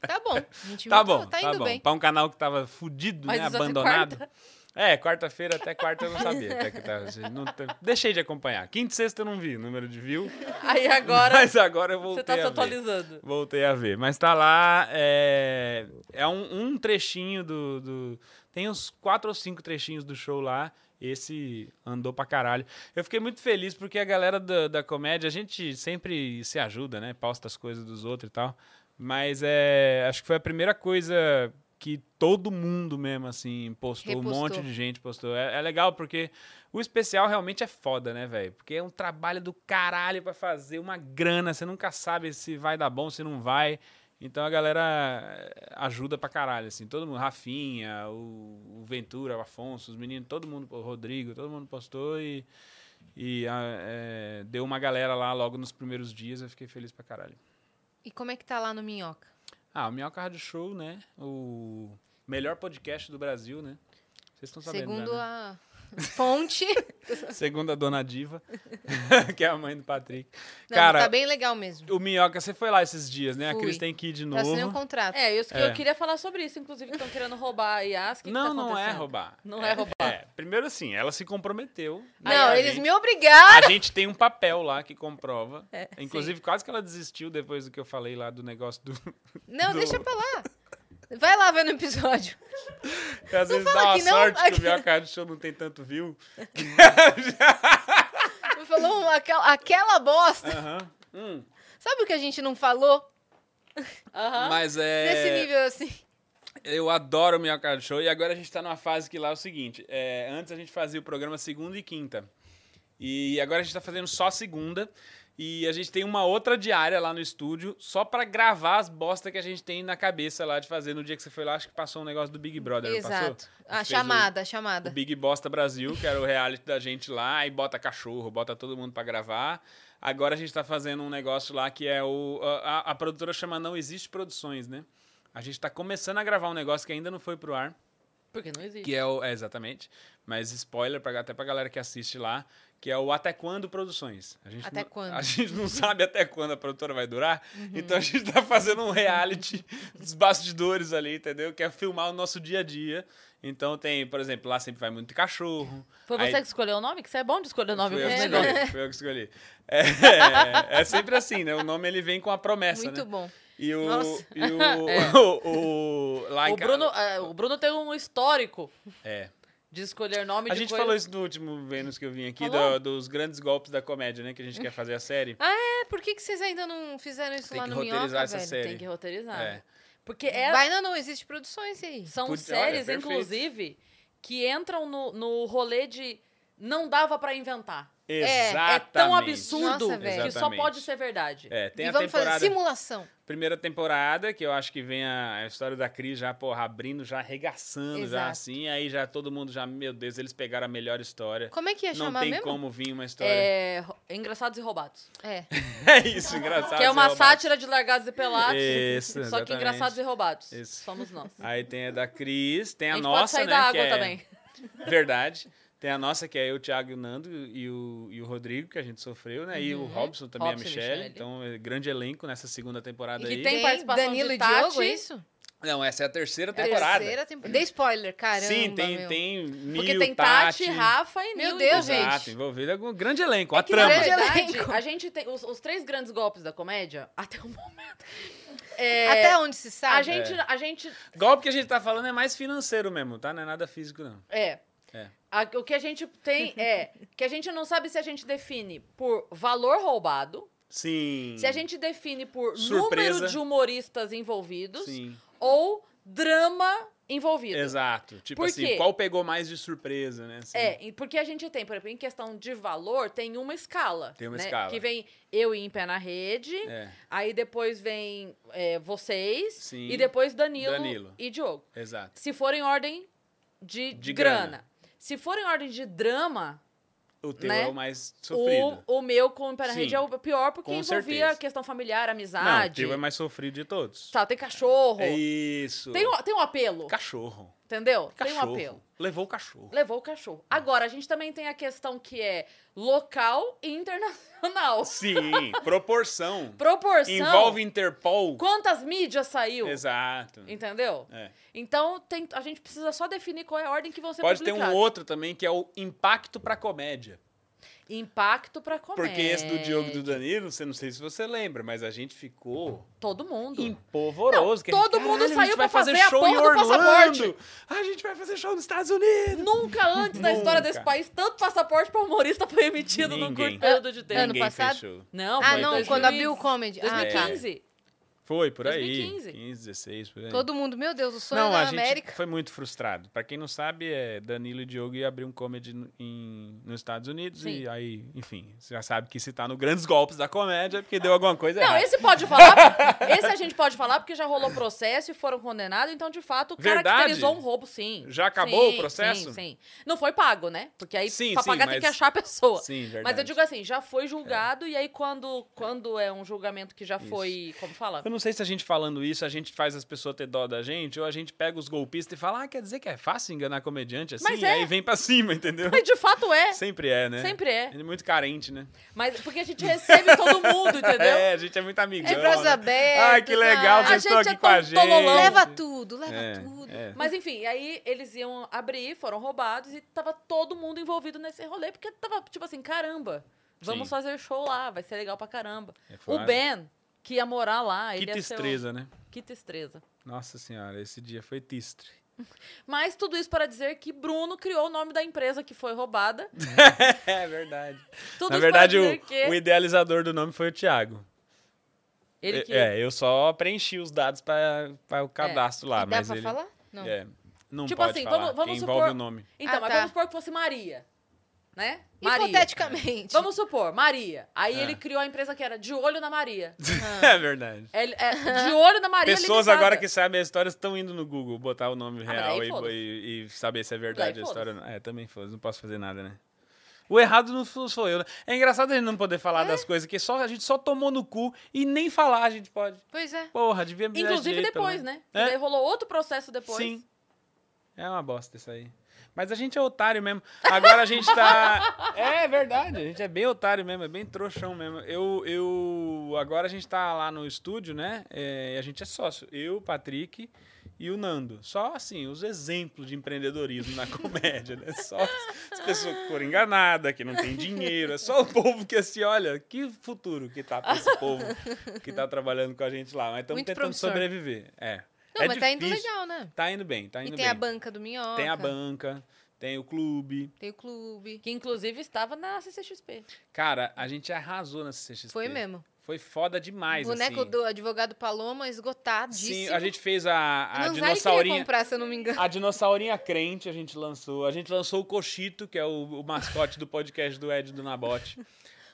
B: Tá bom. 20
C: Tá
B: mil
C: bom, tá,
B: tá indo
C: bom.
B: bem.
C: Pra um canal que tava fudido,
A: Mas
C: né?
A: isso até
C: Abandonado.
A: quarta.
C: É, quarta-feira até quarta eu não sabia. até que tava- assim, não te- deixei de acompanhar. Quinta e sexta eu não vi o número de view.
A: Aí *laughs* agora
C: mas agora eu voltei
A: você tá se
C: a ver.
A: atualizando.
C: Voltei a ver. Mas tá lá. É, é um, um trechinho do, do- Tem uns quatro ou cinco trechinhos do show lá. Esse andou pra caralho. Eu fiquei muito feliz porque a galera da, da comédia, a gente sempre se ajuda, né? Posta as coisas dos outros e tal. Mas é. Acho que foi a primeira coisa que todo mundo mesmo, assim, postou. Um
B: Repostou.
C: monte de gente postou. É, é legal porque o especial realmente é foda, né, velho? Porque é um trabalho do caralho pra fazer uma grana. Você nunca sabe se vai dar bom, se não vai. Então a galera eh, ajuda pra caralho, assim. Todo mundo, Rafinha, o, o Ventura, o Afonso, os meninos, todo mundo, o Rodrigo, todo mundo postou e, e ah, eh, deu uma galera lá logo nos primeiros dias. Eu fiquei feliz pra caralho.
B: E como é que tá lá no Minhoca?
C: Ah, o Minhoca Rádio Show, né? O melhor podcast do Brasil, né? Vocês estão sabendo,
B: Segundo
C: já, né?
B: a
C: *laughs*
B: Fonte.
C: Segundo a
B: *laughs*
C: dona Diva, que é a mãe do Patrick.
B: Não,
C: Cara,
B: tá bem legal mesmo.
C: o Minhoca, você foi lá esses dias, né? A
B: Fui.
C: Cris tem que ir de
B: Eu assinei um
C: novo.
B: contrato.
A: É, isso que
C: É.
A: eu queria falar sobre isso, inclusive, que estão querendo roubar a Yas. que que
C: não,
A: tá
C: não é
A: acontecendo?
C: roubar.
A: Não é roubar.
C: É, primeiro assim, ela se comprometeu. né?
B: Não,
C: A
B: eles
C: gente-
B: me obrigaram.
C: A gente tem um papel lá que comprova.
B: É,
C: Inclusive, quase que ela desistiu depois do que eu falei lá do negócio
B: *laughs*
C: do.
B: Não,
C: do-
B: deixa pra lá. Vai lá ver no
C: *laughs*
B: episódio.
C: Às vezes dá
B: fala
C: uma
B: que não,
C: sorte que
B: aqui.
C: o Minhoca do Show não tem tanto
B: *laughs*
C: view. *laughs*
B: Falou uma- aquela, aquela bosta.
C: Aham. Hum.
B: Sabe o que a gente não falou?
A: Aham.
C: Mas é.
B: Nesse nível assim.
C: Eu adoro o Minhoca do Show e agora a gente tá numa fase que lá é o seguinte: é, antes a gente fazia o programa segunda e quinta. E agora a gente tá fazendo só segunda. E a gente tem uma outra diária lá no estúdio só pra gravar as bosta que a gente tem na cabeça lá de fazer. No dia que você foi lá, acho que passou um negócio do Big Brother, não passou?
B: Exato. A
C: fez um o-
B: chamada, a
C: O
B: chamada.
C: Big Bosta Brasil, que era o reality da gente lá, e bota cachorro, bota todo mundo pra gravar. Agora a gente tá fazendo um negócio lá que é o. A, a- a produtora chama Não Existe Produções, né? A gente tá começando a gravar um negócio que ainda não foi pro ar,
A: Porque não existe.
C: que é o. É, exatamente. Mas spoiler pra, até pra galera que assiste lá, que é o Até Quando Produções. A gente
B: Até
C: não,
B: quando? Uhum.
C: A gente não sabe até quando a produtora vai durar. Então a gente tá fazendo um reality dos bastidores ali, entendeu? Que é filmar o nosso dia a dia. Então tem, por exemplo, lá sempre vai muito cachorro.
A: Foi você
C: Aí-
A: que escolheu o nome? Que você é bom de escolher o nome.
C: foi eu, que
A: né?
C: escolhi, foi eu que escolhi. É, é sempre assim, né? O nome ele vem com a promessa,
B: Muito
C: né?
B: bom.
C: E o.
B: Nossa. É. *laughs*
C: E o, o, o- lá em
A: O
C: ca-
A: Bruno, é, o Bruno tem um histórico
C: É.
A: de escolher nome tipo
C: A
A: de
C: gente
A: coisa-
C: falou isso no último Vênus que eu vim aqui,
A: Falou? Ah,
C: do- dos grandes golpes da comédia, né? Que a gente quer fazer a série.
B: É, por que, que vocês ainda não fizeram isso
C: Tem
B: lá
C: que
B: no Minhoca,
C: roteirizar essa
B: velho?
C: série.
A: Tem que roteirizar.
C: É.
A: Porque é-
B: Vai, não, não, existe produções aí.
A: são
C: Putz, olha,
A: séries,
C: perfeito.
A: inclusive, que entram no, no rolê de não dava pra inventar. É
C: Exatamente.
A: tão absurdo
B: Nossa, velho.
A: que só
C: Exatamente.
A: pode ser verdade.
C: É, tem
B: e
C: a
B: vamos
C: temporada.
B: fazer simulação.
C: Primeira temporada, que eu acho que vem a, a história da Cris já, porra, abrindo, já arregaçando, já
B: Exato.
C: assim. Aí já todo mundo já, meu Deus, eles pegaram a melhor história.
B: Como é que ia
C: Não
B: chamar
C: tem
B: mesmo?
C: como vir uma história.
A: É, ro- Engraçados e Roubados.
B: É.
C: *laughs* É isso, engraçado.
A: que é uma
C: roubar.
A: sátira de largados e pelados.
C: Isso,
A: só
C: exatamente.
A: que engraçados e roubados.
C: Isso.
A: Somos nós.
C: Aí tem a da Cris, tem a,
A: a gente
C: nossa,
A: pode sair
C: né?
A: da
C: que
A: água
C: é-
A: também.
C: Verdade. Tem a nossa, que é eu, o Thiago e o Nando e o, e o Rodrigo, que a gente sofreu, né? E o Robson também,
A: Uhum. Robson
C: a
A: e
C: Michelle.
A: Michele.
C: Então, é grande elenco nessa segunda temporada
A: E que
C: aí.
A: tem participação
B: Danilo
A: de
B: e
A: Tati.
B: Diogo, é isso?
C: Não, essa é a terceira temporada.
B: Terceira temporada. Dei spoiler, caramba,
C: Sim, tem,
B: meu.
C: tem Mil,
A: Porque tem Tati,
C: Tati
A: Rafa e
B: Meu
A: Nil.
B: Deus,
A: inclusive.
C: Exato,
B: gente.
C: envolvida com um grande elenco, a
A: Que, na
C: trama.
B: grande
A: verdade,
B: elenco.
A: a gente tem os, os três grandes golpes da comédia, *laughs* até o momento. é,
B: Até onde se sabe?
A: a gente, a gente
C: Golpe que a gente tá falando é mais financeiro mesmo, tá? Não é nada físico, não.
A: É.
C: É.
A: A- o que a gente tem é que a gente não sabe se a gente define por valor roubado,
C: Sim.
A: se a gente define por
C: Surpresa.
A: número de humoristas envolvidos
C: Sim,
A: ou drama envolvido.
C: exato. Tipo
A: Por
C: assim,
A: quê?
C: qual pegou mais de surpresa, né? Assim.
A: É, e porque a gente tem, por exemplo, em questão de valor, tem uma escala.
C: Tem uma
A: né?
C: escala.
A: Que vem eu e em pé na rede,
C: É,
A: aí depois vem é, vocês,
C: Sim.
A: e depois Danilo,
C: Danilo.
A: e Diogo.
C: exato.
A: Se for em ordem de,
C: De
A: grana.
C: grana.
A: Se for em ordem de drama,
C: O teu
A: Né?
C: é o mais sofrido.
A: O, o meu com o Pé na
C: Sim.
A: Rede é o pior porque
C: Com
A: envolvia
C: certeza.
A: questão familiar,
C: Não, o
A: amizade.
C: teu é mais sofrido de todos.
A: Tá, tem cachorro.
C: É isso.
A: Tem, um- tem um apelo,
C: Cachorro.
A: entendeu?
C: Cachorro.
A: Tem um apelo.
C: Levou o cachorro.
A: Levou o cachorro. Agora, a gente também tem a questão que é local e
C: *laughs*
A: internacional.
C: Sim, proporção.
A: Proporção.
C: Envolve Interpol.
A: Quantas mídias saiu?
C: Exato.
A: Entendeu?
C: É.
A: Então, tem- a gente precisa só definir qual é a ordem que você
C: Pode ter um
A: publicado.
C: outro também que é o impacto pra comédia.
A: Impacto pra comédia.
C: Porque esse do Diogo e do Danilo, você não sei se você lembra, mas a gente ficou
A: Todo mundo.
C: empolvoroso.
A: Não,
C: que a gente,
A: todo mundo
C: "Caralho, a gente
A: saiu pra
C: vai fazer,
A: fazer a
C: show em
A: porra do passaporte."
C: Orlando. A gente vai fazer show nos Estados Unidos.
A: Nunca antes na história
C: Nunca.
A: desse país, tanto passaporte pra humorista foi emitido num
C: Ninguém.
A: curto período de tempo.
B: Ano
C: Ninguém
B: passado?
C: fez show.
A: Não,
B: É, Ah,
A: foi
B: não,
A: 2015.
B: quando abriu o comedy. Ah,
A: 2015.
C: Foi por aí.
A: 2015.
C: 15, 16, por aí.
B: tá. Todo mundo, meu Deus, o sonho
C: não,
B: da
C: a gente
B: América.
C: *laughs* foi muito frustrado. Pra quem não sabe, é Danilo e Diogo iam abrir um comedy no- em- nos Estados Unidos
A: Sim.
C: e aí, enfim, você já sabe que se tá no Grandes Golpes da comédia é porque deu alguma coisa
A: Não,
C: errada.
A: esse pode falar.
C: *laughs*
A: Esse a gente pode falar porque já rolou processo e foram condenados, então de fato o
C: Verdade?
A: caracterizou um roubo, sim.
C: Já acabou
A: Sim,
C: o processo?
A: Sim, sim. Não foi pago, né? Porque aí
C: Sim,
A: pra
C: sim,
A: pagar
C: mas-
A: tem que achar a pessoa.
C: Sim, verdade.
A: Mas eu digo assim, já foi julgado e aí quando, quando é um julgamento que já
C: Isso.
A: foi, como fala?
C: Eu não não sei se a gente falando isso, a gente faz as pessoas ter dó da gente, ou a gente pega os golpistas e fala, ah, quer dizer que é fácil enganar comediante assim?
A: Mas
C: E
A: é.
C: aí vem pra cima, entendeu?
A: Mas de fato é.
C: Sempre é, né?
A: Sempre é.
C: Ele é muito carente, né?
A: Mas porque a gente recebe todo
C: *laughs*
A: mundo, *laughs* entendeu?
C: É, a gente é muito amigão.
B: De braços
C: né?
B: abertos,
C: Ai, que legal,
B: ah,
C: vocês
A: a
C: estão
A: gente
C: aqui
A: é
C: com a
A: tão
C: gente.
A: tololão.
B: Leva tudo, leva
C: É,
B: tudo.
C: é.
A: Mas enfim, aí eles iam abrir, foram roubados e tava todo mundo envolvido nesse rolê, porque tava tipo assim, caramba, vamos
C: Sim.
A: fazer show lá, vai ser legal pra caramba.
C: É foda.
A: O Ben, que ia morar lá,
C: Que
A: ele ia ser um-
C: tristeza, né?
A: Que tristeza.
C: Nossa senhora, esse dia foi tistre.
A: Mas tudo isso para dizer que Bruno criou o nome da empresa que foi
C: *laughs*
A: roubada.
C: É verdade.
A: Tudo
C: Na
A: isso
C: verdade,
A: para
C: o,
A: dizer que
C: o idealizador do nome foi o Thiago.
A: ele que
C: É, eu só preenchi os dados pra, pra o
A: É.
C: cadastro lá,
B: E dá
C: Ah, mas
B: pra
C: ele...
B: falar? Não.
C: É, não
A: Tipo
C: pode
A: assim,
C: falar,
A: vamos- vamos
C: que
A: supor-
C: envolve o nome.
A: Então,
B: Ah,
A: mas
B: tá.
A: vamos supor que fosse Maria, né? Maria.
B: Hipoteticamente.
A: Vamos supor, Maria. Aí
C: É.
A: ele criou a empresa que era de olho na Maria.
C: *laughs* é verdade.
A: Ele- é, de olho na Maria
C: Pessoas
A: Ah. Limitada. Ah,
C: agora que sabem a história estão indo no Google botar o nome
A: mas
C: real
A: aí
C: e-
A: foda-se.
C: e, e saber se é verdade a
A: foda-se.
C: história. ou não. É, também foda não posso fazer nada, né? O errado não sou sou eu. né? É engraçado a gente não poder
A: É.
C: falar das coisas, que só, a gente só tomou no cu e nem falar a gente pode.
B: Pois é.
C: Porra, devia me dar
A: Inclusive
C: direito, pelo
A: depois,
C: menos.
A: né? Que daí rolou outro processo depois.
C: É. Sim. É uma bosta isso aí. Mas a gente é otário mesmo. Agora a gente
B: *laughs*
C: tá. É verdade, a gente é bem otário mesmo, é bem trouxão mesmo. Eu. eu... Agora a gente tá lá no estúdio, né? É, e a gente é sócio. Eu, o Patrick e o Nando. Só assim, os exemplos de empreendedorismo na *laughs* comédia, né? Só as as pessoas que foram enganadas, que não tem dinheiro. É só o povo que assim, olha, que futuro que tá pra esse povo que tá trabalhando com a gente lá. Mas estamos
B: Muito
C: tentando
B: promissor.
C: sobreviver. É.
B: Não,
C: É
B: mas tá indo
C: difícil.
B: legal, né?
C: Tá indo bem, tá
B: E
C: indo
B: tem
C: bem.
B: a banca do Minhoca.
C: Tem a banca, tem o clube.
B: Tem o clube.
A: Que inclusive estava na CCXP.
C: Cara, a gente arrasou na CCXP.
B: Foi mesmo.
C: Foi foda demais,
B: Boneco
C: assim.
B: do advogado Paloma esgotadíssimo.
C: Sim, a gente fez a, a
B: Não queria
C: dinossaurinha.
B: comprar, se eu não me engano.
C: A dinossaurinha crente a gente lançou. A gente lançou o Cochito, que é o, o mascote do podcast do Ed do Nabote.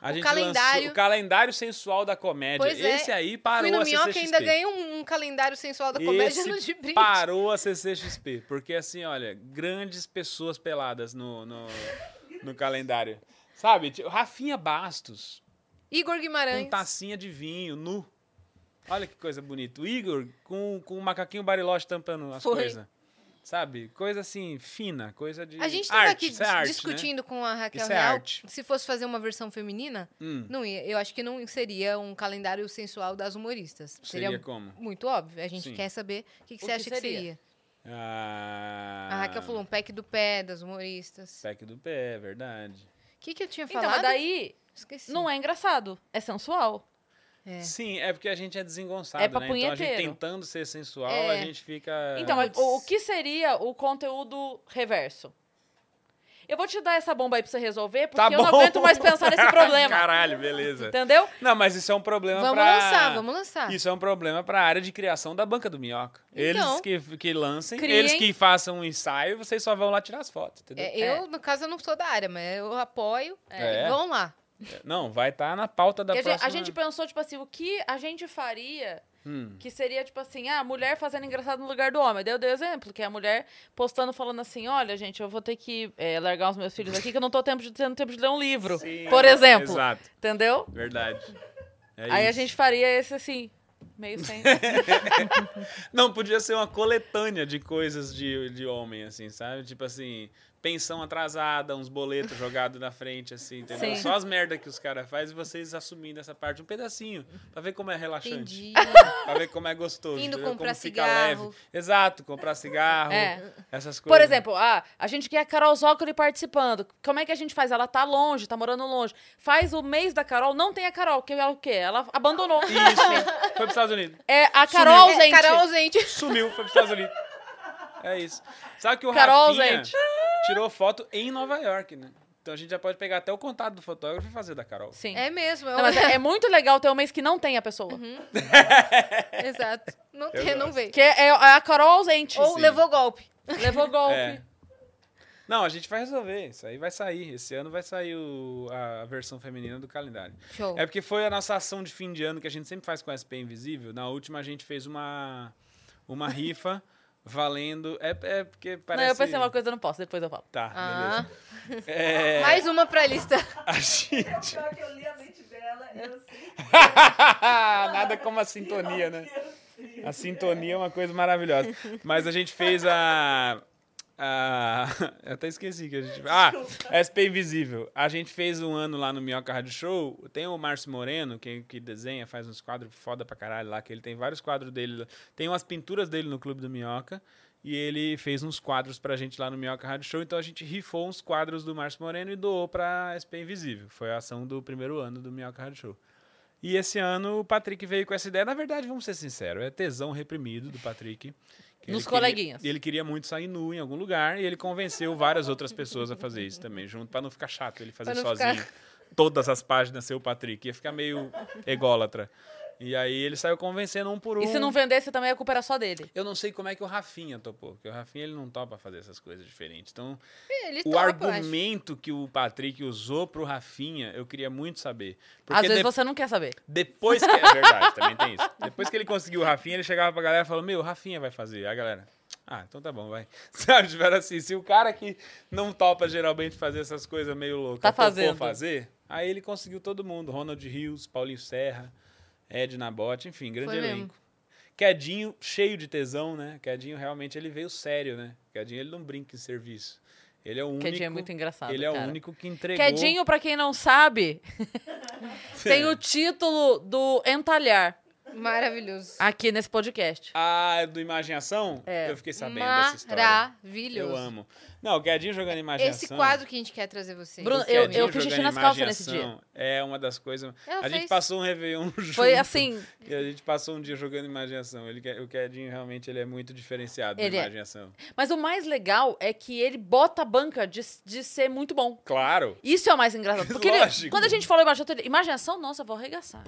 C: A gente
B: calendário.
C: lançou o calendário sensual da comédia.
B: Pois é.
C: Esse aí parou
B: Fui no
C: a
B: Minhoca
C: CCXP.
B: e ainda ganhei um, um calendário sensual da comédia
C: Esse
B: no de brinde.
C: Parou a CCXP. Porque, assim, olha, grandes pessoas peladas no, no, no calendário. Sabe? Tipo, Rafinha Bastos,
B: Igor Guimarães.
C: com tacinha de vinho, nu. Olha que coisa bonita. O Igor com, com um macaquinho bariloche tampando as
B: Foi.
C: coisas. Sabe? Coisa assim, fina, coisa de.
B: A gente tava
C: arte,
B: aqui
C: isso é arte, né?
B: discutindo com a Raquel
C: Isso é
B: Real
C: arte.
B: se fosse fazer uma versão feminina,
C: Hum.
B: não ia. Eu acho que não seria um calendário sensual das humoristas.
C: Seria, como?
B: muito óbvio. A gente
C: Sim.
B: quer saber o que, que
A: O
B: você
A: que
B: acha que
A: seria?
B: seria.
C: Ah,
B: A Raquel falou um pack do pé das humoristas.
C: Pack do pé, é verdade.
B: O que, que eu tinha
A: Então,
B: falado?
A: mas daí
B: Esqueci.
A: não é engraçado, é sensual.
B: É.
C: Sim, é porque a gente é desengonçado,
A: É pra
C: né? Então a gente
A: punheteiro.
C: tentando ser sensual, a
B: É.
C: gente fica.
A: Então, mas o, o que seria o conteúdo reverso? Eu vou te dar essa bomba aí pra você resolver, porque
C: Tá
A: eu não
C: bom.
A: aguento mais pensar
C: *laughs*
A: nesse problema. Então,
C: Caralho, beleza.
A: entendeu?
C: Não, mas isso é um problema
B: Vamos
C: pra...
B: lançar, vamos lançar.
C: Isso é um problema pra área de criação da banca do Minhoca.
B: Então.
C: eles que, que lancem,
A: Criem.
C: eles que façam um ensaio, vocês só vão lá tirar as fotos, entendeu?
B: É, eu, no caso, eu não sou da área, mas eu apoio.
C: né? É.
B: Vamos lá.
C: Não, vai estar na pauta da
A: Porque a gente-
C: próxima...
A: a gente pensou, tipo assim, o que a gente faria
C: Hum.
A: Que seria tipo assim, ah, mulher fazendo engraçado no lugar do homem. Daí eu dei o exemplo, que é a mulher postando, falando assim: olha, gente, eu vou ter que eh, largar os meus filhos aqui, que eu não tô tempo de, tendo tempo de ler um livro. por exemplo.
C: Exato,
A: Entendeu?
C: verdade. É
A: Aí a
C: isso.
A: gente faria esse assim, meio
C: *laughs*
A: sem.
C: Não, podia ser uma coletânea de coisas de, de homem, assim, sabe? Tipo assim, pensão atrasada, uns
A: *laughs*
C: boletos jogados na frente, assim, entendeu?
A: Sim.
C: Só as merda que os caras fazem e vocês assumindo essa parte, um pedacinho, pra ver como é relaxante.
B: Entendi.
C: Pra ver como é gostoso.
B: Indo
C: entendeu?
B: comprar
C: como fica
B: cigarro.
C: leve. Exato, comprar cigarro,
A: É.
C: essas coisas.
A: Por exemplo, ah, a gente quer a Carol Zócoli participando. Como é que a gente faz? Ela tá longe, tá morando longe. Faz o mês da Carol, não tem a Carol, porque ela o quê? Ela abandonou.
C: Isso, foi pros Estados Unidos.
A: É, a *laughs* Carol
B: É,
A: ausente.
B: Carol ausente.
C: Sumiu, foi pros Estados Unidos. É isso. Sabe que o
A: Carol,
C: Rafinha
A: gente.
C: tirou foto em Nova York, né? Então a gente já pode pegar até o contato do fotógrafo e fazer da Carol.
A: Sim.
B: É Uhum. mesmo. é
A: Não, mas
B: uma-
A: é é muito legal ter um mês que não tem a pessoa. é-
B: Exato. Não, tem, não veio.
A: Que é é a Carol ausente.
B: Ou
C: Sim.
B: levou golpe.
A: *laughs* Levou golpe.
C: É. Não, a gente vai resolver. Isso aí vai sair. Esse ano vai sair o- a versão feminina do calendário.
B: Show.
C: É porque foi a nossa ação de fim de ano que a gente sempre faz com a SP Invisível. Na última a gente fez uma, uma rifa
A: *laughs*
C: valendo. É, é porque parece.
A: Não, eu pensei uma coisa, eu não posso, depois eu falo.
C: Tá,
B: Ah.
C: beleza.
A: *laughs*
C: É,
B: Mais uma pra lista.
C: a gente.
G: é Só que eu li a mente dela, eu sei.
C: Nada Foda como a sintonia, né? A sintonia é uma coisa maravilhosa. Mas a gente fez a. a Ah, *laughs* eu até esqueci que a gente. Ah, SP Invisível. A gente fez um ano lá no Minhoca Rádio Show. Tem o Márcio Moreno, que, que desenha, faz uns quadros foda pra caralho lá, que ele tem vários quadros dele. Tem umas pinturas dele no Clube do Minhoca. E ele fez uns quadros pra gente lá no Minhoca Rádio Show. Então a gente rifou uns quadros do Márcio Moreno e doou pra SP Invisível. Foi a ação do primeiro ano do Minhoca Rádio Show. E esse ano o Patrick veio com essa ideia. Na verdade, vamos ser sinceros, é tesão reprimido do Patrick. que
A: Nos
C: ele queria-
A: coleguinhas.
C: ele queria muito sair nu em algum lugar e ele convenceu várias outras pessoas a fazer isso também, junto, pra não ficar chato ele fazer
B: Pra não ficar-
C: sozinho. Todas as páginas ser o Patrick. Ia ficar meio ególatra. E aí ele saiu convencendo um por um.
A: E se não vendesse também, a culpa era só dele.
C: Eu não sei como é que o Rafinha topou, porque o Rafinha ele não topa fazer essas coisas diferentes. Então,
B: Ele
C: o
B: topa, eu acho.
C: argumento que o Patrick usou pro Rafinha, eu queria muito saber. Porque
A: Às vezes
C: de-
A: você não quer saber.
C: depois que. É verdade, também tem isso. Depois que ele conseguiu o Rafinha, ele chegava pra galera e falou: Meu, o Rafinha vai fazer. Aí A galera. Ah, então tá bom, vai. *laughs* Sabe, tipo, era assim, se o cara que não topa geralmente fazer essas coisas meio loucas
A: Tá
C: topou
A: fazendo.
C: fazer, aí ele conseguiu todo mundo. Ronald Rios, Paulinho Serra, Ed Nabote, enfim, grande
B: Foi mesmo.
C: elenco. Quedinho, cheio de tesão, né? Quedinho realmente ele veio sério, né? Quedinho ele não brinca em serviço. Ele é o único.
A: Quedinho é muito engraçado,
C: Ele é
A: cara.
C: o único que entregou. *laughs*
A: Quedinho, pra quem não sabe,
C: É.
A: tem o título do Entalhar
B: Maravilhoso.
A: aqui nesse podcast.
C: Ah, do Imaginação?
A: É.
C: Eu fiquei sabendo dessa história.
B: Maravilhoso.
C: Eu amo. Não, o Quedinho jogando Imaginação.
B: Esse quadro que a gente quer trazer vocês.
A: Bruno,
C: o
A: eu-
C: Quedinho
A: fiz xixi
C: jogando
A: nas calças nesse dia.
C: Imaginação É uma das coisas.
B: Ela
C: a gente
B: fez.
C: passou um Réveillon junto.
A: Foi assim,
C: E a gente passou um dia jogando Imaginação. Ele, o Quedinho realmente ele é muito diferenciado
A: Ele
C: na
A: é.
C: Imaginação.
A: Mas o mais legal é que ele bota a banca de, de ser muito bom.
C: Claro.
A: Isso é o mais engraçado. Porque ele-
C: Lógico.
A: quando a gente falou imaginação, ele, imaginação, nossa, eu vou
C: *laughs*
A: arregaçar.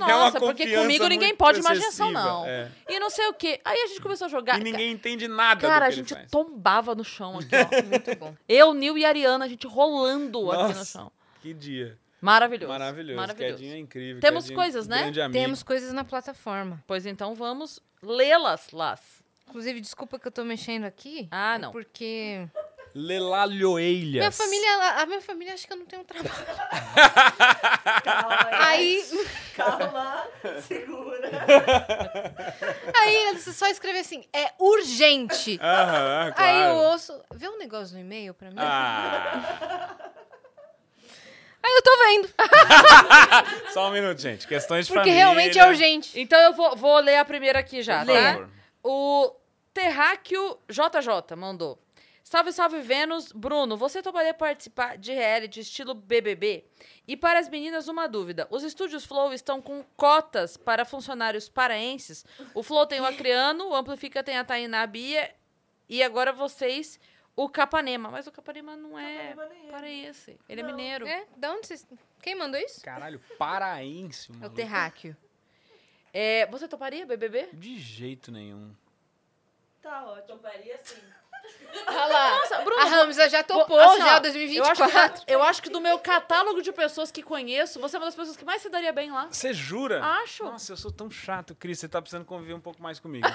A: Nossa, porque
C: É confiança
A: comigo ninguém
C: muito
A: pode imaginação,
C: excessiva,
A: não.
C: é.
A: E não sei o quê. Aí a gente começou a jogar.
C: E ninguém entende nada
A: Cara,
C: do
A: a
C: que
A: gente
C: ele faz.
A: tombava no chão aqui,
C: *laughs*
A: ó.
B: Muito bom.
A: Eu, Nil e Ariana, a gente rolando aqui no
C: Nossa,
A: chão.
C: Que dia.
A: Maravilhoso.
C: Maravilhoso. Quedinho é incrível.
A: Temos
C: Quedinho,
A: coisas, né?
C: grande amigo.
B: Temos coisas na plataforma.
A: Pois então vamos lê-las, Las.
B: Inclusive, desculpa que eu tô mexendo aqui. é
A: Ah, não.
B: Porque
C: Lelalhoelhas.
B: minha família, ela- a minha família acha que eu não tenho trabalho. *laughs* Aí,
G: Calma, segura.
B: aí você só escreve assim, é urgente.
C: Aham, Ah, claro.
B: Aí eu ouço, vê um negócio no e-mail pra mim.
C: Ah,
B: Aí eu tô vendo, ah,
C: só um minuto, gente. Questões de
B: porque
C: família.
B: realmente é urgente.
A: Então eu vou, vou ler a primeira aqui já,
C: Por
A: tá?
C: favor.
A: O Terráqueo JJ mandou. Salve, salve, Vênus. Bruno, você toparia participar de reality estilo BBB? E para as meninas, uma dúvida. Os estúdios Flow estão com cotas para funcionários paraenses. O Flow tem o Acreano, o Amplifica tem a Tainá Bia e agora vocês, o Capanema. Mas o Capanema não é
G: Capanema nem é.
A: paraense. Ele é mineiro.
B: É, da onde vocês... Quem mandou isso?
C: Caralho, paraense,
B: É o
C: mano.
B: terráqueo.
A: É, você toparia BBB?
C: De jeito nenhum.
G: Tá ótimo. Toparia sim.
B: Olha lá,
A: Nossa, Bruno,
B: a Ramsa Ah, já topou,
A: Assim, ó,
B: já
A: Eu acho,
B: 2024.
A: que, tá- da- eu acho que do meu catálogo de pessoas que conheço, você é uma das pessoas que mais se daria bem lá.
C: Você jura?
A: Acho.
C: Nossa, eu sou tão chato, Cris. Você tá precisando conviver um pouco
A: *laughs*
C: mais comigo.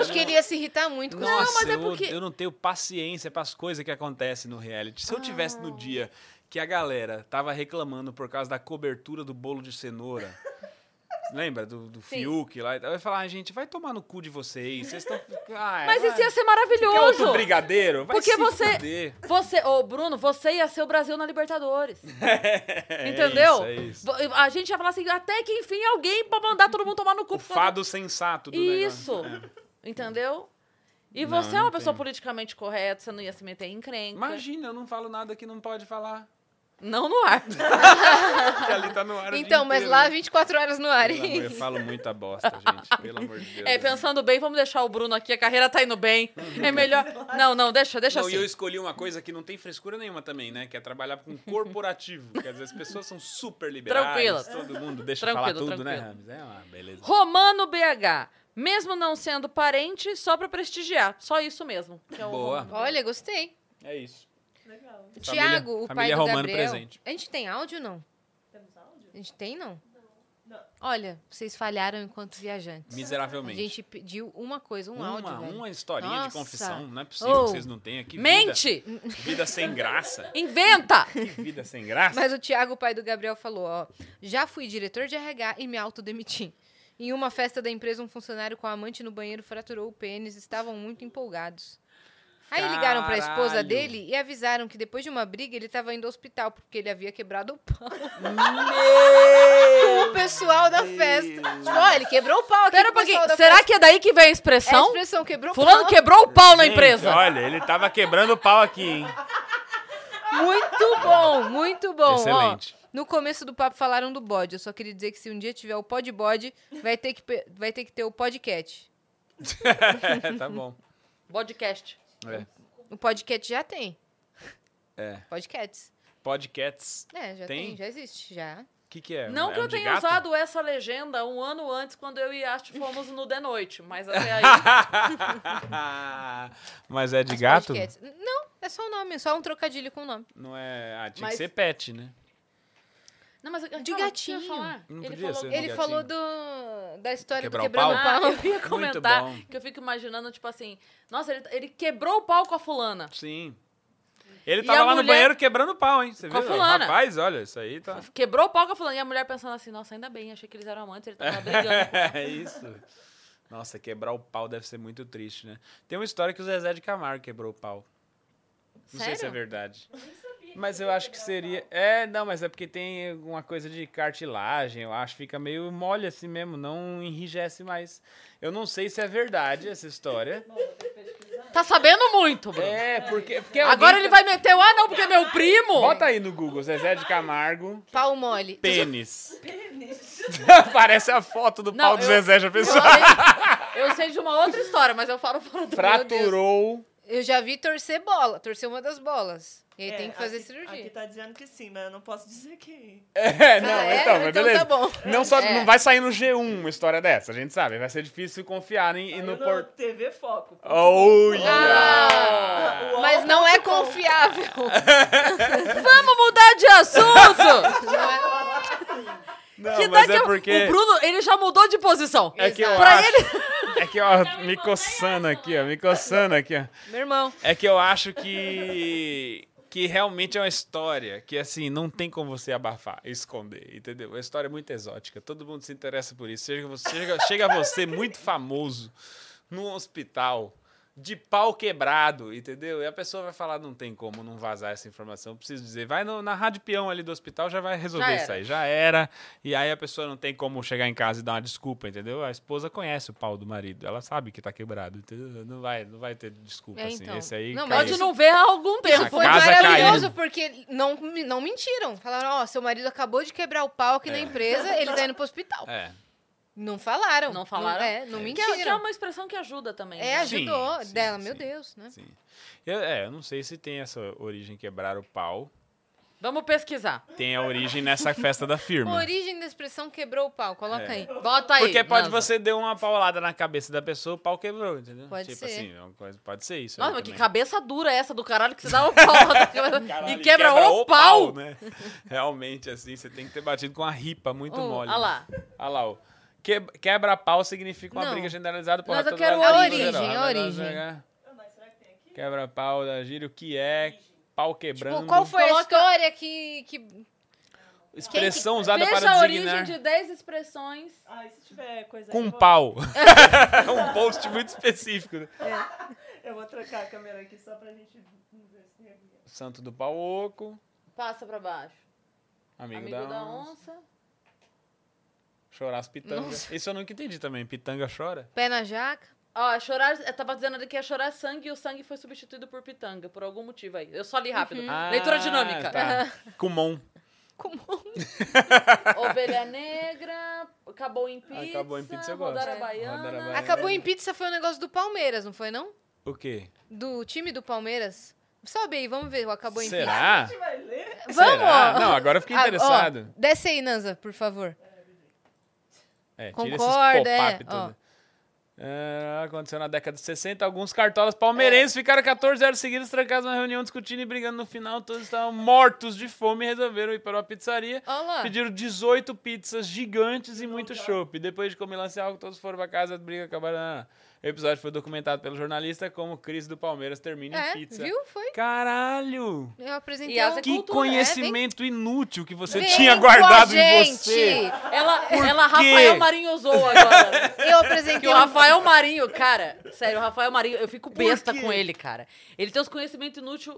B: Acho que ele ia se irritar muito com
C: Nossa,
A: mas é
C: eu,
A: porque-
C: eu não tenho paciência para as coisas que acontecem no reality. Se eu tivesse
A: Ah.
C: no dia que a galera tava reclamando por causa da cobertura do bolo de
A: *laughs*
C: cenoura. Lembra do, do Fiuk lá? e tal, Eu ia falar, "Ah, gente, vai tomar no cu de vocês. Vocês
A: *laughs*
C: estão.
B: É
C: Ah,
A: Mas
C: vai.
A: isso ia ser
C: Quer outro
A: maravilhoso.
C: brigadeiro? Vai
A: Porque
C: se
A: você-
C: fuder."
A: Você, ô Bruno, você ia ser o Brasil na Libertadores.
C: *laughs* É
A: entendeu?
C: isso, é isso.
A: Vo- A gente ia falar assim, até que enfim alguém pra mandar todo mundo tomar no cu.
C: O fado sensato do negócio.
A: Isso. É. Entendeu? E
C: Não,
A: você é
C: eu
A: uma
C: não
A: pessoa
C: tenho.
A: politicamente correta, você não ia se meter em encrenca.
B: Então-
C: Imagina, eu não falo nada que não pode falar.
A: Não no ar.
C: Porque ali tá no ar o dia
B: Então, mas
C: inteiro,
B: lá
C: né?
B: 24 horas no ar.
C: Pelo
B: *laughs*
C: amor, eu falo muita bosta, gente. Pelo amor de Deus.
A: É, pensando bem, vamos deixar o Bruno aqui, a carreira tá indo bem. É melhor. Não, não, deixa, deixa
C: Não,
A: assim.
C: e eu escolhi uma coisa que não tem frescura nenhuma também, né? Que é trabalhar com corporativo. que às vezes as pessoas são super liberais.
A: Tranquilas.
C: Todo mundo deixa falar
A: Tranquilo,
C: tudo, né,
A: tranquilo.
C: Rames? É uma beleza.
A: Romano BH. Mesmo não sendo parente, só pra prestigiar. Só isso mesmo. que é
B: Então,
A: o
C: Boa.
A: Romano.
B: Olha, gostei.
C: É isso.
G: Legal.
C: Família-
B: Tiago, o pai
C: família
B: do
C: Romano
B: Gabriel.
C: presente.
B: A gente tem áudio ou não?
G: Temos áudio?
B: A gente tem, não? Olha, vocês falharam enquanto viajantes. A
C: Miseravelmente.
B: gente pediu uma coisa, um
C: uma,
B: áudio, velho.
C: uma historinha de
B: Nossa.
C: confissão. Não é possível
B: Oh.
C: que vocês não tenham aqui.
A: Mente!
C: Vida, vida sem graça.
A: Inventa!
C: Que vida sem graça.
B: Mas o Thiago, pai do Gabriel, falou, ó, já fui diretor de RH e me autodemiti. Em uma festa da empresa, um funcionário com a amante no banheiro fraturou o pênis, estavam muito empolgados. Aí ligaram pra esposa
C: Caralho.
B: dele e avisaram que depois de uma briga ele tava indo ao hospital porque ele havia quebrado o pau. Com *laughs* o pessoal da festa. Tipo, ó, ele quebrou o pau aqui
A: Pera um
B: com o pessoal
A: pouquinho.
B: da
A: Será
B: festa.
A: que é daí que vem a
B: É a
A: expressão?
B: expressão quebrou o
A: Fulano é
B: pau?
A: quebrou o pau na
C: Gente,
A: empresa.
C: Olha, ele tava quebrando o pau aqui, hein?
B: *laughs* Muito bom, muito bom.
C: Excelente.
B: Ó, no começo do papo falaram do bode. Eu só queria dizer que se um dia tiver o pod bode, vai ter que, pe- vai ter, que ter o podcast.
C: tá bom.
A: Podcast.
C: É.
B: O podcast já tem.
C: É.
B: Podcasts.
C: Podcasts.
B: É, já
C: Tem?
B: tem, já existe, já.
C: O que, que é?
A: Não
C: É
A: que
C: um
A: eu
C: de
A: tenha
C: gato?
A: usado essa legenda um ano antes, quando eu e Astro fomos no The Noite, mas até
C: *laughs*
A: aí.
C: *laughs* Mas é de
B: Os
C: gato?
B: podcasts. Não, é só o nome, é só um trocadilho com o nome.
C: Não é. Ah, tinha
A: Mas-
C: que ser pet, né?
A: Não, mas eu- calma, o
B: De
A: que eu ia
B: gatinho.
A: falar?
C: Não
A: ele
C: podia
A: falou
C: ser,
A: que
C: né?
B: Ele
C: gatinho.
B: falou do, da história
C: Quebrar o
B: do quebrando o
A: Ah,
B: pau.
A: eu ia
C: Muito
A: comentar
C: bom.
A: que eu fico imaginando, tipo assim, nossa, ele, ele quebrou o pau com a fulana.
C: Sim. Ele
A: E
C: tava
A: a
C: lá no
A: mulher-
C: banheiro quebrando o pau, hein? Você
A: Com a
C: viu?
A: fulana.
C: Rapaz, olha, isso aí tá.
A: Quebrou o pau com a fulana. E a mulher pensando assim, nossa, ainda bem, achei que eles eram amantes, ele tava brigando.
C: *laughs* é isso. Nossa, quebrar o pau deve ser muito triste, né? Tem uma história que o Zezé de Camargo quebrou o pau. Não sei se é
A: Sério?
C: verdade. Mas eu acho que seria. É, não, mas é porque tem alguma coisa de cartilagem, eu acho. Fica meio mole assim mesmo, não enrijece mais. Eu não sei se é verdade essa *laughs* história.
A: Tá sabendo muito, Bruno.
C: É, porque. porque
A: Agora
C: alguém
A: ele
C: tá-
A: vai meter o ah, não, porque é meu primo.
C: Bota aí no Google, Zezé de *laughs* Camargo,
G: Ah.
B: *laughs* Pau mole.
C: pênis. *laughs* Parece a foto do
A: Não,
C: pau do
A: eu-
C: Zezé, já
A: Eu
C: pensou? *laughs*
A: sei- Eu sei de uma outra história, mas eu falo fora do
C: Fraturou.
B: Eu já vi torcer bola, torcer uma das bolas. E aí
G: É,
B: tem que fazer
G: aqui-
B: cirurgia.
G: Aqui tá dizendo que sim, mas eu não posso dizer quem.
C: É, não,
B: Ah, é?
C: então, mas
B: Então
C: beleza.
B: tá bom.
C: Não, só,
B: É.
C: não vai sair no G1 uma história dessa, a gente sabe. Vai ser difícil confiar em, em
G: Saiu
C: no Ah,
G: na
C: portal.
G: TV Foco.
A: Ah,
C: Olha!
G: O
B: Ah, Mas não é
G: Foco.
B: confiável.
A: Vamos mudar de
C: *laughs*
A: assunto!
C: Não,
A: que
C: mas
A: daqui
C: é
A: a-
C: porque.
A: O Bruno, ele já mudou de posição.
C: É que eu
A: pra
C: acho.
A: ele.
C: *laughs* É que, ó, me coçando aqui, ó, me coçando aqui, ó.
B: Meu irmão.
C: É que eu acho que. Que realmente é uma história que, assim, não tem como você abafar, esconder, entendeu? É uma história muito exótica. Todo mundo se interessa por isso. Chega, você- chega, chega você muito famoso num hospital, de pau quebrado, entendeu? E a pessoa vai falar: não tem como não vazar essa informação. Preciso dizer, vai no- na rádio peão ali do hospital, já vai resolver
A: Já
C: isso
A: era.
C: aí. Já era. E aí a pessoa não tem como chegar em casa e dar uma desculpa, entendeu? A esposa conhece o pau do marido, ela sabe que tá quebrado, entendeu? Não vai, não vai ter desculpa desculpa,
B: É,
C: assim,
B: então.
C: Esse aí
B: Não,
C: caiu.
B: mas
A: Pode não ver há algum tempo.
B: Foi
C: casa é
B: maravilhoso
C: caindo.
B: porque não, não mentiram. Falaram, ó, seu marido acabou de quebrar o pau aqui na empresa, ele tá indo pro hospital.
C: É.
B: Não falaram.
A: Não falaram?
B: é, não
A: Que é, que é
B: mentiram.
A: uma expressão que ajuda também.
B: É,
A: né?
C: Sim,
B: ajudou
C: sim,
B: dela,
C: sim.
B: meu Deus, né?
C: Sim. Eu, é, eu não sei se tem essa origem quebrar o pau.
A: Vamos pesquisar.
C: Tem a origem nessa festa da
B: A
C: firma.
B: origem da expressão quebrou o pau, coloca
C: É.
B: aí.
A: Bota aí.
C: Porque pode
A: Nanda.
C: você deu uma paulada na cabeça da pessoa, o pau quebrou, entendeu?
B: Pode
C: tipo
B: ser.
C: assim, é uma coisa- pode ser isso.
A: Nossa,
C: aí
A: mas que
C: também.
A: cabeça dura é essa do caralho que você dá o pau
C: *laughs* Caralho,
A: e quebra, o pau.
C: né? Realmente, assim, você tem que ter batido com uma ripa muito
A: Oh,
C: mole.
A: Olha lá.
C: Olha lá, ó. Que- Quebra-pau significa uma
B: Não.
C: briga generalizada por
A: Mas eu
C: todo
A: quero
C: lado
A: a
C: do
A: origem,
C: geral.
B: a
C: Mas nós
B: origem.
C: jogar- Quebra-pau da gíria, o que é pau quebrando?
B: Pô, qual foi a
A: Coloca-
B: história que, que...
C: Expressão usada
A: Veja a
C: para
A: origem
C: designar
A: de 10 expressões.
G: Ah, e se tiver coisa aí,
C: com um
G: eu vou-
C: pau. *laughs* É um post muito específico. né?
G: Eu vou trocar a câmera aqui só pra gente ver se tem aqui.
C: Santo do pau oco,
A: Passa pra baixo.
C: amigo,
A: Amigo,
C: da,
A: da
C: onça,
A: onça.
C: chorar as pitangas. Isso eu nunca entendi também. Pitanga chora?
B: Pé na jaca?
A: Ó, chorar. Eu tava dizendo ali que ia chorar sangue e o sangue foi substituído por pitanga, por algum motivo aí. Eu só li rápido. Hum. Leitura
C: Ah,
A: dinâmica.
C: Tá. Kumon.
B: Como?
A: *laughs* Ovelha negra, acabou em pizza.
C: Ah, Acabou em pizza, eu gosto.
A: Rodara
C: É.
A: baiana.
C: Rodara
B: *laughs*
C: baiana.
B: Acabou em pizza foi um negócio do Palmeiras, não foi não?
C: O quê?
B: Do time do Palmeiras. Sobe aí, vamos ver o acabou em pizza.
C: Será?
G: Você vai ler?
B: Vamos!
C: Será?
B: ó.
C: Não, agora eu fiquei
B: Ah, ó,
C: interessado.
B: desce aí, Nanza, por favor.
C: é, tira
B: concorda,
C: esses pop-up
B: é,
C: tudo. É, aconteceu na década de 60. Alguns cartolas palmeirenses
B: É.
C: ficaram 14 horas seguidas trancados na reunião, discutindo e brigando. No final, todos estavam mortos de fome e resolveram ir para uma pizzaria.
A: Olha lá.
C: Pediram 18 pizzas gigantes e muito chopp. Depois de comer lance álcool, todos foram para casa, a briga acabou. na- O episódio foi documentado pelo jornalista como crise do Palmeiras termina
B: É,
C: em pizza.
B: viu? Foi.
C: Caralho!
B: Eu apresentei
A: E asa
B: um-
A: que
C: Que
A: Cultura,
C: conhecimento inútil que você
B: Vem com
C: tinha
B: a
C: guardado em
B: gente.
C: você.
A: Ela, ela Rafael Marinho usou
B: *laughs*
A: agora.
C: *laughs*
B: Eu apresentei
A: Que o
B: um-
A: Rafael Marinho, cara, sério, o Rafael Marinho, eu fico besta
G: quê?
A: com ele, cara. Ele tem os conhecimentos inúteis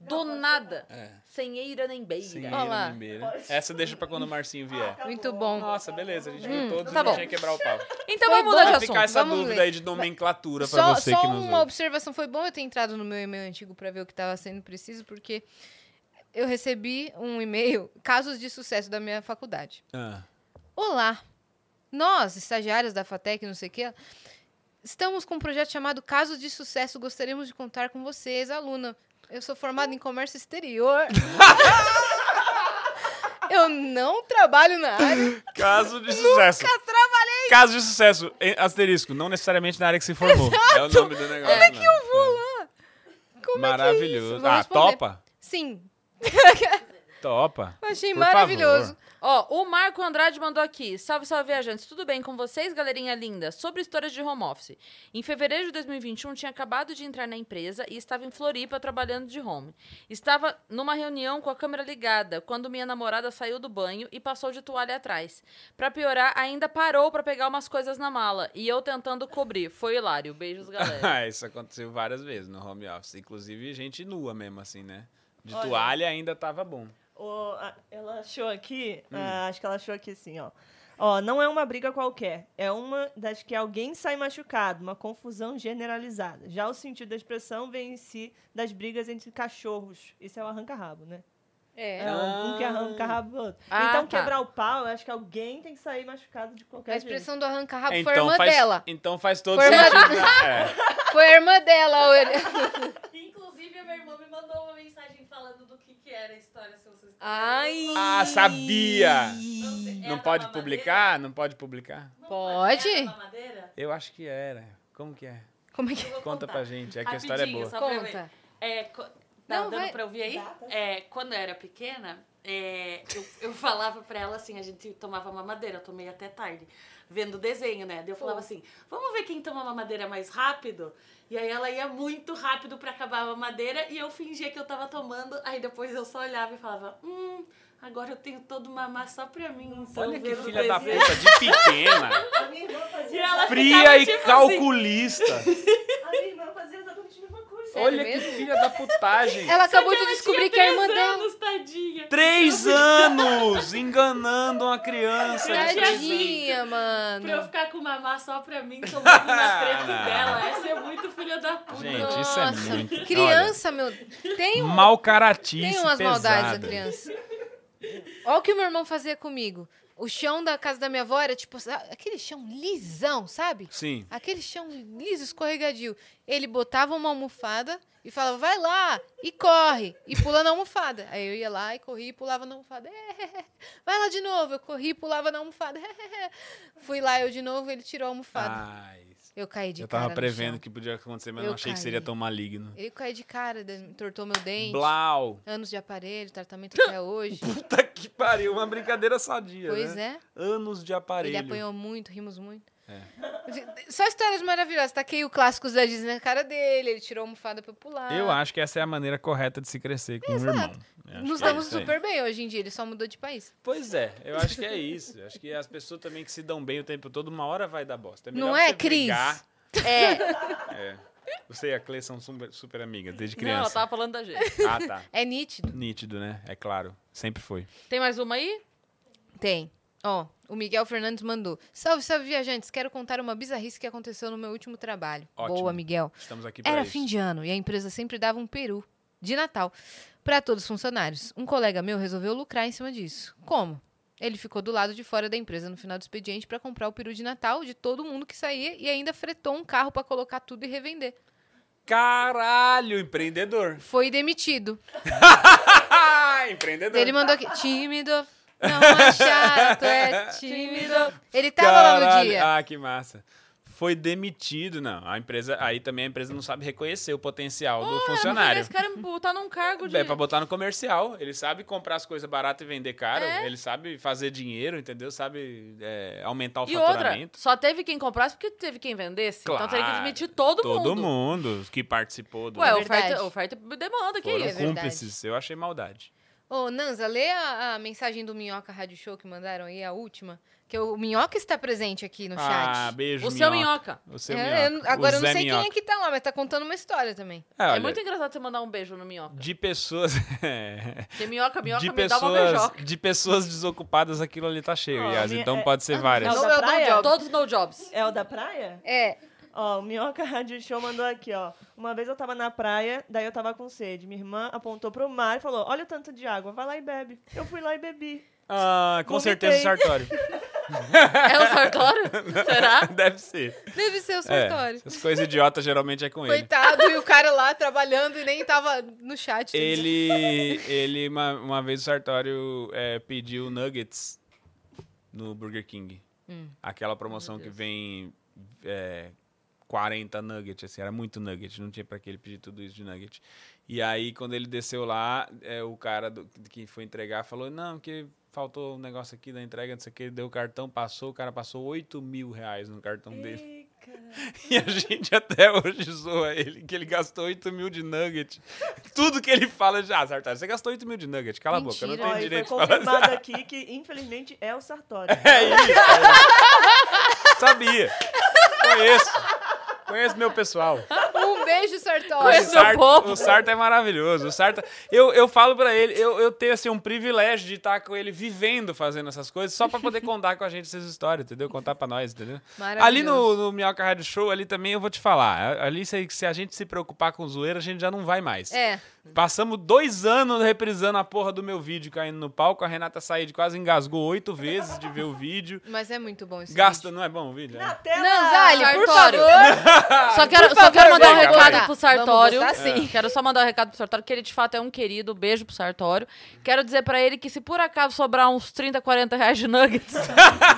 A: do nada. Sem eira nem beira.
C: é. Sim,
A: Olha lá.
C: Nimeira. Essa deixa pra quando o Marcinho vier.
B: Muito bom.
C: Nossa, beleza, a gente
B: Hum,
C: viu todos
A: tá
C: e não
A: bom.
C: tinha que quebrar o papo.
A: Então
B: Foi
A: vamos
B: bom.
A: mudar de
C: Vai
A: assunto.
C: ficar essa
B: vamos
C: dúvida
B: ler.
C: aí de nomenclatura pra
B: Só,
C: você
B: só
C: que nos
B: uma
C: ouve.
B: observação. Foi bom eu ter entrado no meu e-mail antigo pra ver o que tava sendo preciso, porque eu recebi um e-mail, casos de sucesso da minha faculdade.
C: Ah,
B: Olá! Nós, estagiários da FATEC, não sei o quê, estamos com um projeto chamado Casos de Sucesso. Gostaríamos de contar com vocês, aluna. Eu sou formada em comércio exterior. Eu não trabalho na área.
C: Caso de sucesso. Nunca trabalhei. Caso de sucesso. em- Asterisco, não necessariamente na área que se
B: *laughs*
C: formou. É o nome do negócio. Como é que eu vou lá?
B: Como é que é isso?
C: Maravilhoso.
B: Vou
C: ah,
B: responder.
C: topa?
B: Sim,
C: Topa.
B: achei
C: Por
B: maravilhoso.
C: favor.
A: Ó, o Marco Andrade mandou aqui. Salve, salve, viajantes. Tudo bem com vocês, galerinha linda? Sobre histórias de home office. Em fevereiro de 2021, tinha acabado de entrar na empresa e estava em Floripa trabalhando de home. Estava numa reunião com a câmera ligada quando minha namorada saiu do banho e passou de toalha atrás. Pra piorar, ainda parou pra pegar umas coisas na mala e eu tentando cobrir. Foi hilário. Beijos,
C: *laughs*
A: galera.
C: Ah, isso aconteceu várias vezes no home office. Inclusive, gente nua mesmo, assim, né? De
G: Olha.
C: toalha ainda tava bom.
G: Ô, a- ela achou aqui,
C: Hum.
G: ah, acho que ela achou aqui assim, ó. Ó, não é uma briga qualquer, é uma das que alguém sai machucado, uma confusão generalizada. Já o sentido da expressão vem em si das brigas entre cachorros. Isso é o arranca-rabo, né? É,
B: É.
G: um que arranca rabo do outro.
A: Ah,
G: então,
A: tá.
G: quebrar o pau, eu acho que alguém tem que sair machucado de
B: A
G: qualquer jeito.
B: expressão do arranca-rabo foi a
C: então,
B: irmã
C: faz,
B: dela.
C: então faz todo
B: Foi irmã-
C: sentido. né? É.
B: Foi a irmã dela. olha.
D: Inclusive, a minha irmã me mandou uma mensagem falando do que, que era a história, se vocês
A: Ai,
C: Ah, sabia!
D: Não sei, era
C: Não
D: da
C: pode
D: mamadeira?
C: publicar? Não pode publicar?
D: Não,
B: Pode?
D: era da mamadeira?
C: Eu acho que era. Como que é?
B: Como é que
D: Eu vou
C: Conta
D: contar.
C: pra gente, é que a história é
D: Rapidinho,
C: boa.
D: só pra ver.
B: conta?
D: É, co- tá
B: Não,
D: dando
B: vai- tá
D: pra ouvir aí? É, quando eu era pequena, é, eu, eu falava pra ela assim, a gente tomava mamadeira, eu tomei até tarde, vendo desenho, né? Daí eu falava assim, vamos ver quem toma mamadeira mais rápido? E aí ela ia muito rápido pra acabar a mamadeira e eu fingia que eu tava tomando, aí depois eu só olhava e falava, hum, agora eu tenho todo mamar só pra mim. então,
C: Olha que
D: vendo
C: filha da
B: *laughs*
D: desenho."
C: puta, de pequena,
G: A minha irmã
D: E
G: fazia,
D: ela
C: fria
D: ficava,
C: e
D: tipo assim,
B: *laughs*
C: calculista.
G: a minha irmã fazia exatamente a mesma coisa.
B: Sério
C: Olha que
B: mesmo?
C: filha da putagem.
B: Ela
D: Só
B: acabou de
D: ela
B: descobrir
D: tinha
B: que é a irmã
D: três
B: dela.
D: anos, tadinha.
C: Três anos enganando uma criança.
D: Eu
C: de
D: tinha
C: três anos.
B: Tadinha, mano.
D: Pra eu ficar com mamá só pra mim, tomando na frente dela. Essa é muito filha da puta.
C: Gente, isso é muito- olha. é
B: Criança, meu. Tem, um-
C: Mal caratice
B: tem umas maldades a
C: pesada.
B: criança. Olha o que meu irmão fazia comigo. O chão da casa da minha avó era tipo sa- aquele chão lisão, sabe?
C: Sim.
B: Aquele chão liso, escorregadio. Ele botava uma almofada e falava, vai lá e corre. E pula na almofada. Aí eu ia lá e corria e pulava na almofada. *laughs* É, vai lá de novo. Eu corri e pulava na almofada. *laughs* Fui lá eu de novo, ele tirou a almofada.
C: Ai,
B: eu caí de
C: Ah, eu
B: cara.
C: tava
B: no
C: prevendo
B: chão.
C: que podia acontecer, mas
B: Eu
C: não achei que
B: caí.
C: seria tão maligno.
B: Eu caí de cara, de- tortou meu dente.
C: Blau.
B: Anos de aparelho, tratamento até hoje.
C: *laughs* Puta que pariu, uma brincadeira sadia,
B: pois
C: né?
B: é.
C: Anos de aparelho. É.
B: Ele apanhou muito, rimos muito. Assim, Só histórias maravilhosas. Taquei o clássicos da Disney na cara dele, ele tirou a almofada pra eu pular.
C: Eu acho que essa é a maneira correta de se crescer com um irmão. Eu acho
B: Nos
C: que é
B: damos
C: isso aí.
B: super bem hoje em dia, ele só mudou de país.
C: Pois é, eu acho que é isso. Eu acho que as pessoas também que se dão bem o tempo todo, uma hora vai dar bosta. É melhor
B: Não é,
C: você
B: Cris?
C: brigar.
A: é.
C: É. Você e a Clê são super, super amigas desde
A: Não, ela
C: criança.
A: tava falando da gente.
C: Ah, tá.
B: É nítido?
C: Nítido, né? É claro. Sempre foi.
A: Tem mais uma aí?
B: Tem. Ó, o Miguel Fernandes mandou. Salve, salve, viajantes. Quero contar uma bizarrice que aconteceu no meu último trabalho.
C: Ótimo.
B: Boa, Miguel.
C: Estamos aqui pra
B: Era
C: isso.
B: fim de ano e a empresa sempre dava um peru de Natal para todos os funcionários. Um colega meu resolveu lucrar em cima disso. Como? Ele ficou do lado de fora da empresa no final do expediente para comprar o peru de Natal de todo mundo que saía e ainda fretou um carro para colocar tudo e revender.
C: Caralho, empreendedor. *laughs*
B: Foi demitido.
C: Ah, empreendedor.
B: Ele mandou
C: *laughs*
B: aqui: tímido. Não é chato, é tímido. Ele tava lá no
C: Caralho.
B: dia.
C: Ah, que massa. foi demitido. Não, a empresa, aí também a empresa não sabe reconhecer o potencial do
A: Porra,
C: funcionário.
A: Esse cara me botar num cargo de.
C: É pra botar no comercial. Ele sabe comprar as coisas baratas e vender caro.
A: É.
C: Ele sabe fazer dinheiro, entendeu? Sabe é, aumentar o
A: E outra,
C: faturamento.
A: só teve quem comprasse porque teve quem vendesse.
C: Claro.
A: Então teria que demitir todo, mundo.
C: Todo mundo que participou do.
A: Ué,
B: É
A: oferta,
B: verdade.
A: oferta e demanda, que
C: foram
A: isso?
B: é verdade.
C: cúmplices. Eu achei maldade.
B: Ô, Nanza, lê a, a mensagem do Minhoca Rádio Show que mandaram aí, a última. Que o Minhoca está presente aqui no
C: Ah,
B: chat.
C: beijo,
A: O seu
C: minhoca.
A: minhoca.
C: O seu
B: É, eu não-
C: minhoca. O
B: agora eu não
C: Zé
B: sei
C: minhoca.
B: quem é que tá lá, mas tá contando uma história também.
C: É, olha,
A: É muito engraçado você mandar um beijo no minhoca.
C: De pessoas. *laughs* é,
A: Porque minhoca, minhoca
C: de,
A: me dá uma
C: *laughs*
A: beijoca.
C: pessoas, de pessoas desocupadas, aquilo ali tá cheio,
G: Ó,
C: Yas.
G: mi-
C: Então
G: é-
C: pode ser várias.
G: da
B: Não, eu dou
G: praia?
B: um job.
A: Todos no jobs.
G: É o da praia?
B: É,
G: Ó, o Minhoca Rádio Show mandou aqui, ó. Uma vez eu tava na praia, daí eu tava com sede. Minha irmã apontou pro mar e falou: Olha o tanto de água, vai lá e bebe. Eu fui lá e bebi.
C: Ah, com
G: Vomitei.
C: certeza o Sartório.
A: É o
C: *laughs*
A: Sartório? Será?
C: Deve ser.
B: deve ser o
C: É,
B: Sartori.
C: essas coisas idiotas geralmente é com ele.
B: Coitado, e o cara lá trabalhando e nem tava no chat.
C: Ele, ele uma, uma vez o Sartório é, pediu nuggets no Burger King. Aquela promoção que vem é, 40 nuggets, assim, era muito nugget, não tinha pra que ele pedir tudo isso de nugget. E aí, quando ele desceu lá, é, o cara do- que foi entregar falou, não, que faltou um negócio aqui da entrega, não sei o que, ele deu o cartão, passou, o cara passou 8 mil reais no cartão dele.
G: Ih, cara.
C: *laughs* E a gente até hoje zoa ele, que ele gastou 8 mil de nugget. Tudo que ele fala já, ah, Sartori, você gastou 8 mil de nugget, cala a boca, eu
B: Mentira.
C: não
G: Ó,
C: tenho
G: e foi
C: direito de falar.
G: confirmado aqui que, infelizmente, é o Sartori.
C: É isso. Sabia. Conheço. Conheço meu pessoal.
B: Um beijo, Sartori.
A: Conheço- Esse é o povo.
C: o Sarta é maravilhoso. O Sarta, eu, eu falo pra ele, eu, eu tenho assim, um privilégio de estar com ele vivendo, fazendo essas coisas, só pra poder contar com a gente essas histórias, entendeu? Contar pra nós, entendeu?
B: Maravilhoso.
C: Ali no, no Minhoca Rádio Show, ali também eu vou te falar. a- Ali, se, se a gente se preocupar com zoeira, a gente já não vai mais.
B: É,
C: Passamos dois anos reprisando a porra do meu vídeo caindo no palco. A Renata Said quase engasgou oito vezes de ver o vídeo.
B: mas é muito bom esse
C: Gasta,
B: vídeo.
C: não é bom o vídeo?
G: Na
C: É.
G: tela!
B: Não, Zali, por
A: Sartório.
B: favor.
A: Só quero, só
B: por favor,
A: quero mandar um
C: vem,
A: recado
C: vai.
A: pro Sartório.
B: Vamos botar sim.
A: É. Quero só mandar um recado pro Sartório, que ele de fato é um querido. Beijo pro Sartório. Quero dizer pra ele que se por acaso sobrar uns 30, 40 reais de nuggets. *laughs*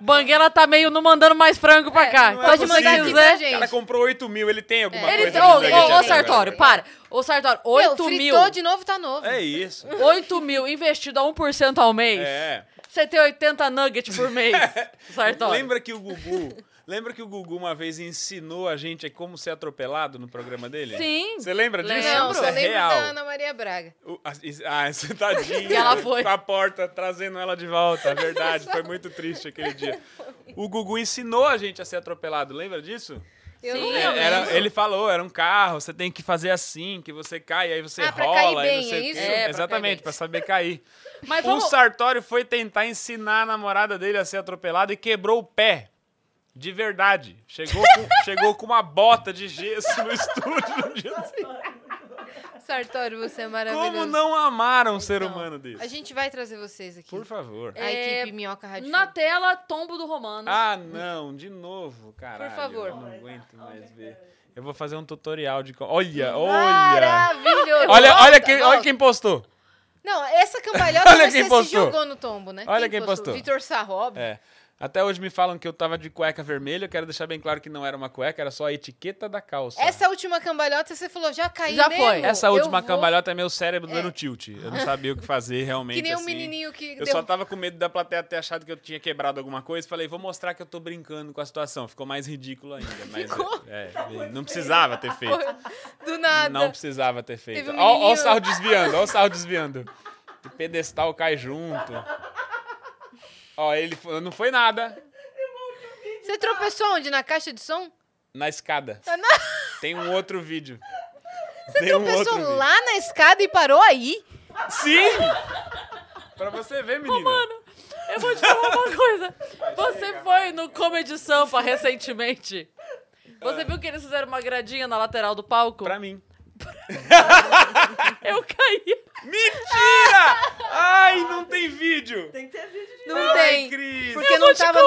A: Banguela tá meio não mandando mais frango pra cá.
C: não é
A: Então,
B: Pode
A: se
B: mandar
A: você
B: aqui pra
A: quiser.
C: O cara
B: gente.
C: comprou 8 mil, ele tem alguma
A: Ele,
C: coisa.
A: ô,
C: de
B: nugget
A: ô, ô,
B: agora.
C: negativo,
A: Sartório, para. Ô, Sartório, 8
B: Meu,
A: mil.
B: fritou de novo, tá novo.
C: É isso.
A: 8 mil investido a 1% ao mês.
C: É.
A: Você tem 80 nuggets por
C: *laughs*
A: mês, Sartório.
C: Lembra que o Gugu. Lembra que o Gugu uma vez ensinou a gente como ser atropelado no programa dele?
A: Sim.
C: Você lembra disso?
B: Não,
A: Lembro.
B: só
C: Isso é
B: lembro
C: real.
B: da Ana Maria Braga.
C: O- a- is- Ah, *laughs* essa tadinha.
A: E ela foi.
C: Com a porta trazendo ela de volta, é verdade. Foi muito triste aquele dia. O Gugu ensinou a gente a ser atropelado, lembra disso?
B: Eu
A: Sim,
B: não
C: É,
B: lembro.
C: era- ele falou, era um carro, você tem que fazer assim, que você cai, aí você
B: Ah, pra
C: rola.
B: cair
C: aí
B: bem,
C: você...
B: é isso?
A: É, pra cair
C: exatamente,
A: bem.
C: pra saber
B: *laughs*
C: cair.
A: Mas
C: O
A: vamos...
C: Sartório foi tentar ensinar a namorada dele a ser atropelado e quebrou o pé. De verdade. Chegou
B: *laughs*
C: com, chegou com uma bota de gesso no *laughs* estúdio no dia seguinte.
B: Sartori, você é maravilhoso.
C: Como não amaram um ser
B: Não.
C: humano desse?
B: A gente vai trazer vocês aqui.
C: Por favor.
B: A
A: É,
B: equipe Minhoca Rádio.
A: Na
B: Show.
A: tela, tombo do Romano.
C: Ah, não, de novo, caralho.
B: favor.
C: Eu não aguento mais ver. Eu vou fazer um tutorial de. co- Olha, olha!
B: Maravilhoso.
C: Olha, olha,
B: Volta,
C: quem, olha
B: volta.
C: quem postou.
B: Não, essa cambalhota
C: *laughs* Olha
B: você
C: quem postou.
B: se jogou no tombo, né?
C: Olha quem postou.
B: Vitor Sarro, óbvio.
C: É. Até hoje me falam que eu tava de cueca vermelha. Eu quero deixar bem claro que não era uma cueca, era só a etiqueta da calça.
B: Essa última cambalhota você falou, já caiu
A: Já
B: mesmo?
A: foi.
C: Essa
B: Eu
C: última
B: vou-
C: cambalhota é meu cérebro dando tilt. Eu não sabia o que fazer realmente.
B: Que nem
C: assim.
B: um menininho que
C: Eu
B: deu...
C: só tava com medo da plateia ter achado que eu tinha quebrado alguma coisa. Falei, vou mostrar que eu tô brincando com a situação. Ficou mais ridículo ainda. Mas
B: Ficou. Tá
C: é, é, não precisava ter feito.
B: do nada.
C: Não precisava ter feito.
B: Teve um
C: Ó, ó o
B: menininho-
C: sarro desviando, ó o sarro desviando. O pedestal cai junto. Ó, ele foi- não foi nada
B: Você tropeçou onde? Na caixa de som?
C: na escada.
B: Ah, não.
C: Tem um outro vídeo.
B: Você
C: Tem um
B: tropeçou
C: outro
B: lá na escada e parou aí?
C: vídeo. Sim! Pra você ver, menina.
A: Eu vou te falar uma coisa. Você foi no Comedy Sampa recentemente. Você viu que eles fizeram uma gradinha na lateral do palco?
C: Pra mim.
A: Eu caí.
C: Mentira! Ai, não tem vídeo!
G: Tem que ter vídeo de
B: Não
C: Ai,
B: tem.
C: Cris.
B: Porque não não tava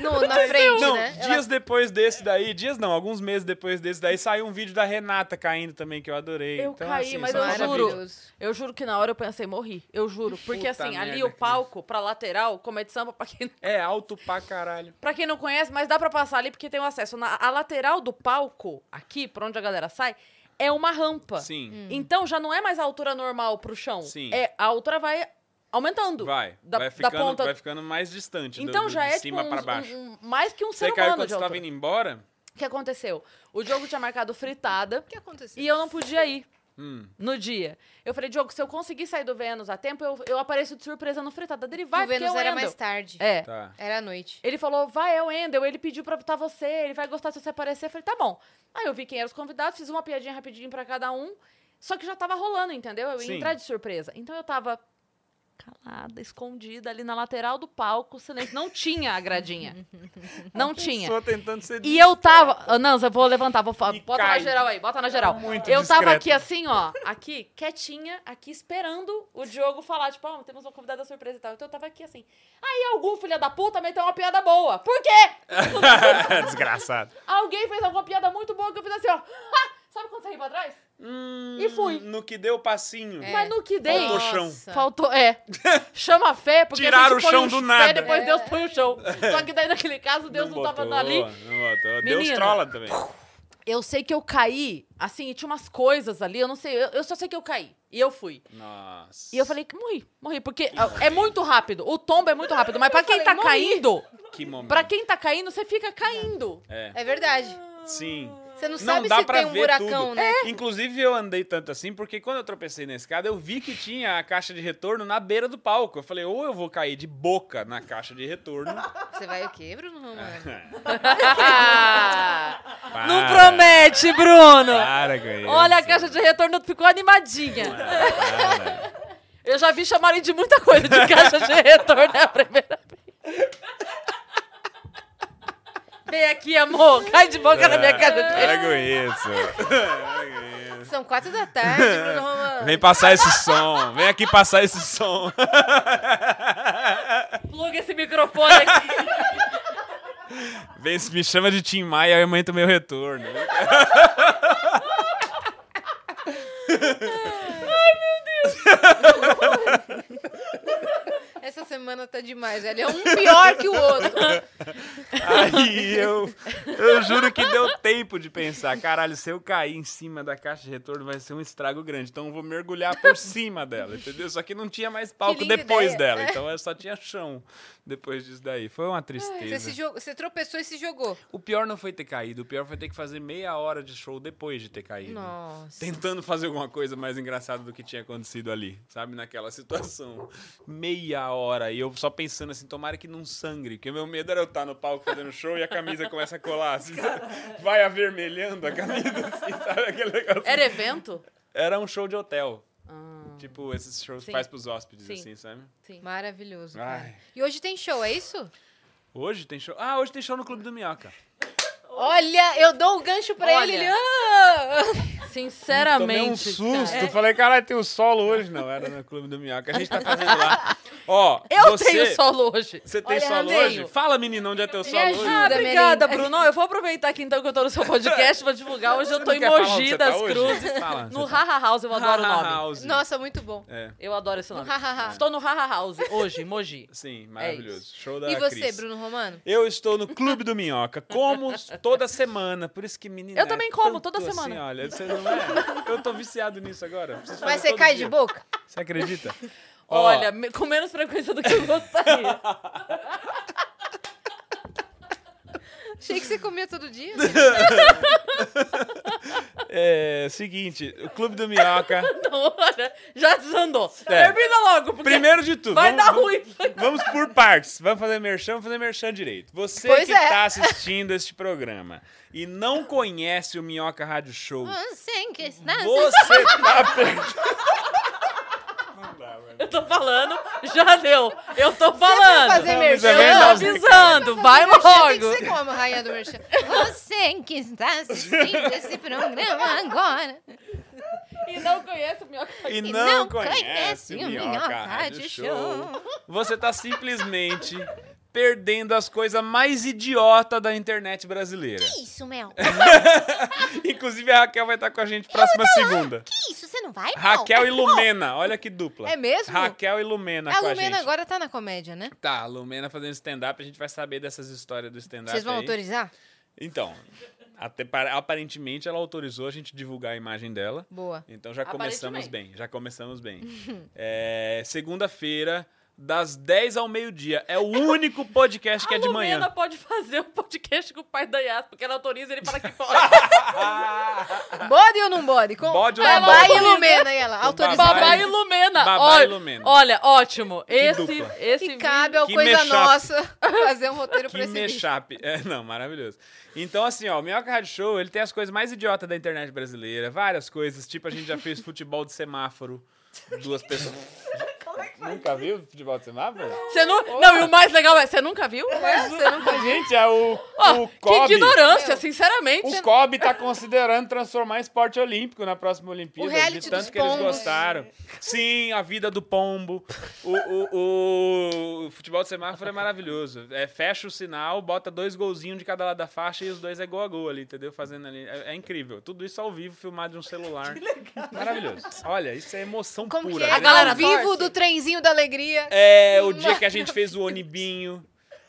B: no- na frente,
C: Não,
B: né? Ela-
C: dias depois desse daí, dias não, alguns meses depois desse daí, saiu um vídeo da Renata caindo também, que eu adorei.
A: Eu
C: então,
A: caí,
C: assim,
A: mas
C: só
A: eu
C: maravilha.
A: juro.
B: Maravilhoso.
A: Eu juro que na hora eu pensei, morri. Eu juro. Porque
C: Puta
A: assim, ali
C: merda,
A: o
C: Cris.
A: palco, pra lateral, comédia de samba, pra quem,
C: É alto pra caralho.
A: pra quem não conhece, mas dá pra passar ali porque tem o acesso. Na, a lateral do palco, aqui, pra onde a galera sai, é uma rampa.
C: Sim.
A: Então já não é mais a altura normal pro chão.
C: Sim.
A: É, a altura vai aumentando.
C: Vai.
A: Da,
C: vai,
A: da
C: ficando,
A: ponta.
C: vai ficando mais distante. do-
A: Então
C: do-
A: já
C: de
A: é tipo
C: cima
A: uns-
C: pra baixo.
A: um- um- mais que um
C: Você
A: ser
C: caiu
A: humano
C: quando
A: de
C: você tava
A: altura.
C: indo embora?
A: O que aconteceu? O Diogo tinha marcado fritada
B: O que aconteceu?
A: e eu não podia ir
C: Hum.
A: no dia. Eu falei, Diogo, se eu conseguir sair do Vênus a tempo, eu, eu apareço de surpresa no fritada dele. Vai,
B: o
A: porque
B: Vênus
A: eu
B: era
A: ando.
B: mais tarde.
A: É.
C: Tá.
B: Era à noite.
A: Ele falou, vai, é o Endel. Ele pediu pra estar você, ele vai gostar se você aparecer. Eu falei, tá bom. Aí eu vi quem eram os convidados, fiz uma piadinha rapidinho pra cada um. Só que já tava rolando, entendeu? Eu ia
C: Sim.
A: entrar de surpresa. Então eu tava calada, escondida ali na lateral do palco, silêncio. Não tinha a
B: *laughs*
A: gradinha. Não tinha.
C: Só tentando ser
A: E eu tava. ah, Não, eu vou levantar, vou falar.
C: E
A: Bota na
C: cai.
A: geral aí, bota na geral.
C: Muito
A: eu tava
C: discreto. *laughs*
A: aqui assim, ó, aqui, quietinha, aqui esperando o Diogo falar, tipo, ó, temos uma convidada surpresa e tal. Então eu tava aqui assim. Aí algum filho da puta meteu uma piada boa. Por quê?
C: Desgraçado.
A: Alguém fez alguma piada muito boa que eu fiz assim, ó. "Ha!" Sabe quando você ri pra trás? E fui.
C: No que deu o passinho.
A: Mas no que dei.
C: Faltou chão.
B: Nossa.
A: Faltou,
C: *laughs*
A: é. Chama a fé, porque
C: Tiraram
A: a gente
C: o
A: põe
C: chão
A: um
C: do
A: pé,
C: nada. É.
A: depois Deus põe o chão. Só que daí naquele caso, Deus não, tava
C: botou,
A: ali.
C: Não botou. Deus
A: Menino.
C: trola também.
A: Eu sei que eu caí, assim, e tinha umas coisas ali, eu não sei, eu, eu só sei que eu caí. E eu fui.
C: Nossa.
A: E eu falei que morri, morri, porque ah, é muito rápido, o tombo é muito rápido, mas pra quem tá caindo,
C: Que momento.
A: pra quem tá caindo, você fica caindo.
C: É.
B: É verdade.
C: Sim.
B: Você não
C: Não
B: sabe
C: dá
B: se
C: pra
B: tem um
C: ver
B: buracão,
C: tudo. É.
B: né?
C: Inclusive, eu andei tanto assim, porque quando eu tropecei na escada, eu vi que tinha a caixa de retorno na beira do palco. Eu falei, ou eu vou cair de boca na caixa de retorno.
B: Você vai o quê, Bruno
C: *laughs*
B: Romano? *laughs*
A: Ah, não
C: Para,
A: promete, Bruno!
C: Para com Ah, isso.
A: Olha, a caixa de retorno ficou animadinha.
C: Para.
A: Eu já vi chamarem de muita coisa de caixa de retorno, é a primeira vez. Vem aqui, amor, cai de boca na minha caixa de retorno.
C: Para com isso.
B: São quatro da
C: *laughs*
B: tarde, Bruno Romano.
C: Vem passar esse som. Vem aqui passar esse som.
A: Pluga esse microfone aqui.
C: Vem, me chama de Tim Maia e aumenta o meu retorno.
B: Essa semana tá demais, velho. É um pior que o
C: *laughs*
B: outro.
C: Aí eu, eu juro que deu tempo de pensar. Caralho, se eu cair em cima da caixa de retorno, vai ser um estrago grande. Então eu vou mergulhar por cima dela, entendeu? Só que não tinha mais palco
B: linda
C: depois
B: ideia.
C: dela. Então eu só tinha chão depois disso daí. Foi uma
B: É. Você, se
C: tristeza.
B: jogou- você tropeçou e se jogou.
C: O pior não foi ter caído, o pior foi ter que fazer meia hora de show depois de ter caído.
B: Nossa.
C: Tentando fazer alguma coisa mais engraçada do que tinha acontecido ali, sabe? Naquela situação. Meia hora. E eu só pensando assim, tomara que não sangre. Porque meu medo era eu estar no palco fazendo show e a camisa começa a colar. Assim, sabe? vai avermelhando a camisa, assim, *laughs* sabe? Aquele negócio.
A: Era evento?
C: Era um show de hotel.
A: Ah,
C: Tipo, esses shows
A: Sim.
C: que faz pros hóspedes,
A: Sim.
C: assim, sabe?
B: Maravilhoso, cara.
C: Ai.
B: E hoje tem show, é isso?
C: Hoje tem show. Ah, hoje tem show no Clube do Minhoca.
B: Olha, eu dou o gancho pra
A: Olha.
B: ele, ele... Ah!
A: sinceramente.
C: Tomei um susto.
A: cara. É.
C: Falei, caralho, tem o solo hoje. Não, era no Clube do Minhoca. A gente tá fazendo lá. Ó,
A: *laughs* Eu
C: você...
A: tenho solo hoje.
C: Você tem
B: Olha,
C: solo
B: eu
C: hoje?
B: tenho.
C: Fala, menino, onde é teu solo hoje?
B: ajuda.
A: Ah,
B: Melinda.
A: obrigada, Bruno. Eu vou aproveitar aqui então que eu tô no seu podcast, vou divulgar. Hoje eu tô
C: não
A: em
C: quer falar onde
A: Mogi
C: você
A: das
C: tá hoje?
A: Cruzes.
C: Fala,
A: No
C: você tá-
A: Haha House, eu adoro o
C: Ha, ha,
A: nome.
C: House.
B: Nossa, muito bom.
C: É,
A: Eu adoro esse
B: *laughs*
A: nome.
B: Ha, ha, ha.
A: Estou no Haha House hoje, em Mogi.
C: sim, maravilhoso. Show da
B: E você,
C: Cris.
B: Bruno Romano?
C: Eu estou no Clube do Minhoca, como toda semana. Por isso que, menina.
A: Eu também
C: é
A: como,
C: tanto
A: toda
C: assim,
A: semana.
C: olha, você não é? Eu tô viciado nisso agora. preciso
B: Mas
C: fazer
B: você
C: todo
B: cai
C: dia.
B: de boca?
C: Você acredita? Ó,
A: Olha, me- com menos frequência do que eu gostaria.
C: *laughs*
B: Achei que você comia todo
C: *laughs*
B: dia.
C: é seguinte, o Clube do Minhoca.
A: Então, olha, já desandou.
C: É.
A: Termina logo, porque
C: Primeiro de tudo,
A: vai
C: vamos-
A: dar
C: vamos-
A: ruim.
C: Vamos por partes. Vamos fazer merchan, vamos fazer merchan direito. Você
B: Pois
C: que
B: é.
C: está assistindo este programa e não conhece o Minhoca Rádio Show,
B: Ah, Sem questão.
C: você tá perdido.
A: Eu tô falando, já deu. Eu tô falando.
B: fazer merchan?
A: Eu tô
C: Não,
A: avisando, vai
B: Merchan tem que
A: logo.
B: ser como a rainha do merchan. Você que está assistindo
C: *laughs*
B: esse programa agora.
A: E não conhece o meu
C: E
B: E
C: não,
B: não
C: conhece,
B: conhece
C: o Minhoca Rádio Show. Você tá simplesmente perdendo as coisas mais idiota da internet brasileira.
H: Que isso, Mel?
C: Inclusive, a Raquel vai estar com a gente próxima segunda.
H: Que isso? Você não
C: *laughs*
H: vai, Mel?
C: Raquel e Lumena, olha que dupla.
B: É mesmo?
C: Raquel e Lumena
B: a
C: com a gente.
B: Lumena agora tá na comédia, né?
C: Tá, a Lumena fazendo stand-up, a gente vai saber dessas histórias do stand-up.
B: Vocês vão
C: aí.
B: autorizar?
C: Então, até para- aparentemente ela autorizou a gente divulgar a imagem dela.
B: Boa.
C: Então já começamos
A: Aparentemente.
C: bem, já começamos bem.
A: *laughs*
C: É, Segunda-feira, das 10 ao meio-dia. É o único podcast que é de
A: A Lumena
C: manhã.
A: pode fazer um podcast com o pai da Yas, porque ela autoriza ele fala
C: *laughs*
A: que pode.
B: *laughs* Bode ou não bode? Com
C: Bode ou não
B: Babá
C: bode?
B: e Lumena, e ela.
C: Com
B: Autorizada.
A: Babá e Lumena.
C: Babá
A: Ó-
C: e Lumena.
A: Olha, ótimo. esse
C: dupla.
A: esse
B: Que cabe ao
C: Que
B: Coisa
C: mashup.
B: Nossa
C: *laughs*
B: fazer um roteiro pra
C: Que
B: esse bicho.
C: mashup. É, não, maravilhoso. Então, assim, ó, o Minhoca Rádio Show, ele tem as coisas mais idiotas da internet brasileira. Várias coisas. Tipo, a gente já fez futebol de semáforo. Duas
A: *laughs*
C: pessoas... Nunca viu futebol de semáforo?
A: Você é não, não, e o mais legal é, você nunca viu?
B: Você não
C: A gente é o,
A: Ó,
C: o
A: que
C: Kobe.
A: ignorância, sinceramente.
C: O Kobe tá considerando transformar em esporte olímpico na próxima Olimpíada.
B: O reality
C: de tanto
B: dos
C: que eles
B: pombos.
C: gostaram. Sim, a vida do pombo. O, o- o- o futebol de semáforo é maravilhoso. É, fecha o sinal, bota dois golzinhos de cada lado da faixa e os dois é gol a gol ali, entendeu? Fazendo ali. É, é incrível. Tudo isso ao vivo, filmado de um celular. Que legal. Maravilhoso. Olha, isso é emoção
B: Como
C: pura.
B: que é?
C: né?
A: A galera
B: ao vivo
A: torce.
B: do trenzinho da alegria.
C: É, o dia que a gente fez o Onibinho.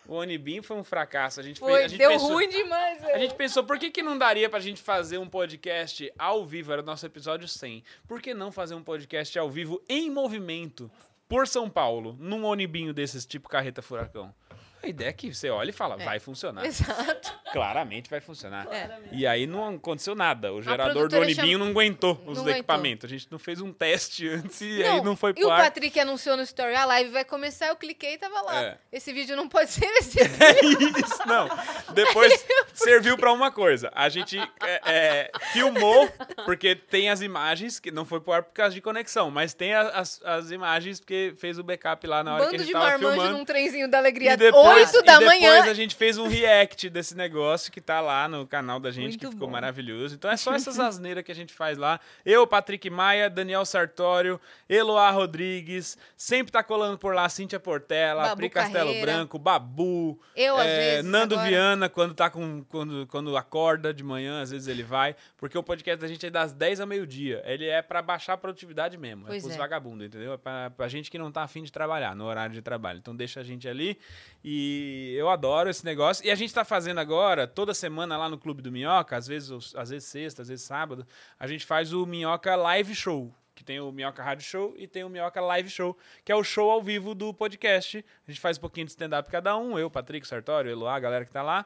C: O Onibinho foi um fracasso. A gente fez- a
B: Foi,
C: gente
B: deu
C: pensou-
B: ruim demais.
C: a
B: velho.
C: gente pensou, por que, que não daria pra gente fazer um podcast ao vivo? Era o nosso episódio 100. Por que não fazer um podcast ao vivo em movimento por São Paulo, num onibinho desses tipo carreta furacão? A ideia é que você olha e fala, vai funcionar.
B: Exato.
C: Claramente vai funcionar. E aí não aconteceu nada. O gerador do
B: É. produtora
C: onibinho não aguentou os
B: aguentou.
C: equipamentos. A gente não fez um teste *laughs* antes e aí não foi
B: e o
C: pro ar.
B: Patrick anunciou no story, a live vai começar, eu cliquei e tava lá.
C: É.
B: Esse vídeo não pode *laughs* ser esse.
C: É isso, não.
B: *laughs*
C: Depois serviu pra uma coisa. A gente é, é, filmou, porque tem as imagens, que não foi pro ar por causa de conexão, mas tem a- as, as imagens porque fez o backup lá na hora que a
B: Bando
C: gente
B: de
C: tava
B: marmanjo
C: filmando.
B: num trenzinho da alegria.
C: E depois,
B: 8 da
C: e depois
B: manhã.
C: a gente fez um react desse negócio que tá lá no canal da gente, que
B: Muito
C: ficou
B: bom.
C: maravilhoso. Então é só essas asneiras que a gente faz lá. Eu, Patrick Maia, Daniel Sartório, Eloá Rodrigues, sempre tá colando por lá, Cíntia Portela,
B: Babu
C: Pri Castelo
B: Carreira.
C: Branco, Babu. eh,
B: Eu, às vezes,
C: Nando
B: agora.
C: Viana, quando tá com. Quando, quando acorda de manhã, às vezes ele vai. Porque o podcast da gente é das 10 ao meio-dia. Ele é pra baixar a produtividade mesmo.
B: Pois
C: é pros
B: é.
C: vagabundos, entendeu? É pra, pra gente que não tá afim de trabalhar no horário de trabalho. Então deixa a gente ali. E eu adoro esse negócio. E a gente tá fazendo agora, toda semana lá no Clube do Minhoca, às vezes, os- às vezes sexta, às vezes sábado, a gente faz o Minhoca Live Show. Que tem o Minhoca Rádio Show e tem o Minhoca Live Show, que é o show ao vivo do podcast. A gente faz um pouquinho de stand-up cada um, eu, Patrick, Sartório, Eloá, a galera que tá lá.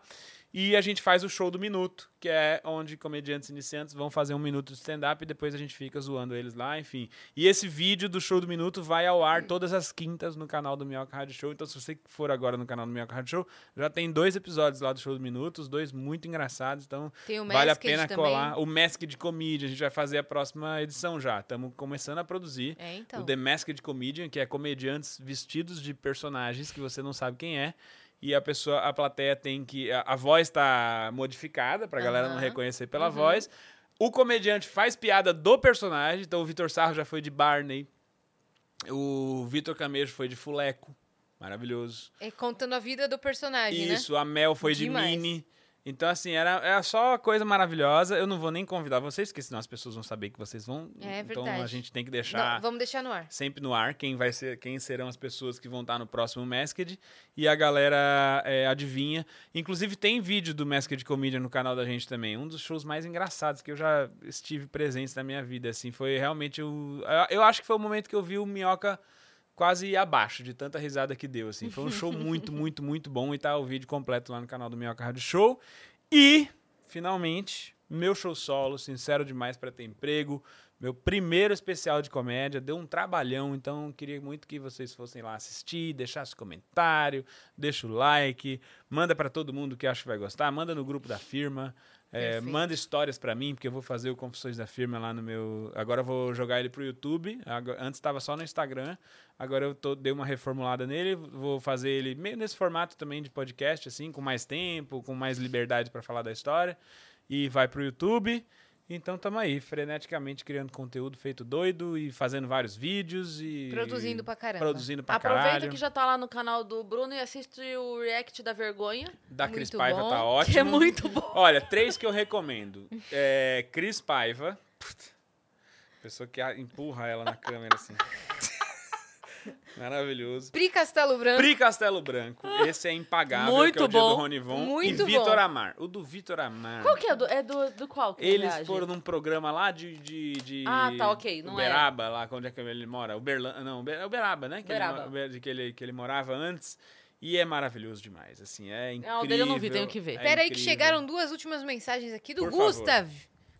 C: E a gente faz o show do minuto, que é onde comediantes iniciantes vão fazer um minuto de stand-up e depois a gente fica zoando eles lá, enfim. E esse vídeo do show do minuto vai ao ar todas as quintas no canal do Minhoca Rádio Show. Então, se você for agora no canal do Minhoca Rádio Show, já tem dois episódios lá do show do minuto, os dois muito engraçados. Então,
B: Tem o
C: vale a
B: Masked
C: pena
B: também.
C: colar. O Mask de Comedian, a gente vai fazer a próxima edição já. Estamos começando a produzir.
B: É, então.
C: O The Masked Comedian, que é comediantes vestidos de personagens que você não sabe quem é. E a pessoa, a plateia tem que. A, a voz tá modificada pra galera não
B: Aham. Uhum.
C: reconhecer pela voz. O comediante faz piada do personagem, então o Vitor Sarro já foi de Barney. O Vitor Camejo foi de Fuleco. Maravilhoso.
B: É contando a vida do personagem, né?
C: Isso, a Mel foi
B: Demais.
C: de Mini. Então, assim, era, era só coisa maravilhosa. Eu não vou nem convidar vocês, porque senão as pessoas vão saber que vocês vão.
B: É
C: então
B: verdade.
C: a gente tem que
B: né?
C: deixar
B: Não, vamos deixar no ar.
C: sempre no ar quem vai ser quem serão as pessoas que vão estar no próximo Masked e a galera é, adivinha inclusive tem vídeo do Masked Comedian no canal da gente também um dos shows mais engraçados que eu já estive presente na minha vida assim foi realmente o eu- eu acho que foi o momento que eu vi o Minhoca quase abaixo de tanta risada que deu assim foi um show muito muito muito bom e tá o vídeo completo lá no canal do Minhoca Rádio Show e finalmente meu show solo sincero demais para ter emprego meu primeiro especial de comédia, deu um trabalhão, então eu queria muito que vocês fossem lá assistir, deixassem comentário, deixa o like, manda pra todo mundo que acha que vai gostar, manda no grupo da firma, é,
B: Perfeito.
C: manda histórias pra mim, porque eu vou fazer o Confissões da Firma lá no meu. Agora eu vou jogar ele pro YouTube, agora- antes estava só no Instagram, agora eu tô- dei uma reformulada nele, vou fazer ele meio nesse formato também de podcast, assim, com mais tempo, com mais liberdade pra falar da história, e vai pro YouTube. Então tamo aí, freneticamente criando conteúdo feito doido e fazendo vários vídeos e.
B: Produzindo pra caramba.
C: Produzindo pra
A: Aproveita
C: caralho.
A: que já tá lá no canal do Bruno e assiste o react da vergonha.
C: Da Cris
B: Muito
C: Paiva
B: bom,
C: tá ótimo.
A: Que é muito bom.
C: Olha, três que eu recomendo. É, Cris Paiva. Putz, Pessoa que a- empurra ela na câmera, assim. Maravilhoso.
B: Pri Castelo Branco.
C: Pri Castelo Branco. Esse é impagável,
A: Muito
C: que é o dia
A: bom,
C: do Ronivon.
B: muito
C: e Vitor
B: bom.
C: Amar. O do Vitor Amar.
A: Qual que é? Do, é do, do qual que
C: Eles
A: reage?
C: foram num programa lá de. de, de
A: Ah, tá, ok, não era.
C: Uberaba, lá onde é que ele mora. Uberlan, não, Uber- é Uberaba, né? Que, ele
A: Uberaba.
C: mora- Uber- de que Ele, que, ele, morava antes. E é maravilhoso demais, assim, é incrível.
A: Ah, o dele eu não vi, tenho que ver.
C: é
B: Pera aí que
C: incrível.
B: chegaram duas últimas mensagens aqui do
C: Por favor.
B: Gustav.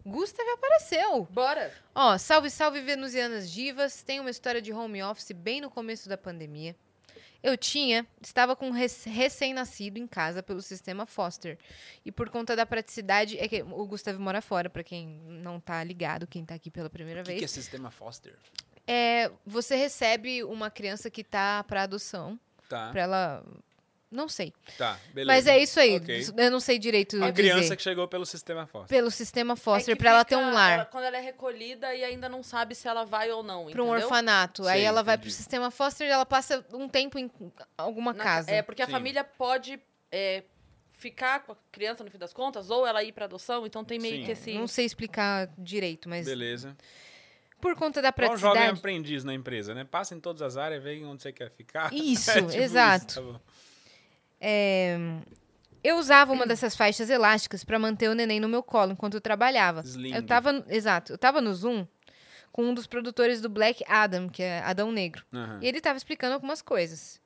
B: Gustav apareceu.
A: Bora.
B: Ó, salve, salve, venusianas divas. Tem uma história de home office bem no começo da pandemia. Eu tinha, estava com um rec- recém-nascido em casa pelo sistema foster. E por conta da praticidade, é que o Gustavo mora fora, pra quem não tá ligado, quem tá aqui pela primeira
C: O que,
B: vez.
C: que é sistema foster?
B: É, você recebe uma criança que tá pra adoção,
C: Tá,
B: pra ela. Não sei.
C: tá, beleza.
B: Mas é isso aí.
C: Ok.
B: Eu não sei direito.
C: A
B: dizer.
C: criança que chegou pelo sistema foster.
B: Pelo sistema foster,
A: É que
B: pra ela ter
A: fica-
B: um lar.
A: ela- quando ela é recolhida e ainda não sabe se ela vai ou não,
B: Pra um
A: entendeu?
B: orfanato. aí
C: Sei,
B: ela vai
C: entendi.
B: pro sistema foster e ela passa um tempo em alguma
A: Na ca-
B: casa.
A: É, porque a
C: Sim.
A: família pode é, ficar com a criança no fim das contas, ou ela ir pra adoção, então tem meio
C: Sim.
A: que esse.
B: Não sei explicar direito, mas
C: Beleza.
B: por conta da
C: Pra um jovem
B: praticidade.
C: aprendiz na empresa, né? Passa em todas as áreas, vê onde você quer ficar.
B: Isso,
C: *laughs* É tipo
B: exato.
C: tá bom.
B: Eu usava uma dessas faixas elásticas pra manter o neném no meu colo enquanto eu trabalhava.
C: Sling.
B: Eu tava, no- exato, eu tava no Zoom com um dos produtores do Black Adam, que é Adão Negro.
C: Aham.
B: E ele estava explicando algumas coisas.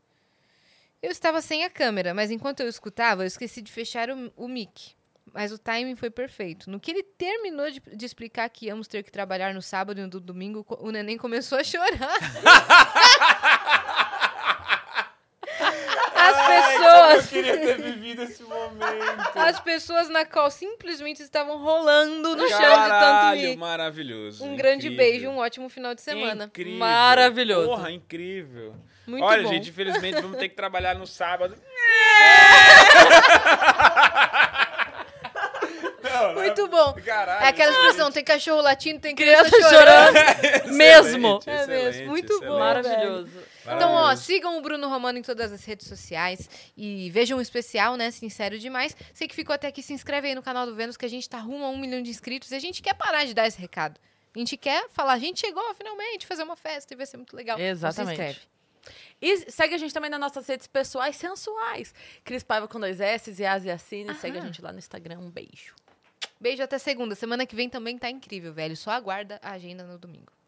B: Eu estava sem a câmera, mas enquanto eu escutava, eu esqueci de fechar o, o mic. Mas o timing foi perfeito. No que ele terminou de, de explicar que íamos ter que trabalhar no sábado e no domingo, co- o neném começou a
C: *laughs*
B: chorar. As pessoas,
C: Eu ter vivido esse momento.
B: as pessoas na qual simplesmente estavam rolando no chão de tanto
C: Caralho,
B: rir.
C: maravilhoso.
B: Um grande
C: incrível.
B: beijo, um ótimo final de semana.
C: Incrível.
A: Maravilhoso.
C: Porra, incrível.
B: Muito
C: Olha,
B: bom.
C: gente, infelizmente vamos ter que trabalhar
B: *laughs*
C: no sábado. Não, não é-
B: Muito bom.
C: Caralho.
B: É aquela
C: gente.
B: expressão, tem cachorro latindo, tem criança,
A: Criança
B: chorando.
A: chorando. mesmo.
C: Excelente,
B: É mesmo,
C: excelente,
B: muito bom.
C: excelente.
A: um Maravilhoso.
B: Então, ó,
C: Maravilhoso.
B: sigam o Bruno Romano em todas as redes sociais e vejam o especial, né? Sincero demais. Sei que ficou até aqui, se inscreve aí no canal do Vênus, que a gente tá rumo a um milhão de inscritos e a gente quer parar de dar esse recado. A gente quer falar, a gente chegou finalmente, fazer uma festa e vai ser muito legal. Então
A: Exatamente.
B: se inscreve.
A: E segue a gente também nas nossas redes pessoais sensuais. Cris Paiva com dois S e
B: Ah.
A: Asiacine. Segue a gente lá no Instagram. Um beijo.
B: Beijo até segunda. Semana que vem também tá incrível, velho. Só aguarda a agenda no domingo.